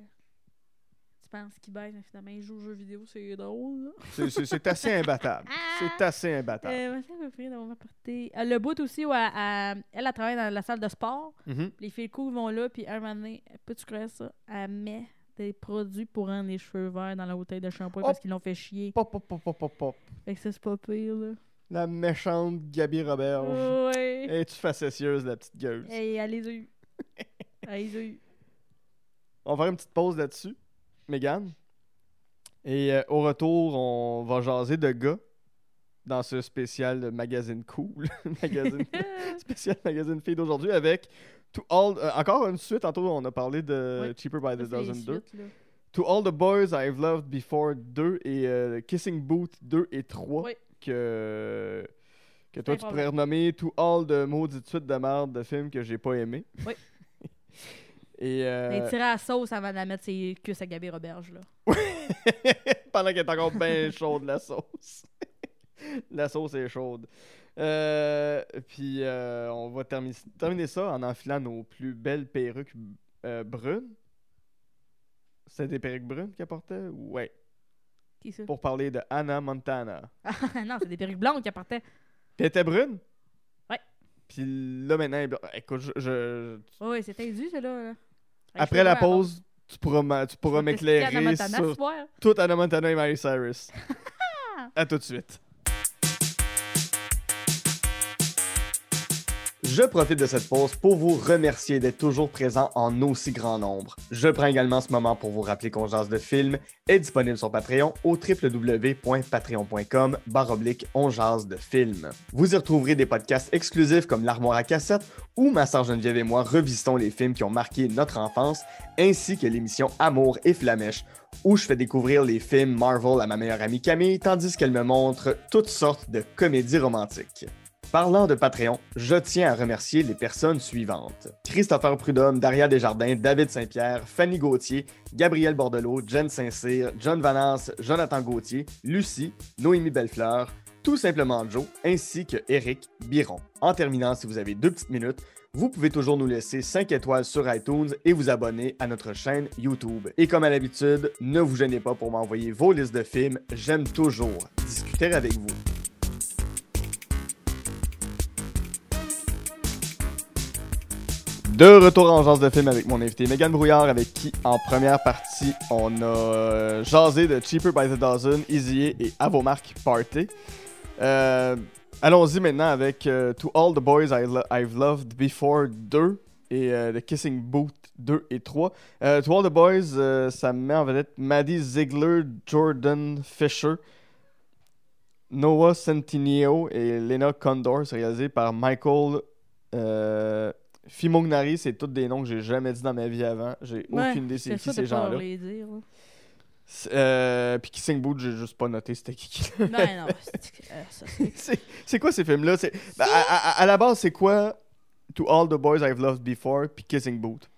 Speaker 3: tu penses qu'il baise, mais finalement, il joue aux jeux vidéo, c'est drôle. là.
Speaker 2: C'est- C'est c'est assez imbattable. C'est assez imbattable.
Speaker 3: Euh, moi, ça m'a pris d'avoir apporté. Euh, le bout aussi où elle, elle- elle, elle travaille dans la salle de sport.
Speaker 2: Mhm.
Speaker 3: Les filles cool vont là, puis un moment donné, peux-tu croire ça? Elle met des produits pour rendre les cheveux verts dans la bouteille de shampoing
Speaker 2: Oh!
Speaker 3: parce qu'ils l'ont fait chier.
Speaker 2: Pop, pop, pop, pop, pop, pop.
Speaker 3: Fait que ça, c'est pas pire, là.
Speaker 2: La méchante Gabi Roberge.
Speaker 3: Ouais.
Speaker 2: Es-tu facétieuse, la petite gueule?
Speaker 3: Hey, elle les a eu. Elle les a eu.
Speaker 2: On va faire une petite pause là-dessus, Mégane. Et euh, au retour, on va jaser de gars dans ce spécial de magazine cool, magazine, spécial magazine feed d'aujourd'hui avec To All. euh, encore une suite, tantôt on a parlé de
Speaker 3: Oui.
Speaker 2: Cheaper by the
Speaker 3: Ça, c'est les
Speaker 2: Dozen 2.
Speaker 3: suites, là.
Speaker 2: To All the Boys I've Loved Before 2 et euh, Kissing Boot 2 et 3
Speaker 3: Oui.
Speaker 2: que, que toi tu
Speaker 3: improbable.
Speaker 2: pourrais renommer To All the Maudite Suite de merde de films que j'ai pas aimé.
Speaker 3: Oui.
Speaker 2: et euh,
Speaker 3: Elle tirait à la sauce avant de la mettre ses cuisses à Gabi Roberge, là.
Speaker 2: Pendant qu'elle est encore bien chaude, la sauce. la sauce est chaude. Euh, puis euh, on va termi- terminer ça en enfilant nos plus belles perruques euh, brunes. C'était des perruques brunes qu'elle portait? Ouais.
Speaker 3: Qui ça?
Speaker 2: Pour parler de Anna Montana.
Speaker 3: Ah, non, c'est des perruques blondes qui apportaient.
Speaker 2: Puis elle était brune?
Speaker 3: Ouais.
Speaker 2: Puis là, maintenant, elle est blonde. écoute, je- je-
Speaker 3: Oui, ouais, c'était dû, celle-là. là. Avec
Speaker 2: après
Speaker 3: cheveux
Speaker 2: la
Speaker 3: verts,
Speaker 2: pause, tu pourras, m'a- tu
Speaker 3: bon.
Speaker 2: pourras
Speaker 3: Je vais t'expliquer Anna
Speaker 2: m'éclairer
Speaker 3: Montana
Speaker 2: sur
Speaker 3: ce soir.
Speaker 2: toute Anna Montana et Miley Cyrus. à tout de suite. Je profite de cette pause pour vous remercier d'être toujours présent en aussi grand nombre. Je prends également ce moment pour vous rappeler qu'Ongeance de film est disponible sur Patreon au www.patreon.com baroblique Ongeance de film. Vous y retrouverez des podcasts exclusifs comme L'Armoire à cassette où ma sœur Geneviève et moi revisitons les films qui ont marqué notre enfance ainsi que l'émission Amour et Flamèche où je fais découvrir les films Marvel à ma meilleure amie Camille, tandis qu'elle me montre toutes sortes de comédies romantiques. Parlant de Patreon, je tiens à remercier les personnes suivantes. Christopher Prudhomme, Daria Desjardins, David Saint-Pierre, Fanny Gauthier, Gabriel Bordelot, Jen Saint-Cyr, John Valence, Jonathan Gauthier, Lucie, Noémie Bellefleur, tout simplement Joe, ainsi que Eric Biron. En terminant, si vous avez deux petites minutes, vous pouvez toujours nous laisser 5 étoiles sur iTunes et vous abonner à notre chaîne YouTube. Et comme à l'habitude, ne vous gênez pas pour m'envoyer vos listes de films, j'aime toujours discuter avec vous. De retour en Jase de film avec mon invité Megan Brouillard, avec qui, en première partie, on a euh, jasé de Cheaper by the Dozen, Easy et Avomark Party. Euh, Allons-y maintenant avec euh, To All the Boys I Lo- I've Loved Before 2 et euh, The Kissing Booth 2 et 3. Euh, To All the Boys, euh, ça met en vedette Maddie Ziegler, Jordan Fisher, Noah Centineo et Lena Condor. C'est réalisé par Michael euh, Fimognari. C'est tous des noms que j'ai jamais dit dans ma vie avant. J'ai
Speaker 3: Ouais,
Speaker 2: aucune idée
Speaker 3: C'est
Speaker 2: c'est qui
Speaker 3: ça
Speaker 2: ces
Speaker 3: de pas
Speaker 2: gens-là.
Speaker 3: les dire. là.
Speaker 2: C'est- Euh, Puis Kissing Booth, j'ai juste pas noté c'était qui qui
Speaker 3: Non, non, c'est- euh, ça, c'est-
Speaker 2: C'est c'est quoi ces films-là? C'est- ben, à, à- à la base, c'est quoi To All the Boys I've Loved Before puis Kissing Booth?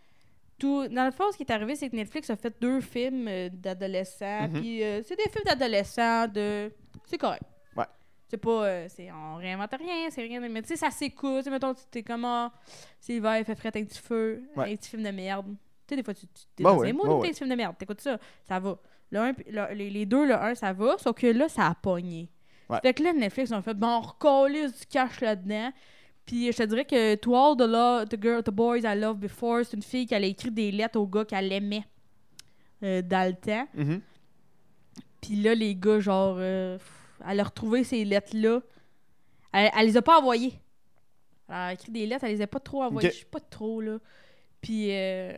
Speaker 3: Tout, dans le fond, ce qui est arrivé, c'est que Netflix a fait deux films euh, d'adolescents.
Speaker 2: Mhm.
Speaker 3: Puis euh, c'est des films d'adolescents de. C'est correct.
Speaker 2: Ouais.
Speaker 3: C'est pas. euh, c'est, on réinvente rien, c'est rien. de- Mais tu sais, ça s'écoute. Tu sais, Mettons, tu t'es comme. ah, c'est l'hiver, il fait fret, un petit feu,
Speaker 2: Ouais.
Speaker 3: un petit film de merde. Tu sais, des fois, tu, tu t'es
Speaker 2: Bah
Speaker 3: dans
Speaker 2: ouais,
Speaker 3: un mood
Speaker 2: bah
Speaker 3: où t'es
Speaker 2: ouais.
Speaker 3: un petit film de merde. T'écoutes ça, ça va. Le un, puis- le- les, les deux, le un, ça va. Sauf que là, ça a pogné.
Speaker 2: Ouais.
Speaker 3: Fait que là, Netflix ont fait, bon, on recolle du cash là-dedans. Puis je te dirais que To All the, Lo- the, girl, the Boys I Love Before, c'est une fille qui allait écrire des lettres aux gars qu'elle aimait euh, dans le temps.
Speaker 2: Mm-hmm.
Speaker 3: Puis là, les gars, genre, euh, pff, elle a retrouvé ces lettres-là. Elle, elle les a pas envoyées. Elle a écrit des lettres, elle les a pas trop envoyées.
Speaker 2: Ok.
Speaker 3: Je sais pas trop, là. Puis, euh,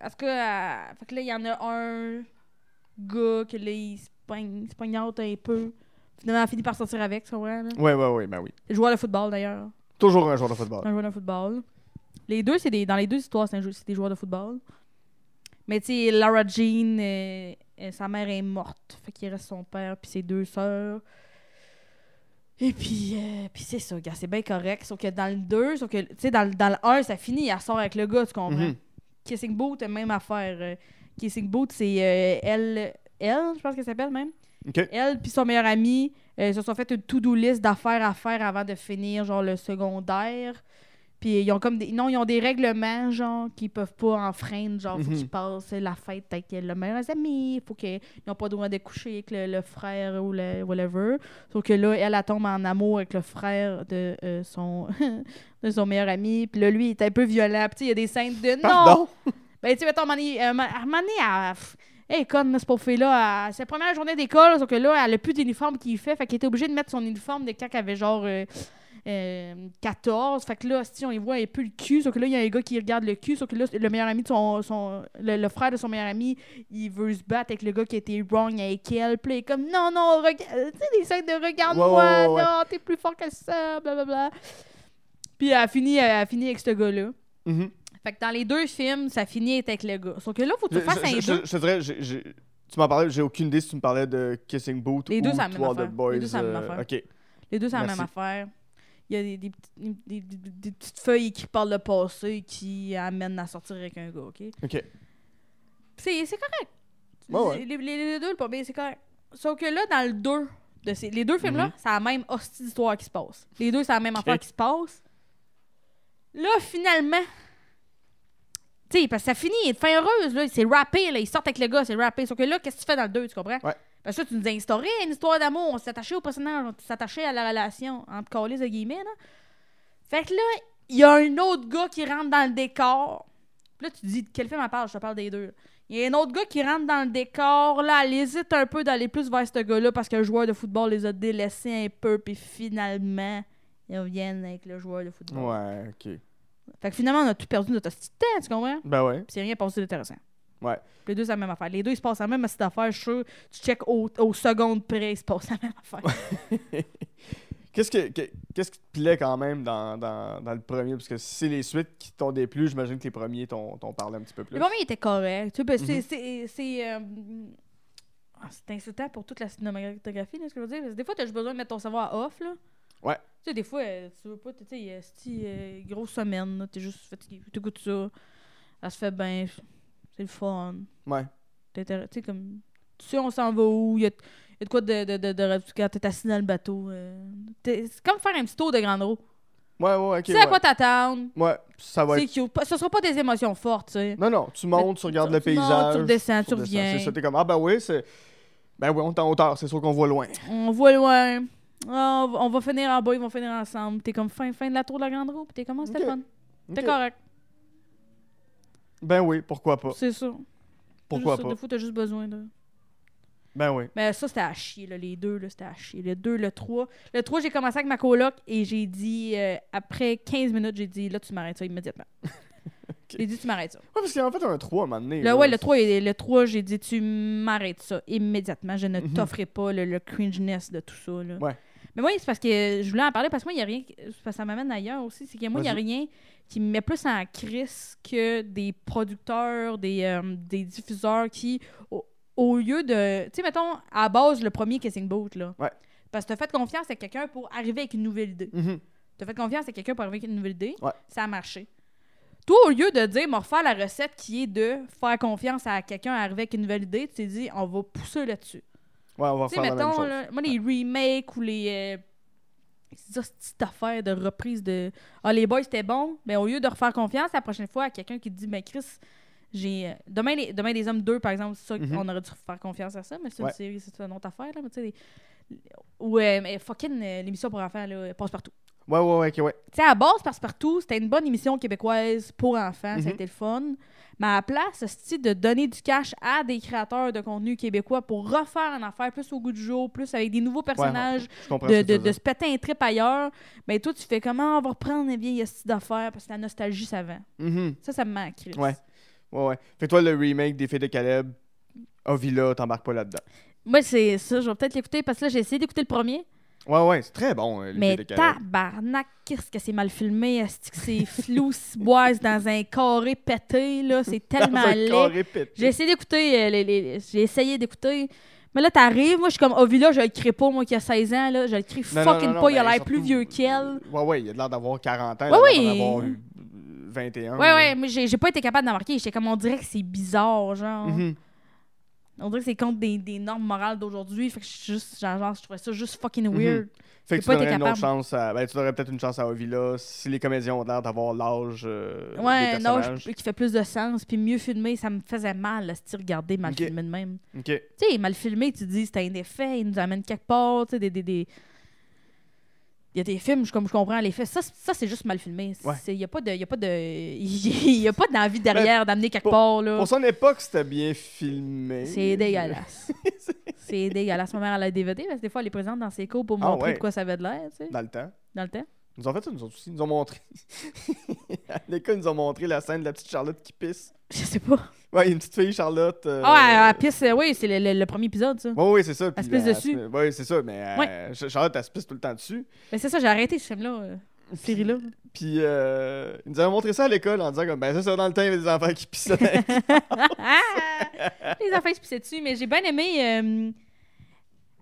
Speaker 3: en tout cas, elle- fait que là, il y en a un gars que là, il se pogne- il se pognote un peu. Finalement, elle finit par sortir avec, tu comprends, là.
Speaker 2: Ouais, ouais, ouais, ben oui.
Speaker 3: Joueur de football, d'ailleurs.
Speaker 2: Toujours un joueur de football.
Speaker 3: Un joueur de football. Les deux, c'est des, dans les deux histoires, c'est, un jeu- c'est des joueurs de football. Mais tu sais, Lara Jean, euh, euh, sa mère est morte. Fait qu'il reste son père puis ses deux sœurs. Et puis, euh, puis c'est ça, gars, c'est bien correct. Sauf que dans le 2, sauf que, tu sais, dans, le- dans le 1, ça finit, elle sort avec le gars, tu comprends?
Speaker 2: Mhm.
Speaker 3: Kissing Boot, même affaire. euh, Kissing Boot, c'est euh, elle, elle, je pense qu'elle s'appelle même.
Speaker 2: Ok.
Speaker 3: Elle puis son meilleur ami euh, se sont fait une to-do list d'affaires à faire avant de finir genre le secondaire. Puis ils ont comme des non, ils ont des règlements genre qu'ils peuvent pas enfreindre, genre faut
Speaker 2: Mhm.
Speaker 3: qu'ils passent la fête avec le meilleur ami, faut qu'ils n'ont pas le droit de coucher avec le, le frère ou le whatever. Sauf que là elle, elle tombe en amour avec le frère de euh, son de son meilleur ami, puis là lui il est un peu violent, puis tu sais, il y a des scènes de non.
Speaker 2: Pardon?
Speaker 3: Ben, tu sais, mettons, à un moment donné, euh, ma- à un moment donné, elle- pff, elle est conne, là, cette pauvre fille-là. Elle- C'est la première journée d'école, sauf que là, elle a plus d'uniforme qu'il fait. Fait qu'elle était obligée de mettre son uniforme de quand elle avait genre euh, euh, 14. Fait que là, si on y voit, elle est plus le cul. Sauf que là, il y a un gars qui regarde le cul. Sauf que là, le meilleur ami de son. son- le, le frère de son meilleur ami, il veut se battre avec le gars qui était wrong avec elle. Puis là, il est comme, non, non, regarde. Tu sais, les scènes de regarde-moi,
Speaker 2: Ouais, ouais, ouais, ouais.
Speaker 3: non, t'es plus fort que ça, blablabla. Puis elle a fini, elle a fini avec ce gars-là.
Speaker 2: Mhm.
Speaker 3: Fait que dans les deux films, ça finit être avec le gars. Sauf que là, faut que
Speaker 2: Je,
Speaker 3: tu fasses
Speaker 2: je-
Speaker 3: un
Speaker 2: je-
Speaker 3: deux.
Speaker 2: je te dirais, j'ai- j'ai- tu m'en parlais, j'ai aucune idée si tu me parlais de Kissing Booth
Speaker 3: Les
Speaker 2: ou
Speaker 3: deux, c'est la même
Speaker 2: To All the
Speaker 3: affaire.
Speaker 2: Boys.
Speaker 3: Les deux, c'est la même
Speaker 2: euh,
Speaker 3: affaire.
Speaker 2: ok.
Speaker 3: Les deux, c'est la même
Speaker 2: Merci.
Speaker 3: affaire. Il y a des, des petites- des- des- des- des petites feuilles qui parlent de passé qui amènent à sortir avec un gars, OK?
Speaker 2: Ok.
Speaker 3: C'est c'est correct.
Speaker 2: Ouais, ouais.
Speaker 3: Les, les- les deux, le premier, c'est correct. Sauf que là, dans le 2, de ces, les deux films-là,
Speaker 2: Mhm.
Speaker 3: c'est la même hostie d'histoire qui se passe. Les deux, c'est la même affaire qui se passe. Là, finalement, tu sais, parce que ça finit, il est de fin heureuse, là. C'est rappé, là. Ils sortent avec le gars, c'est rappé. Sauf que là, qu'est-ce que tu fais dans le 2, tu comprends?
Speaker 2: Ouais.
Speaker 3: Parce que là, tu nous as instauré une histoire d'amour. On s'attachait au personnage, on s'attachait à la relation, entre calices de guillemets, là. Fait que là, il y a un autre gars qui rentre dans le décor. Puis là, tu te dis, de quel film elle parle? Je te parle des deux. Il y a un autre gars qui rentre dans le décor, là, elle hésite un peu d'aller plus vers ce gars-là parce que le joueur de football les a délaissés un peu, puis finalement, ils reviennent avec le joueur de football.
Speaker 2: Ouais, ok.
Speaker 3: Fait que finalement, on a tout perdu notre petit temps, tu comprends?
Speaker 2: Ben ouais.
Speaker 3: Puis c'est rien passé d'intéressant.
Speaker 2: Ouais.
Speaker 3: Puis Les deux, c'est la même affaire. Les deux, ils se passent la même petite affaire. Je suis sûr, tu check au, au seconde près, ils se passent la même affaire.
Speaker 2: Qu'est-ce que- que- qu'est-ce qui te plaît quand même dans, dans, dans le premier? Parce que si c'est les suites qui t'ont déplu, j'imagine que les premiers t'ont t'ont parlé un petit peu plus.
Speaker 3: Le premier, il était correct. Tu sais, ben, c'est-
Speaker 2: Mhm.
Speaker 3: c'est- c'est. euh, ah, C'est insultant pour toute la cinématographie, là, ce que je veux dire. Parce que des fois, t'as juste besoin de mettre ton savoir off, là.
Speaker 2: Ouais.
Speaker 3: Tu sais, des fois, euh, tu veux pas, tu sais, il y a cette euh, grosse semaine, là, t'es juste fatigué, t'écoutes ça, ça se fait bien, c'est le fun.
Speaker 2: Ouais.
Speaker 3: T'es intér- Tu sais, comme. Tu sais, on s'en va où, il y a, il y a de quoi de. de, de, de- quand t'es assis dans le bateau. euh, t'es- c'est comme faire un petit tour de grande roue.
Speaker 2: Ouais, ouais, ok.
Speaker 3: tu sais à
Speaker 2: ouais.
Speaker 3: quoi t'attendre,
Speaker 2: Ouais, ça va
Speaker 3: c'est cute. Pas- Ce sera pas des émotions fortes, tu sais.
Speaker 2: Non, non, tu montes, tu regardes le
Speaker 3: tu montes, tu
Speaker 2: paysage.
Speaker 3: redescends, tu reviens.
Speaker 2: C'est ça, t'es comme, ah ben oui, c'est. Ben oui, on est en hauteur, c'est sûr qu'on voit loin.
Speaker 3: on voit loin. Ah, on va- on va finir en bas, ils vont finir ensemble. T'es comme fin, fin de la tour de la grande roue. puis T'es comme, Ah, c'était
Speaker 2: Ok.
Speaker 3: le fun. T'es
Speaker 2: Ok.
Speaker 3: correct.
Speaker 2: Ben oui, pourquoi pas.
Speaker 3: C'est ça.
Speaker 2: Pourquoi
Speaker 3: Juste ça.
Speaker 2: pas.
Speaker 3: Des fois, t'as juste besoin de.
Speaker 2: Ben oui.
Speaker 3: Mais ça, c'était à chier, là, les deux, là, c'était à chier. Le 2, le 3. Le 3, j'ai commencé avec ma coloc et j'ai dit, euh, après 15 minutes, j'ai dit, là, tu m'arrêtes ça immédiatement. J'ai dit, tu m'arrêtes ça.
Speaker 2: Ouais, parce qu'il en fait un 3 à un moment donné.
Speaker 3: Le,
Speaker 2: là.
Speaker 3: ouais, le 3, il- le 3 j'ai dit, tu m'arrêtes ça immédiatement. Je ne
Speaker 2: Mhm.
Speaker 3: t'offrirai pas le, le cringeness de tout ça. Là.
Speaker 2: Ouais.
Speaker 3: Mais moi, c'est parce que je voulais en parler parce que moi, il n'y a rien. qui- parce que ça m'amène ailleurs aussi. C'est que moi, il n'y a
Speaker 2: Vas-y.
Speaker 3: rien qui me met plus en crise que des producteurs, des, euh, des diffuseurs qui, au, au lieu de. Tu sais, mettons, à base, le premier Kissing Boat, là.
Speaker 2: Ouais.
Speaker 3: Parce que tu as fait confiance à quelqu'un pour arriver avec une nouvelle idée.
Speaker 2: Mhm.
Speaker 3: T'as fait confiance à quelqu'un pour arriver avec une nouvelle idée.
Speaker 2: Ouais.
Speaker 3: Ça a marché. Toi, au lieu de dire, m'en refaire la recette qui est de faire confiance à quelqu'un à arriver avec une nouvelle idée, tu t'es dit, on va pousser là-dessus.
Speaker 2: Ouais, on va
Speaker 3: Tu sais,
Speaker 2: refaire la même
Speaker 3: mettons,
Speaker 2: chose.
Speaker 3: là, moi, les remakes ou les. euh, c'est ça, cette petite affaire de reprise de. Ah, les boys, c'était bon. Mais au lieu de refaire confiance la prochaine fois à quelqu'un qui te dit, mais Chris, j'ai. euh, Demain les... Demain, les hommes 2, par exemple, c'est ça,
Speaker 2: Mhm.
Speaker 3: on aurait dû faire confiance à ça, mais c'est
Speaker 2: Ouais.
Speaker 3: une série, c'est une autre affaire, là. Mais tu sais, les- Ou, euh, mais fucking, euh, l'émission pour enfants, là, passe partout.
Speaker 2: Ouais, ouais, ouais, ok, ouais.
Speaker 3: Tu sais, à base, Passe-Partout, c'était une bonne émission québécoise pour enfants, ça
Speaker 2: Mhm.
Speaker 3: a été le fun. Mais à la place, c'est de donner du cash à des créateurs de contenu québécois pour refaire une affaire plus au goût du jour, plus avec des nouveaux personnages,
Speaker 2: Je comprends
Speaker 3: de,
Speaker 2: ce que tu
Speaker 3: de,
Speaker 2: veux
Speaker 3: de
Speaker 2: dire.
Speaker 3: se péter un trip ailleurs. Mais toi, tu fais comment on va reprendre les vieilles hosties d'affaires parce que la nostalgie, ça vend.
Speaker 2: Mhm.
Speaker 3: Ça, ça me manque, Chris.
Speaker 2: Ouais. Ouais, ouais. Fait que toi, le remake des Filles de Caleb, Ovila, t'embarques pas là-dedans.
Speaker 3: Moi, c'est ça, je vais peut-être l'écouter parce que là, j'ai essayé d'écouter le premier.
Speaker 2: Ouais, ouais, c'est très bon, euh, les
Speaker 3: Mais
Speaker 2: Filles de Caleb.
Speaker 3: tabarnak, qu'est-ce que c'est mal filmé, est-ce que c'est flou, ciboise dans un carré pété, là, c'est tellement
Speaker 2: Dans un
Speaker 3: laid.
Speaker 2: carré pété.
Speaker 3: J'ai essayé d'écouter. euh, les- les- les- J'ai essayé d'écouter. Mais là, t'arrives. Moi, je suis comme, oh, là, je le crée pas, moi qui a 16 ans. Là. Je le crée
Speaker 2: Non, non,
Speaker 3: fucking
Speaker 2: non, non,
Speaker 3: pas. Il a
Speaker 2: ben,
Speaker 3: l'air plus
Speaker 2: surtout,
Speaker 3: vieux qu'elle.
Speaker 2: Ouais, ouais, il a l'air d'avoir 40 ans.
Speaker 3: Ouais,
Speaker 2: il a
Speaker 3: oui.
Speaker 2: l'air d'en avoir eu 21.
Speaker 3: Ouais, ouais, mais j'ai j'ai pas été capable d'en marquer. J'étais comme, on dirait que c'est bizarre, genre.
Speaker 2: Mhm.
Speaker 3: On dirait que c'est contre des, des normes morales d'aujourd'hui. Fait que je suis juste, genre, genre, je trouvais ça juste fucking
Speaker 2: Mhm.
Speaker 3: weird.
Speaker 2: Fait
Speaker 3: J'ai
Speaker 2: que tu
Speaker 3: pas été
Speaker 2: aurais une
Speaker 3: capable.
Speaker 2: autre chance à... Ben, tu aurais peut-être une chance à Ovila si les comédiens ont l'air d'avoir l'âge euh,
Speaker 3: Ouais,
Speaker 2: des
Speaker 3: non,
Speaker 2: personnages.
Speaker 3: je- qui fait plus de sens. Puis mieux filmé, ça me faisait mal, si regarder mal
Speaker 2: Ok.
Speaker 3: filmé de même.
Speaker 2: OK.
Speaker 3: Tu sais, mal filmé, tu dis, c'est un effet, il nous amène quelque part, tu sais, des, des, des- Il y a des films, je- comme je comprends, les faits. Ça, c'est- ça, c'est juste mal filmé.
Speaker 2: Ouais.
Speaker 3: Il n'y a pas de... Il y a pas de... Il y a pas d'envie derrière d'amener quelque
Speaker 2: Ben, pour-
Speaker 3: part, là.
Speaker 2: Pour euh, son époque, c'était bien filmé.
Speaker 3: C'est dégueulasse. c'est dégueulasse. Ma mère, elle a DVD, parce que des fois, elle est présente dans ses cours pour
Speaker 2: Ah
Speaker 3: montrer
Speaker 2: ouais.
Speaker 3: de quoi ça avait de l'air, tu sais,
Speaker 2: Dans le temps.
Speaker 3: dans le temps.
Speaker 2: Ils nous ont fait ça, nous autres aussi. Ils nous ont montré. à l'école, ils nous ont montré la scène de la petite Charlotte qui pisse.
Speaker 3: Je sais pas.
Speaker 2: Ouais, il y a une petite fille, Charlotte. euh,
Speaker 3: Ah, elle- elle pisse, euh, oui, c'est le, le- le premier épisode, ça.
Speaker 2: Ouais, ouais, c'est ça.
Speaker 3: se pisse dessus.
Speaker 2: Oui, c'est ça, mais euh, Ch- Charlotte, elle se pisse tout le temps dessus.
Speaker 3: Mais c'est ça, j'ai arrêté ce film-là, euh, cette série-là.
Speaker 2: Puis, euh, ils nous avaient montré ça à l'école en disant comme, ben, ça, c'est dans le temps, il y avait des enfants qui pissaient.
Speaker 3: Ah! les enfants ils se pissaient dessus, mais j'ai bien aimé euh,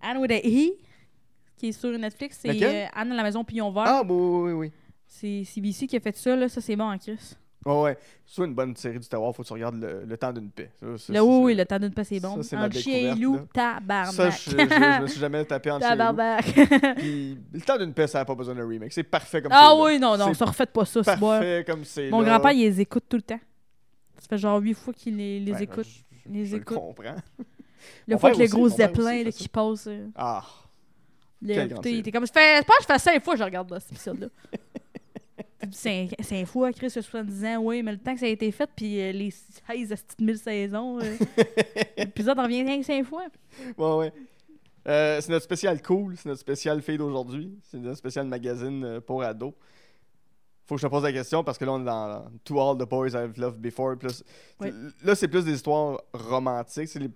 Speaker 3: Anne with a E, qui est sur Netflix. C'est
Speaker 2: Laquelle?
Speaker 3: euh, Anne à la maison Pillon Vert.
Speaker 2: ah, bon, oui, oui, oui.
Speaker 3: C'est CBC qui a fait ça, là. Ça, c'est bon en Chris.
Speaker 2: Ouais, ouais. Soit une bonne série du terroir, faut que tu regardes le, Le temps d'une paix. Ça, ça, ça,
Speaker 3: Là, oui,
Speaker 2: ça.
Speaker 3: oui, le temps d'une passe, c'est bon.
Speaker 2: ça, c'est ma
Speaker 3: Entre chien et
Speaker 2: découverte,
Speaker 3: loup,
Speaker 2: là. Ça,
Speaker 3: tabarnak.
Speaker 2: je, je- je me suis jamais tapé en chien.
Speaker 3: Tabarnak.
Speaker 2: Puis, le temps d'une paix, ça n'a pas besoin d'un remake. C'est parfait comme
Speaker 3: ah
Speaker 2: c'est là.
Speaker 3: oui, non, non,
Speaker 2: C'est
Speaker 3: ça refait pas ça, c'est bon.
Speaker 2: Parfait comme c'est.
Speaker 3: Mon
Speaker 2: là. Ben,
Speaker 3: grand-père, il les écoute tout le temps. Ça fait genre huit fois qu'il les, les
Speaker 2: Ouais,
Speaker 3: écoute.
Speaker 2: Ben, je-
Speaker 3: Les
Speaker 2: je le
Speaker 3: écoute.
Speaker 2: comprends.
Speaker 3: Le
Speaker 2: mon
Speaker 3: fois
Speaker 2: père
Speaker 3: que le
Speaker 2: aussi,
Speaker 3: gros
Speaker 2: mon père aussi
Speaker 3: zeppelin
Speaker 2: fait
Speaker 3: là,
Speaker 2: ça.
Speaker 3: qui passe. euh,
Speaker 2: Ah.
Speaker 3: Le,
Speaker 2: Quelle grande
Speaker 3: putain,
Speaker 2: série.
Speaker 3: t'es comme, je, fais, je pense que je fais cinq fois que je regarde là, cet épisode-là. Tu dis, cinq, cinq fois, Chris, que 70 ans, oui, mais le temps que ça a été fait, puis euh, les 16 à 1000 saisons, euh, l'épisode en revient rien que cinq fois.
Speaker 2: Ouais, ouais. Euh, c'est notre spécial cool, c'est notre spécial fille d'aujourd'hui, c'est notre spécial magazine euh, pour ados. Faut que je te pose la question parce que là on est dans To All the Boys I've Loved Before. Plus...
Speaker 3: Ouais.
Speaker 2: Là c'est plus des histoires romantiques. C'est les...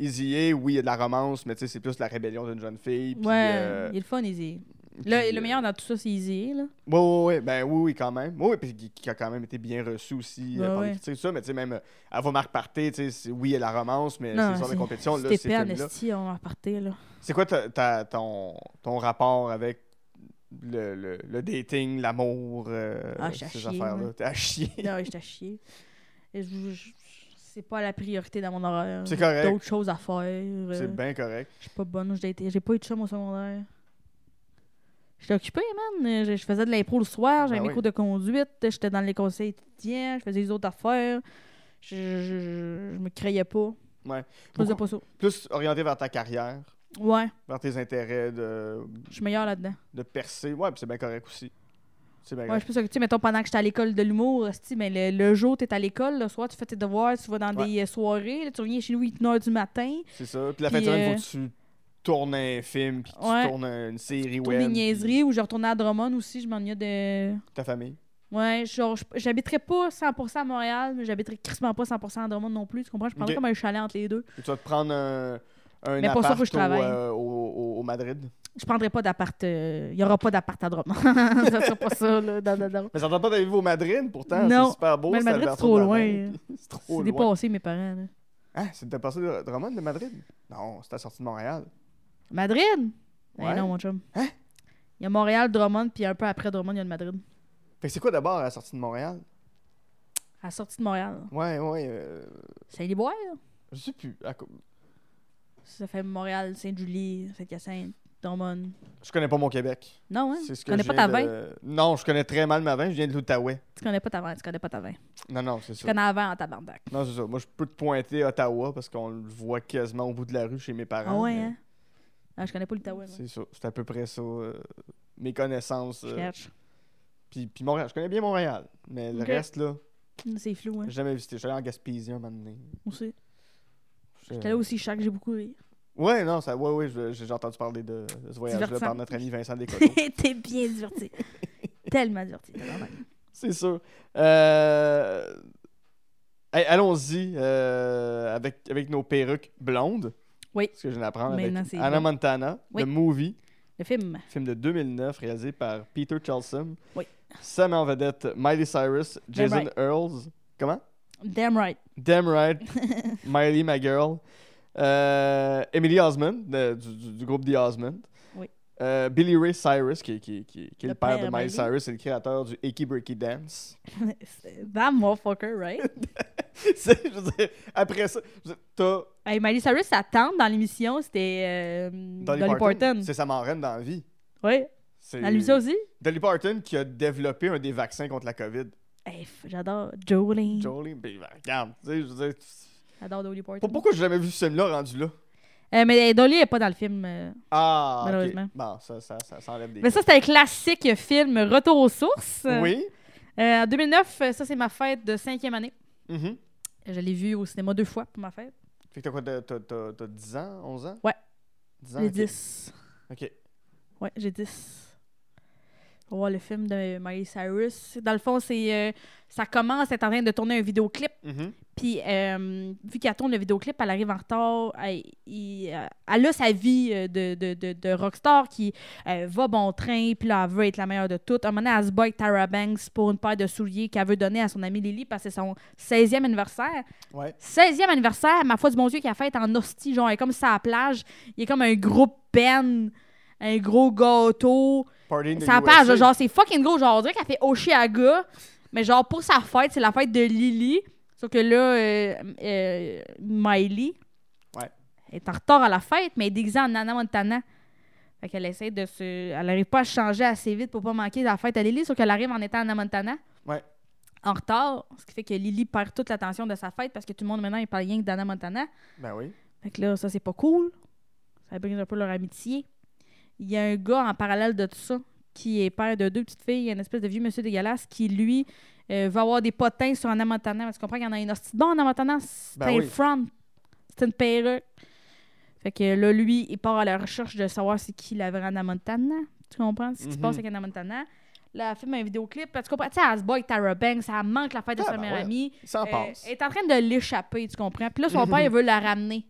Speaker 2: Easy A, oui, il y a de la romance, mais tu sais, c'est plus la rébellion d'une jeune fille. puis,
Speaker 3: ouais,
Speaker 2: euh,
Speaker 3: il est le fun, Easy.
Speaker 2: puis,
Speaker 3: Le,
Speaker 2: euh,
Speaker 3: le meilleur dans tout ça, c'est Easy, là.
Speaker 2: Ouais, ouais, ouais, ben oui, oui, quand même. Oui, oui, puis qui, qui a quand même été bien reçu aussi euh,
Speaker 3: Ouais,
Speaker 2: par les
Speaker 3: ouais.
Speaker 2: critiques, tout ça. Mais tu sais, même euh, avant Marc Parté, tu sais, c'est- oui, il y a la romance, mais
Speaker 3: Non,
Speaker 2: c'est une sorte de
Speaker 3: c'est-
Speaker 2: compétition. Là, ces
Speaker 3: C'était
Speaker 2: films-là.
Speaker 3: Anesti, on va partir, là.
Speaker 2: C'est quoi ta- ta- ton, ton rapport avec le, le- le dating, l'amour, euh,
Speaker 3: Ah, je suis à
Speaker 2: ces
Speaker 3: chier,
Speaker 2: affaires-là?
Speaker 3: moi.
Speaker 2: T'es à chier.
Speaker 3: Non, j'étais à chier. Et je- je- je- C'est pas la priorité dans mon horaire.
Speaker 2: C'est correct.
Speaker 3: D'autres choses à faire. euh,
Speaker 2: C'est bien correct.
Speaker 3: Je suis pas bonne, j'ai été- j'ai pas eu de chum au secondaire. J'étais occupée, man. Euh, Je, je faisais de l'impro le soir, j'avais
Speaker 2: Ben
Speaker 3: mes
Speaker 2: oui.
Speaker 3: cours de conduite, euh, j'étais dans les conseils étudiants, je faisais les autres affaires. Je, je, je- je me créais pas.
Speaker 2: Ouais.
Speaker 3: Je faisais
Speaker 2: Beaucoup-
Speaker 3: pas ça.
Speaker 2: Plus orienté vers ta carrière,
Speaker 3: Ouais,
Speaker 2: vers tes intérêts de,
Speaker 3: je suis meilleure là-dedans.
Speaker 2: de percer. Ouais, puis c'est bien correct aussi. C'est bien
Speaker 3: Ouais, je
Speaker 2: correct.
Speaker 3: suis plus occupée. Mettons, pendant que j'étais à l'école de l'humour, esti, mais le, le jour, t'es à l'école, le soir, tu fais tes devoirs, tu vas dans
Speaker 2: Ouais.
Speaker 3: des euh, soirées, là, tu reviens chez nous 8h du matin.
Speaker 2: C'est ça. Puis la fin de
Speaker 3: Puis,
Speaker 2: semaine,
Speaker 3: euh,
Speaker 2: faut que tu tournes un film, puis que
Speaker 3: ouais.
Speaker 2: tu tournes une série
Speaker 3: Toutes
Speaker 2: web.
Speaker 3: des
Speaker 2: puis
Speaker 3: niaiseries, ou je retournais à Drummond aussi, je m'ennuyais de.
Speaker 2: Ta famille.
Speaker 3: Ouais, genre, je- j'habiterais pas 100% à Montréal, mais j'habiterais crissement pas 100% à Drummond non plus. Tu comprends? Je prendrais
Speaker 2: Ok.
Speaker 3: comme un chalet entre les deux.
Speaker 2: Tu vas te prendre un, un
Speaker 3: Mais pour ça,
Speaker 2: appart
Speaker 3: faut que je
Speaker 2: au,
Speaker 3: travaille.
Speaker 2: euh, au, au- au Madrid.
Speaker 3: Je prendrais pas d'appart. euh, Il y aura pas d'appart à Drummond. ça sera pas ça, là. Non, non, non.
Speaker 2: Mais ça tente pas d'aller vivre au Madrid, pourtant.
Speaker 3: Non.
Speaker 2: C'est super beau.
Speaker 3: Mais le
Speaker 2: c'est
Speaker 3: Madrid, c'est
Speaker 2: Alberto
Speaker 3: trop
Speaker 2: de la
Speaker 3: loin.
Speaker 2: Mer. C'est trop
Speaker 3: C'est
Speaker 2: loin.
Speaker 3: dépassé, mes parents. là.
Speaker 2: Ah, c'est dépassé de Drummond de Madrid? Non, c'était sorti de Montréal.
Speaker 3: Madrid? Ben
Speaker 2: Ouais.
Speaker 3: non, mon chum.
Speaker 2: Hein?
Speaker 3: Il y a Montréal, Drummond, puis un peu après Drummond, il y a le Madrid.
Speaker 2: Fait que c'est quoi d'abord la sortie de Montréal?
Speaker 3: À la sortie de Montréal.
Speaker 2: Ouais, ouais. euh,
Speaker 3: C'est les bois, là.
Speaker 2: je sais plus. à co-
Speaker 3: Ça fait Montréal, Sainte-Julie, Sainte-Hyacinthe, Drummond.
Speaker 2: Je connais pas mon Québec.
Speaker 3: Non, hein?
Speaker 2: C'est ce
Speaker 3: Tu
Speaker 2: que
Speaker 3: connais
Speaker 2: je
Speaker 3: pas
Speaker 2: viens
Speaker 3: ta veine?
Speaker 2: de- Non, je connais très mal ma veine. Je viens de l'Outaouais.
Speaker 3: Tu connais pas ta veine, tu connais pas ta veine.
Speaker 2: Non, non, c'est
Speaker 3: Tu
Speaker 2: ça.
Speaker 3: connais avant en tabarnak.
Speaker 2: Non, c'est ça. Moi, je peux te pointer Ottawa parce qu'on le voit quasiment au bout de la rue chez mes parents.
Speaker 3: Ah ouais,
Speaker 2: mais
Speaker 3: hein? Ah, je connais pas l'Outaouais, moi.
Speaker 2: C'est ça. C'est à peu près ça. euh, mes connaissances.
Speaker 3: Je
Speaker 2: euh,
Speaker 3: cherche.
Speaker 2: Puis, puis Montréal, je connais bien Montréal, mais le
Speaker 3: Ok.
Speaker 2: reste, là, euh,
Speaker 3: Hum, C'est flou, hein?
Speaker 2: j'ai jamais visité. J'allais en Gaspésie un moment donné.
Speaker 3: Aussi.
Speaker 2: Je-
Speaker 3: J'étais là aussi, chaque, j'ai beaucoup ri.
Speaker 2: Ouais, non, ça, ouais, ouais, je- j'ai entendu parler de, de ce voyage-là
Speaker 3: Divertissant.
Speaker 2: par notre ami Vincent Descoteaux.
Speaker 3: T'es bien diverti. Tellement diverti, tabarnak.
Speaker 2: C'est sûr. Euh, hey, Allons-y euh, avec, avec nos perruques blondes.
Speaker 3: Oui.
Speaker 2: Ce que je viens d'apprendre avec
Speaker 3: Maintenant, c'est
Speaker 2: Anna
Speaker 3: vrai.
Speaker 2: Montana,
Speaker 3: Oui.
Speaker 2: The Movie,
Speaker 3: Le film.
Speaker 2: film de 2009 réalisé par Peter Chalsom.
Speaker 3: Oui.
Speaker 2: Sam en vedette, Miley Cyrus,
Speaker 3: Damn
Speaker 2: Jason
Speaker 3: right.
Speaker 2: Earls. Comment?
Speaker 3: Damn right.
Speaker 2: Damn right. Miley, my girl. Euh, Emily Osmond, de- du, du- du groupe The Osmond.
Speaker 3: Oui.
Speaker 2: Euh, Billy Ray Cyrus, qui, qui- qui- qui est le, père de Miley
Speaker 3: Miley.
Speaker 2: Cyrus, c'est le créateur du Icky Breaky Dance.
Speaker 3: That motherfucker, right?
Speaker 2: C'est- je veux dire, après ça, je veux dire, t'as
Speaker 3: Hey, Miley Cyrus, sa tante dans l'émission, c'était euh, Dolly,
Speaker 2: Dolly,
Speaker 3: Parton.
Speaker 2: C'est sa marraine dans la vie.
Speaker 3: Oui,
Speaker 2: C'est
Speaker 3: elle lui ça aussi.
Speaker 2: Dolly Parton qui a développé un des vaccins contre la COVID.
Speaker 3: Hey, f- j'adore Jolene.
Speaker 2: Jolie, ben, ben, regarde. tu sais, je veux dire,
Speaker 3: j'adore Dolly Parton.
Speaker 2: pour- pourquoi j'ai jamais vu ce film-là rendu là?
Speaker 3: Euh, mais euh, Dolly n'est pas dans le film. euh.
Speaker 2: Ah, ok.
Speaker 3: Malheureusement.
Speaker 2: Bon, ça, ça, ça s'enlève des.
Speaker 3: Mais ça, c'était un classique film Retour aux sources.
Speaker 2: oui.
Speaker 3: Euh, en 2009, euh, ça, c'est ma fête de cinquième année.
Speaker 2: Mhm.
Speaker 3: Je l'ai vu au cinéma deux fois pour ma fête.
Speaker 2: Fait que t'as quoi, t'as, t'as- t'as- t'as 10 ans, 11 ans?
Speaker 3: Ouais.
Speaker 2: 10 ans, Ah,
Speaker 3: J'ai
Speaker 2: ok.
Speaker 3: 10.
Speaker 2: Ok.
Speaker 3: Ouais, j'ai 10. On va voir le film de Miley Cyrus. Dans le fond, c'est euh, ça commence, elle est en train de tourner un vidéoclip.
Speaker 2: Mhm.
Speaker 3: Puis, euh, vu qu'elle tourne le vidéoclip, elle arrive en retard. Elle, il- euh, elle a sa vie euh, de, de, de, de rockstar qui euh, va bon train, puis là, elle veut être la meilleure de toutes. À un moment donné, elle se bat avec Tara Banks pour une paire de souliers qu'elle veut donner à son amie Lily parce que c'est son 16e anniversaire.
Speaker 2: Ouais.
Speaker 3: 16e anniversaire, ma foi du bon Dieu, qui a fait en hostie. Genre, elle est comme ça à la plage. Il y a comme un gros pen, un gros gâteau.
Speaker 2: Party in the
Speaker 3: Ça
Speaker 2: USA.
Speaker 3: page, là, genre, c'est fucking gros. Genre, on dirait qu'elle fait Oshiaga, mais genre, pour sa fête, c'est la fête de Lily. Sauf que là, euh, euh, Miley
Speaker 2: Ouais.
Speaker 3: est en retard à la fête, mais elle est déguisée en Nana Montana. Fait qu'elle essaie de se. Elle n'arrive pas à changer assez vite pour pas manquer la fête à Lily, sauf qu'elle arrive en étant Nana Montana.
Speaker 2: Ouais.
Speaker 3: En retard, ce qui fait que Lily perd toute l'attention de sa fête parce que tout le monde maintenant, il parle rien que d'Anna Montana.
Speaker 2: Ben oui.
Speaker 3: Fait que là, ça, c'est pas cool. Ça brise un peu leur amitié. Il y a un gars en parallèle de tout ça qui est père de deux petites filles, un espèce de vieux monsieur dégueulasse qui, lui, euh, va avoir des potins sur un amantana. Mais tu comprends qu'il y en a une hostie. Bon, un amantana, c'est
Speaker 2: Ben
Speaker 3: un
Speaker 2: oui.
Speaker 3: front. C'est une perruque. Fait que là, lui, il part à la recherche de savoir c'est qui la vraie Montana. Tu comprends ce qui se
Speaker 2: Mhm.
Speaker 3: passe avec Anna Montana? Là, elle filme un vidéoclip. Tu comprends? Tu sais, elle se bat avec Tara Banks. Ça manque la fête de
Speaker 2: Ah,
Speaker 3: sa
Speaker 2: ben
Speaker 3: meilleure
Speaker 2: ouais.
Speaker 3: amie.
Speaker 2: Ça en
Speaker 3: Euh,
Speaker 2: passe. Mm-hmm.
Speaker 3: Elle est en train de l'échapper, tu comprends? Puis là, son père, il veut la ramener.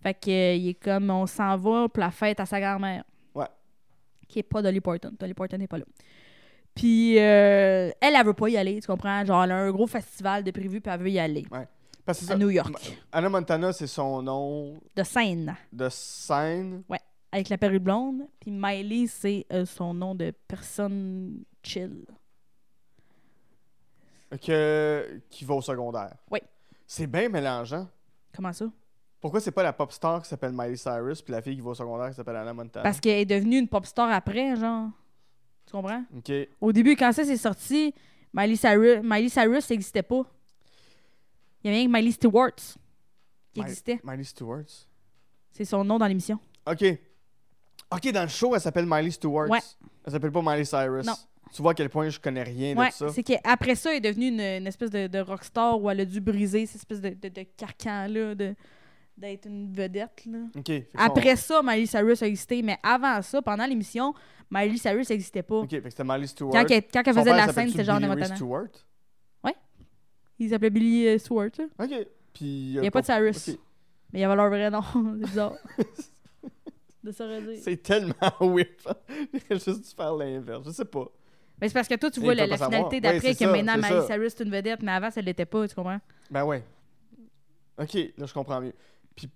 Speaker 3: Fait que, euh, il est comme, on s'en va pour la fête à sa grand-mère.
Speaker 2: Ouais.
Speaker 3: Qui est pas Dolly Parton. Dolly Parton n'est pas là. Puis, euh, elle, elle veut pas y aller, tu comprends? Genre, elle a un gros festival de prévu, puis elle veut y aller.
Speaker 2: Parce que c'est
Speaker 3: À
Speaker 2: ça,
Speaker 3: New York.
Speaker 2: Anna Montana, c'est son nom
Speaker 3: De scène.
Speaker 2: de scène.
Speaker 3: Avec la perruque blonde. Puis Miley, c'est euh, son nom de personne chill.
Speaker 2: que, qui va au secondaire.
Speaker 3: Oui.
Speaker 2: C'est bien mélangeant.
Speaker 3: Comment ça?
Speaker 2: Pourquoi c'est pas la pop star qui s'appelle Miley Cyrus puis la fille qui va au secondaire qui s'appelle Anna Montana?
Speaker 3: Parce qu'elle est devenue une pop star après, genre. Tu comprends?
Speaker 2: OK.
Speaker 3: Au début, quand ça s'est sorti, Miley Cyrus, Miley Cyrus ça n'existait pas. Il y avait rien que Miley Stewart qui
Speaker 2: Mi-
Speaker 3: existait.
Speaker 2: Miley Stewart.
Speaker 3: C'est son nom dans l'émission.
Speaker 2: OK. OK, dans le show, elle s'appelle Miley Stewart.
Speaker 3: Ouais.
Speaker 2: Elle s'appelle pas Miley Cyrus.
Speaker 3: Non.
Speaker 2: Tu vois à quel point je connais rien
Speaker 3: Ouais,
Speaker 2: de ça.
Speaker 3: c'est qu'après ça, elle est devenue une, une espèce de, de rockstar où elle a dû briser cette espèce de, de- de carcan-là de, d'être une vedette, là.
Speaker 2: Ok. fait que ça, on-
Speaker 3: Après ça, Miley Cyrus a existé, mais avant ça, pendant l'émission, Miley Cyrus n'existait pas.
Speaker 2: Ok, fait que c'était Miley Stewart.
Speaker 3: Quand, elle, quand elle
Speaker 2: Son
Speaker 3: faisait
Speaker 2: père
Speaker 3: la
Speaker 2: s'appelle-tu
Speaker 3: scène, c'était genre
Speaker 2: Billy Ray
Speaker 3: n'importe quoi.
Speaker 2: Stewart.
Speaker 3: Ils s'appelaient Billy euh, Stewart, là.
Speaker 2: Ok. Puis. euh,
Speaker 3: Il n'y a pas de Cyrus. Mais il y avait leur vrai nom. C'est bizarre. de se redire.
Speaker 2: C'est tellement weird. J'aurais juste dû faire l'inverse. Je sais pas.
Speaker 3: Mais c'est parce que toi, tu
Speaker 2: Il
Speaker 3: vois
Speaker 2: peut
Speaker 3: la,
Speaker 2: pas
Speaker 3: la
Speaker 2: savoir.
Speaker 3: finalité
Speaker 2: Oui,
Speaker 3: d'après
Speaker 2: c'est
Speaker 3: que
Speaker 2: ça,
Speaker 3: maintenant
Speaker 2: c'est
Speaker 3: Miley
Speaker 2: ça.
Speaker 3: Cyrus est une vedette, mais avant, ça ne l'était pas, tu comprends?
Speaker 2: Ben ouais. Ok, là je comprends mieux. Puis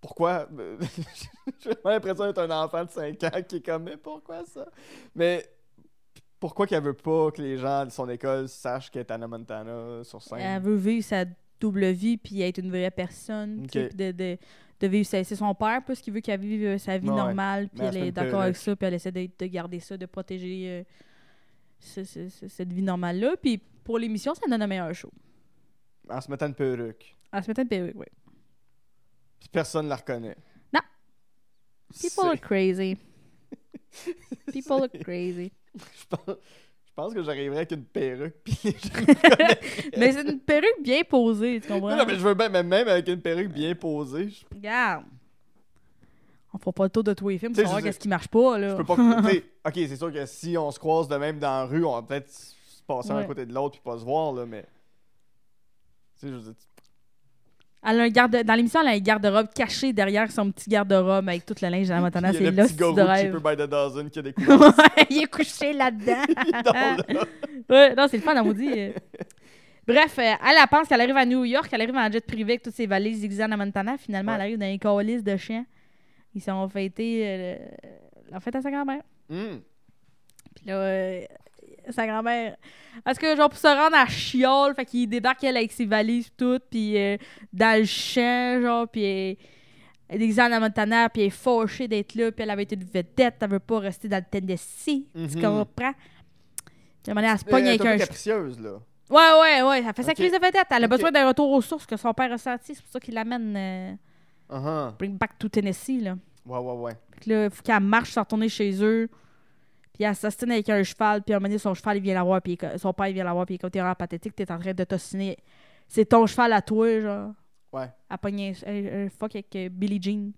Speaker 2: pourquoi euh, J'ai vraiment l'impression d'être un enfant de 5 ans qui est comme mais pourquoi ça Mais pourquoi qu'elle veut pas que les gens de son école sachent qu'elle est Anna Montana sur scène
Speaker 3: Elle veut vivre sa double vie puis être une vraie personne. tu sais,
Speaker 2: Ok.
Speaker 3: puis De, de, de vivre sa- C'est son père, parce qu'il veut qu'elle vive euh, sa vie
Speaker 2: Ouais.
Speaker 3: normale, puis
Speaker 2: Mais elle
Speaker 3: elle
Speaker 2: se met une
Speaker 3: est
Speaker 2: hein.
Speaker 3: d'accord avec
Speaker 2: perruque.
Speaker 3: ça, puis elle essaie de, de garder ça, de protéger euh, ce- ce- ce- cette vie normale-là. Puis pour l'émission, ça donne un meilleur show. Euh,
Speaker 2: En se mettant une perruque.
Speaker 3: Elle se mettait une perruque, oui.
Speaker 2: Puis personne la reconnaît.
Speaker 3: Non.
Speaker 2: C'est-
Speaker 3: People are crazy. People are crazy.
Speaker 2: Je pense, je pense que j'arriverais avec une perruque. Puis les gens-
Speaker 3: mais c'est une perruque bien posée, tu comprends?
Speaker 2: Non, non, mais je veux bien, mais même avec une perruque bien posée, je
Speaker 3: Regarde. On fera pas le tour de tous les films
Speaker 2: Tu sais,
Speaker 3: pour savoir
Speaker 2: je veux
Speaker 3: qu'est-ce qui marche pas, là.
Speaker 2: Je peux pas. tu sais, ok, c'est sûr que si on se croise de même dans la rue, on va peut-être se passer un
Speaker 3: Ouais.
Speaker 2: côté de l'autre puis pas se voir, là, mais. Tu sais, je veux dire,
Speaker 3: Elle a un garde dans l'émission, elle a un garde-robe caché derrière son petit garde-robe avec tout le linge de la Montana.
Speaker 2: il y
Speaker 3: C'est
Speaker 2: a le
Speaker 3: là
Speaker 2: petit
Speaker 3: c'est
Speaker 2: gorou
Speaker 3: de
Speaker 2: de Cheaper
Speaker 3: rêve.
Speaker 2: by the Dozen qui a découvert.
Speaker 3: Ouais, il est couché là-dedans.
Speaker 2: Il est dans là.
Speaker 3: Ouais, non, c'est le fun, on dit. Bref, euh, elle, elle pense qu'elle arrive à New York, elle arrive en jet privé avec toutes ses valises zigzag à Montana. Finalement,
Speaker 2: Ouais.
Speaker 3: elle arrive dans les colis de chiens. Ils sont fêtés euh, la fête à sa grand-mère.
Speaker 2: Hum,
Speaker 3: Puis là, euh, sa grand-mère. Parce que, genre, pour se rendre à Chiol, fait qu'il débarque, elle, avec ses valises, tout, puis euh, dans le champ, genre, puis elle, elle est déguisée en Hannah Montana, puis elle est fâchée d'être là, puis elle avait été une vedette, elle veut pas rester dans le Tennessee, tu
Speaker 2: Mhm.
Speaker 3: comprends? Puis à un moment donné, elle se
Speaker 2: elle
Speaker 3: pogne
Speaker 2: est
Speaker 3: avec
Speaker 2: un
Speaker 3: un.
Speaker 2: peu Euh, capricieuse, là.
Speaker 3: Ouais, ouais, ouais, elle fait sa
Speaker 2: Ok.
Speaker 3: crise de vedette, elle a
Speaker 2: Ok.
Speaker 3: besoin d'un retour aux sources que son père a senti, c'est pour ça qu'il l'amène euh,
Speaker 2: Uh-huh.
Speaker 3: Bring Back to Tennessee, là.
Speaker 2: Ouais, ouais, ouais.
Speaker 3: Fait que là, il faut qu'elle marche sans retourner chez eux. Puis elle s'astine avec un cheval. Puis à un moment donné, son cheval, il vient la voir. Puis il est co- son père, il vient la voir. Puis il est comme, t'es vraiment pathétique, t'es en train de t'ostiner. C'est ton cheval à toi, genre.
Speaker 2: Ouais.
Speaker 3: Elle pogne un, un- un fuck avec euh, Billie Jean.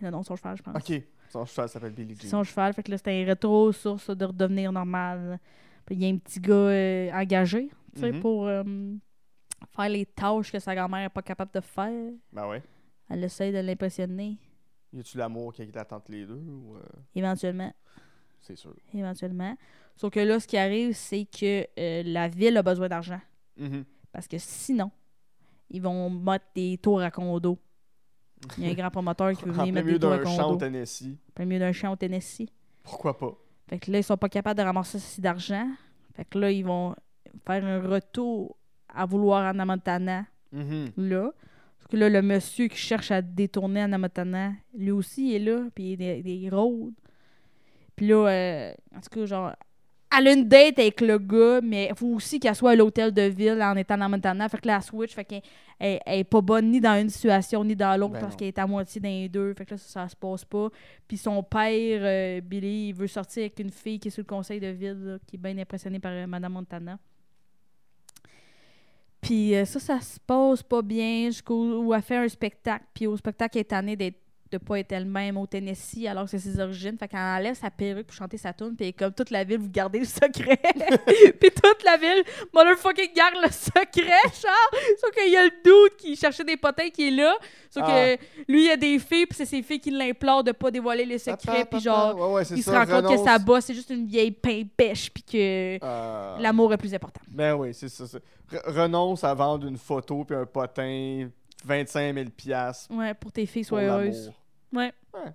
Speaker 3: Non, non, son cheval, je pense.
Speaker 2: Ok. Son cheval s'appelle Billy
Speaker 3: C'est
Speaker 2: Jean.
Speaker 3: Ah. son cheval. Fait que là, c'était un retour sur ça de redevenir normal. Puis il y a un petit gars euh, engagé, tu sais,
Speaker 2: Mhm.
Speaker 3: pour euh, faire les tâches que sa grand-mère n'est pas capable de faire.
Speaker 2: Ben ouais.
Speaker 3: Elle essaie de l'impressionner,
Speaker 2: Y a-tu l'amour qui attend entre les deux ou. euh,
Speaker 3: éventuellement.
Speaker 2: C'est sûr.
Speaker 3: éventuellement. Sauf que là, ce qui arrive, c'est que euh, la ville a besoin d'argent.
Speaker 2: Mhm.
Speaker 3: Parce que sinon, ils vont mettre des tours à condo. Il y a un grand promoteur qui veut
Speaker 2: En
Speaker 3: venir
Speaker 2: plein
Speaker 3: mettre
Speaker 2: milieu
Speaker 3: des tours à
Speaker 2: d'un champ au
Speaker 3: condo.
Speaker 2: Tennessee.
Speaker 3: En plein milieu d'un champ au Tennessee.
Speaker 2: Pourquoi pas?
Speaker 3: Fait que là, ils sont pas capables de ramasser assez d'argent. Fait que là, ils vont faire un retour à vouloir Anna Montana
Speaker 2: Mhm.
Speaker 3: là. Parce que là, le monsieur qui cherche à détourner Anna Montana, lui aussi, il est là, puis il est des rôdes. Puis là, euh, en tout cas, genre, elle a une date avec le gars, mais il faut aussi qu'elle soit à l'hôtel de ville en étant Anna Montana. Fait que là, elle switch, fait qu'elle elle, elle est pas bonne ni dans une situation ni dans l'autre
Speaker 2: Ben
Speaker 3: parce
Speaker 2: non.
Speaker 3: qu'elle est à moitié dans les deux. Fait que là, ça, ça se passe pas. Puis son père, euh, Billy, il veut sortir avec une fille qui est sur le conseil de ville, là, qui est bien impressionnée par euh, Madame Montana. Puis euh, ça, ça se passe pas bien jusqu'où où elle fait un spectacle. Puis au spectacle, elle est tannée d'être de pas être elle-même au Tennessee alors que c'est ses origines. Fait qu'elle enlève sa perruque pour chanter sa tune puis elle est comme toute la ville, vous gardez le secret. puis toute la ville, motherfucking garde le secret, genre. Sauf qu'il y a le doute qui cherchait des potins qui est là. Sauf
Speaker 2: Ah.
Speaker 3: que lui, il y a des filles puis c'est ses filles qui l'implorent de pas dévoiler les secrets
Speaker 2: Papa,
Speaker 3: puis
Speaker 2: papa.
Speaker 3: genre,
Speaker 2: Ouais, ouais, c'est
Speaker 3: il se
Speaker 2: ça,
Speaker 3: rend compte que
Speaker 2: renonce.
Speaker 3: sa bosse, c'est juste une vieille pain-pêche puis que
Speaker 2: Euh,
Speaker 3: l'amour est plus important.
Speaker 2: Ben oui, c'est ça. c'est- Re- renonce à vendre une photo puis un potin, 25 000 piastres
Speaker 3: Ouais, pour tes filles,
Speaker 2: pour
Speaker 3: sois heureuse.
Speaker 2: l'amour.
Speaker 3: Ouais.
Speaker 2: Ouais.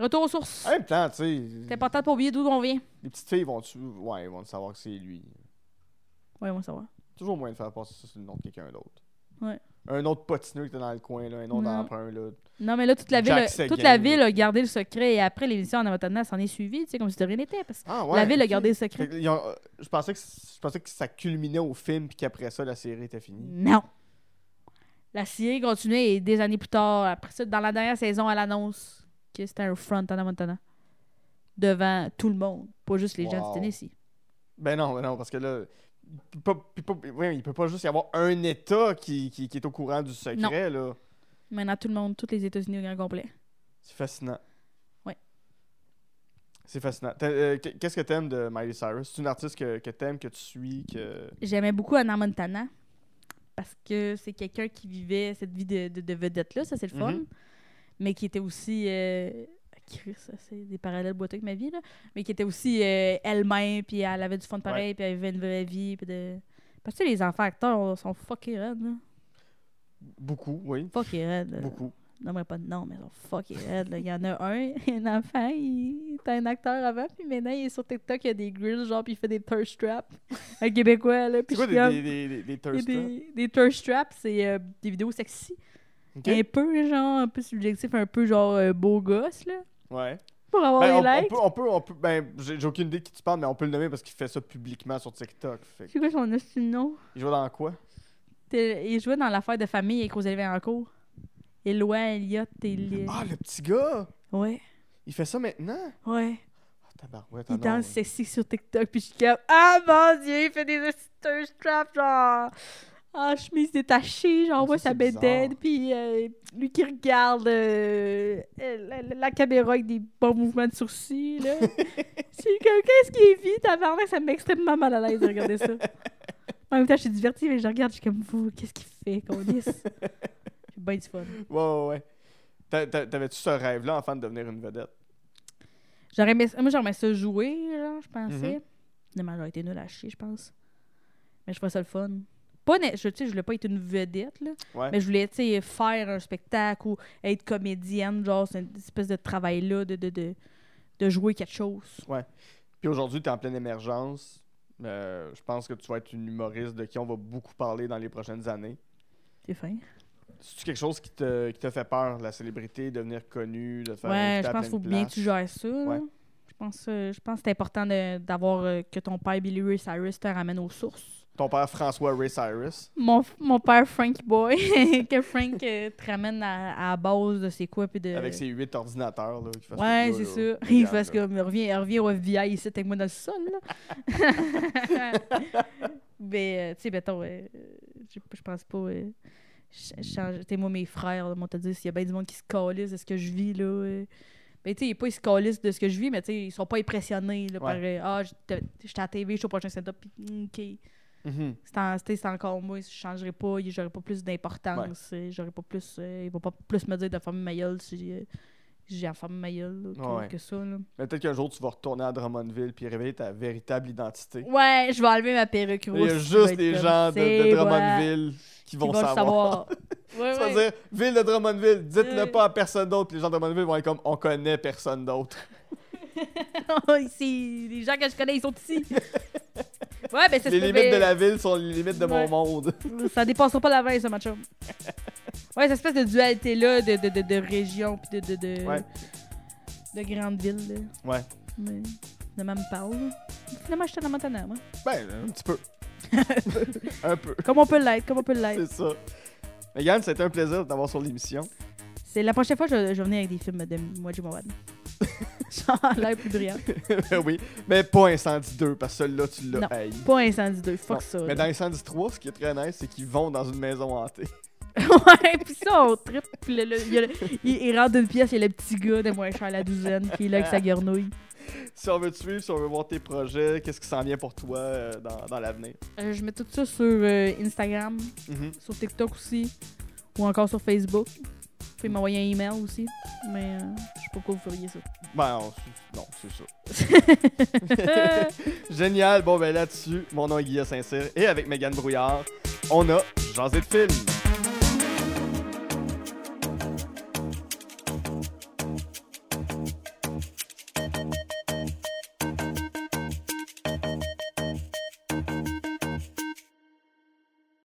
Speaker 3: Retour aux sources.
Speaker 2: En même temps, tu sais,
Speaker 3: C'est important de pas oublier d'où on vient.
Speaker 2: les petites filles vont tu ouais, ils vont savoir que c'est lui.
Speaker 3: Ouais, moi, ça va.
Speaker 2: Toujours moyen de faire passer ça sur le nom de quelqu'un d'autre.
Speaker 3: Ouais.
Speaker 2: Un autre potineux qui était dans le coin, là, un nom
Speaker 3: Non.
Speaker 2: d'emprunt. là.
Speaker 3: Non, mais là, toute la, ville,
Speaker 2: Jack
Speaker 3: a-
Speaker 2: Seguin.
Speaker 3: toute la ville a gardé le secret et après l'émission en Amatana s'en est suivie, tu sais, comme si de rien n'était. Parce que
Speaker 2: Ah, ouais,
Speaker 3: la ville a
Speaker 2: ok.
Speaker 3: gardé le
Speaker 2: Fait
Speaker 3: secret.
Speaker 2: que ils ont- euh, je, pensais que, c- je pensais que ça culminait au film puis qu'après ça, la série était finie.
Speaker 3: Non. La série continuait et des années plus tard, après ça, dans la dernière saison, elle annonce que c'était un front en Montana. Devant tout le monde, pas juste les gens
Speaker 2: Wow.
Speaker 3: du Tennessee.
Speaker 2: Ben non, ben non, parce que là, peut pas- il peut pas- oui, il peut pas juste y avoir un État qui, qui- qui est au courant du secret, là.
Speaker 3: Maintenant, tout le monde, tous les États-Unis au grand complet.
Speaker 2: C'est fascinant.
Speaker 3: Ouais.
Speaker 2: C'est fascinant. T'as- euh, qu- Qu'est-ce que t'aimes de Miley Cyrus? C'est une artiste que, que t'aimes, que tu suis, que...
Speaker 3: J'aimais beaucoup Anna Montana parce que c'est quelqu'un qui vivait cette vie de, de- de vedette-là, ça c'est le fun,
Speaker 2: Mhm.
Speaker 3: mais qui était aussi. euh, Christ, ça c'est des parallèles boiteux avec ma vie, là. Mais qui était aussi euh, elle-même, puis elle avait du fun pareil, puis elle vivait une vraie vie. Puis de... Parce que les enfants acteurs on- sont fucking raides, là.
Speaker 2: Beaucoup, oui.
Speaker 3: Fucking raides, là.
Speaker 2: Beaucoup.
Speaker 3: Je nommerai pas de nom, mais ils sont fucking raides, là. Il y en a un, un enfant, il était un acteur avant, puis maintenant il est sur TikTok, il y a des grills, genre, puis il fait des thirst traps. Un Québécois, là.
Speaker 2: C'est
Speaker 3: puis
Speaker 2: quoi
Speaker 3: je
Speaker 2: des,
Speaker 3: suis
Speaker 2: des,
Speaker 3: comme-
Speaker 2: des, des- des
Speaker 3: il y
Speaker 2: thirst traps?
Speaker 3: a des, des thirst traps, c'est euh, des vidéos sexy.
Speaker 2: Ok.
Speaker 3: Un peu, genre, un peu subjectif, un peu genre euh, beau gosse, là.
Speaker 2: Ouais.
Speaker 3: Pour avoir
Speaker 2: Ben, on,
Speaker 3: des
Speaker 2: on
Speaker 3: likes.
Speaker 2: peut, on peut, on peut- ben, j'ai j'ai aucune idée de qui tu parles, mais on peut le nommer parce qu'il fait ça publiquement sur TikTok. Fait que-
Speaker 3: C'est quoi son hostie de nom?
Speaker 2: Il joue dans quoi?
Speaker 3: T'es- Il jouait dans l'affaire de famille avec Rosalie Vaillancourt. Éloi, Elliott et Lynn.
Speaker 2: Ah, le petit gars!
Speaker 3: Ouais,
Speaker 2: Il fait ça maintenant?
Speaker 3: ouais.
Speaker 2: Ah, tabarouette, ah
Speaker 3: Il
Speaker 2: non,
Speaker 3: danse
Speaker 2: ouais.
Speaker 3: sexy sur TikTok, puis je suis comme « Ah mon Dieu, il fait des hosties de thirst traps, genre... » En chemise détachée, genre,
Speaker 2: Ah,
Speaker 3: on voit
Speaker 2: ça,
Speaker 3: sa
Speaker 2: c'est
Speaker 3: bedaine,
Speaker 2: bizarre.
Speaker 3: puis euh, lui qui regarde euh, euh, la, la- la caméra avec des bons mouvements de sourcils, là. Je suis comme, qu'est-ce qu'il vit, tabarnak? Ça me met extrêmement mal à l'aise de regarder ça. En même temps, je suis divertie, mais je regarde, je suis comme, vous, qu'est-ce qu'il fait, qu'on J'ai bien du fun.
Speaker 2: Ouais, ouais, ouais. T'a- t'a- T'avais-tu ce rêve-là, enfant, de devenir une vedette?
Speaker 3: J'aurais aimé... Moi, j'aurais aimé ça jouer, genre, je pensais.
Speaker 2: Mm-hmm.
Speaker 3: Finalement, j'aurais été nulle à chier, je pense. Mais je trouvais ça le fun. Pas né- je, tu sais, je voulais pas être une vedette, là.
Speaker 2: Ouais.
Speaker 3: Mais je voulais, tu sais, faire un spectacle ou être comédienne, genre, c'est une espèce de travail-là, de, de, de, de jouer quelque chose.
Speaker 2: Puis aujourd'hui, tu es en pleine émergence. Euh, je pense que tu vas être une humoriste de qui on va beaucoup parler dans les prochaines années.
Speaker 3: C'est fin.
Speaker 2: C'est-tu quelque chose qui te, qui te fait peur, la célébrité, devenir connu, de faire
Speaker 3: Ouais,
Speaker 2: inviter
Speaker 3: je
Speaker 2: à
Speaker 3: pense
Speaker 2: plein
Speaker 3: qu'il faut
Speaker 2: de
Speaker 3: bien que
Speaker 2: places?
Speaker 3: tu gères ça. là.
Speaker 2: Ouais.
Speaker 3: Je pense, euh, je pense que c'est important de- d'avoir euh, que ton père Billy Ray Cyrus te ramène aux sources.
Speaker 2: Ton père François Ray Cyrus.
Speaker 3: Mon, f- mon père Frank Boy, que Frank euh, te ramène à, à la base de c'est quoi. Puis de...
Speaker 2: Avec ses huit ordinateurs, là, qui fasse
Speaker 3: Euh, Ouais,
Speaker 2: tout
Speaker 3: c'est
Speaker 2: là,
Speaker 3: ça.
Speaker 2: là.
Speaker 3: Il
Speaker 2: Regarde,
Speaker 3: fasse
Speaker 2: là.
Speaker 3: comme, il revient, il revient au FBI ici avec moi dans le sol, là. Mais, euh, tu sais, mettons, euh, je je pense pas. euh, ch- change- t'sais, moi, mes frères, là, m'ont te dit s'il y a bien du monde qui se calisse de ce que je vis, là. euh, ben, tu sais, pas, ils se calissent de ce que je vis, mais tu sais, ils sont pas impressionnés, là, par
Speaker 2: Ouais.
Speaker 3: euh, Ah, j'étais j'étais à la TV, je suis au prochain stand-up, puis mm, OK.
Speaker 2: Mhm.
Speaker 3: C'est en- t'sais, c'est encore moi, je changerais pas, y- j'aurais pas plus d'importance, euh, j'aurais pas plus. euh, ils vont pas plus me dire de fermer ma gueule si euh, j'ai à fermer ma gueule, là, que,
Speaker 2: Ouais.
Speaker 3: que ça, là.
Speaker 2: Mais peut-être qu'un jour, tu vas retourner à Drummondville puis révéler ta véritable identité.
Speaker 3: Ouais, je vais enlever ma perruque
Speaker 2: Il
Speaker 3: rouge.
Speaker 2: y a juste des gens de, de Drummondville qui vont savoir.
Speaker 3: Ouais,
Speaker 2: Tu
Speaker 3: ouais.
Speaker 2: vas dire, ville de Drummondville, dites-le
Speaker 3: Ouais.
Speaker 2: pas à personne d'autre. Puis les gens de Drummondville vont être comme, on connaît personne d'autre.
Speaker 3: Ici, les gens que je connais, ils sont ici. ouais, ben ça
Speaker 2: les
Speaker 3: se
Speaker 2: limites
Speaker 3: fait-
Speaker 2: de la ville sont les limites de mon
Speaker 3: Ouais.
Speaker 2: monde.
Speaker 3: Ça dépassera pas la veille, ce match-up. Ouais, cette espèce de dualité-là de, de, de, de région puis de, de, de,
Speaker 2: Ouais.
Speaker 3: de grande ville. Là.
Speaker 2: Ouais.
Speaker 3: Mais, finalement, me parle. Finalement, j'étais dans Montana, moi.
Speaker 2: Ben, un petit peu. un peu,
Speaker 3: Comme on peut l'être, comme on peut l'être.
Speaker 2: c'est ça. Mais Yann, c'était un plaisir de t'avoir sur l'émission.
Speaker 3: C'est la prochaine fois, je, je vais venir avec des films de moi, Jim Howard. Genre, l'air plus brillant.
Speaker 2: Ben oui, mais pas Incendie 2, parce que celui-là, tu
Speaker 3: Non.
Speaker 2: l'as haï.
Speaker 3: Pas Incendie 2, fuck
Speaker 2: Non.
Speaker 3: ça.
Speaker 2: Mais
Speaker 3: là.
Speaker 2: dans Incendie 3, ce qui est très nice, c'est qu'ils vont dans une maison hantée.
Speaker 3: ouais, pis ça, on trip. Pis le- le- il, y a le- il- il rentre d'une pièce, il y a le petit gars de moins cher à la douzaine qui est là avec sa guernouille.
Speaker 2: Si on veut te suivre, si on veut voir tes projets, qu'est-ce qui s'en vient pour toi euh, dans, dans l'avenir?
Speaker 3: Euh, je mets tout ça sur euh, Instagram,
Speaker 2: Mhm.
Speaker 3: sur TikTok aussi, ou encore sur Facebook. Vous pouvez m'envoyer un email aussi, mais euh, je sais pas pourquoi vous feriez ça.
Speaker 2: Ben, on- c'est- non, c'est ça. Génial. Bon, ben là-dessus, mon nom est Guillaume Saint-Cyr et avec Mégane Brouillard, on a Jasé de film.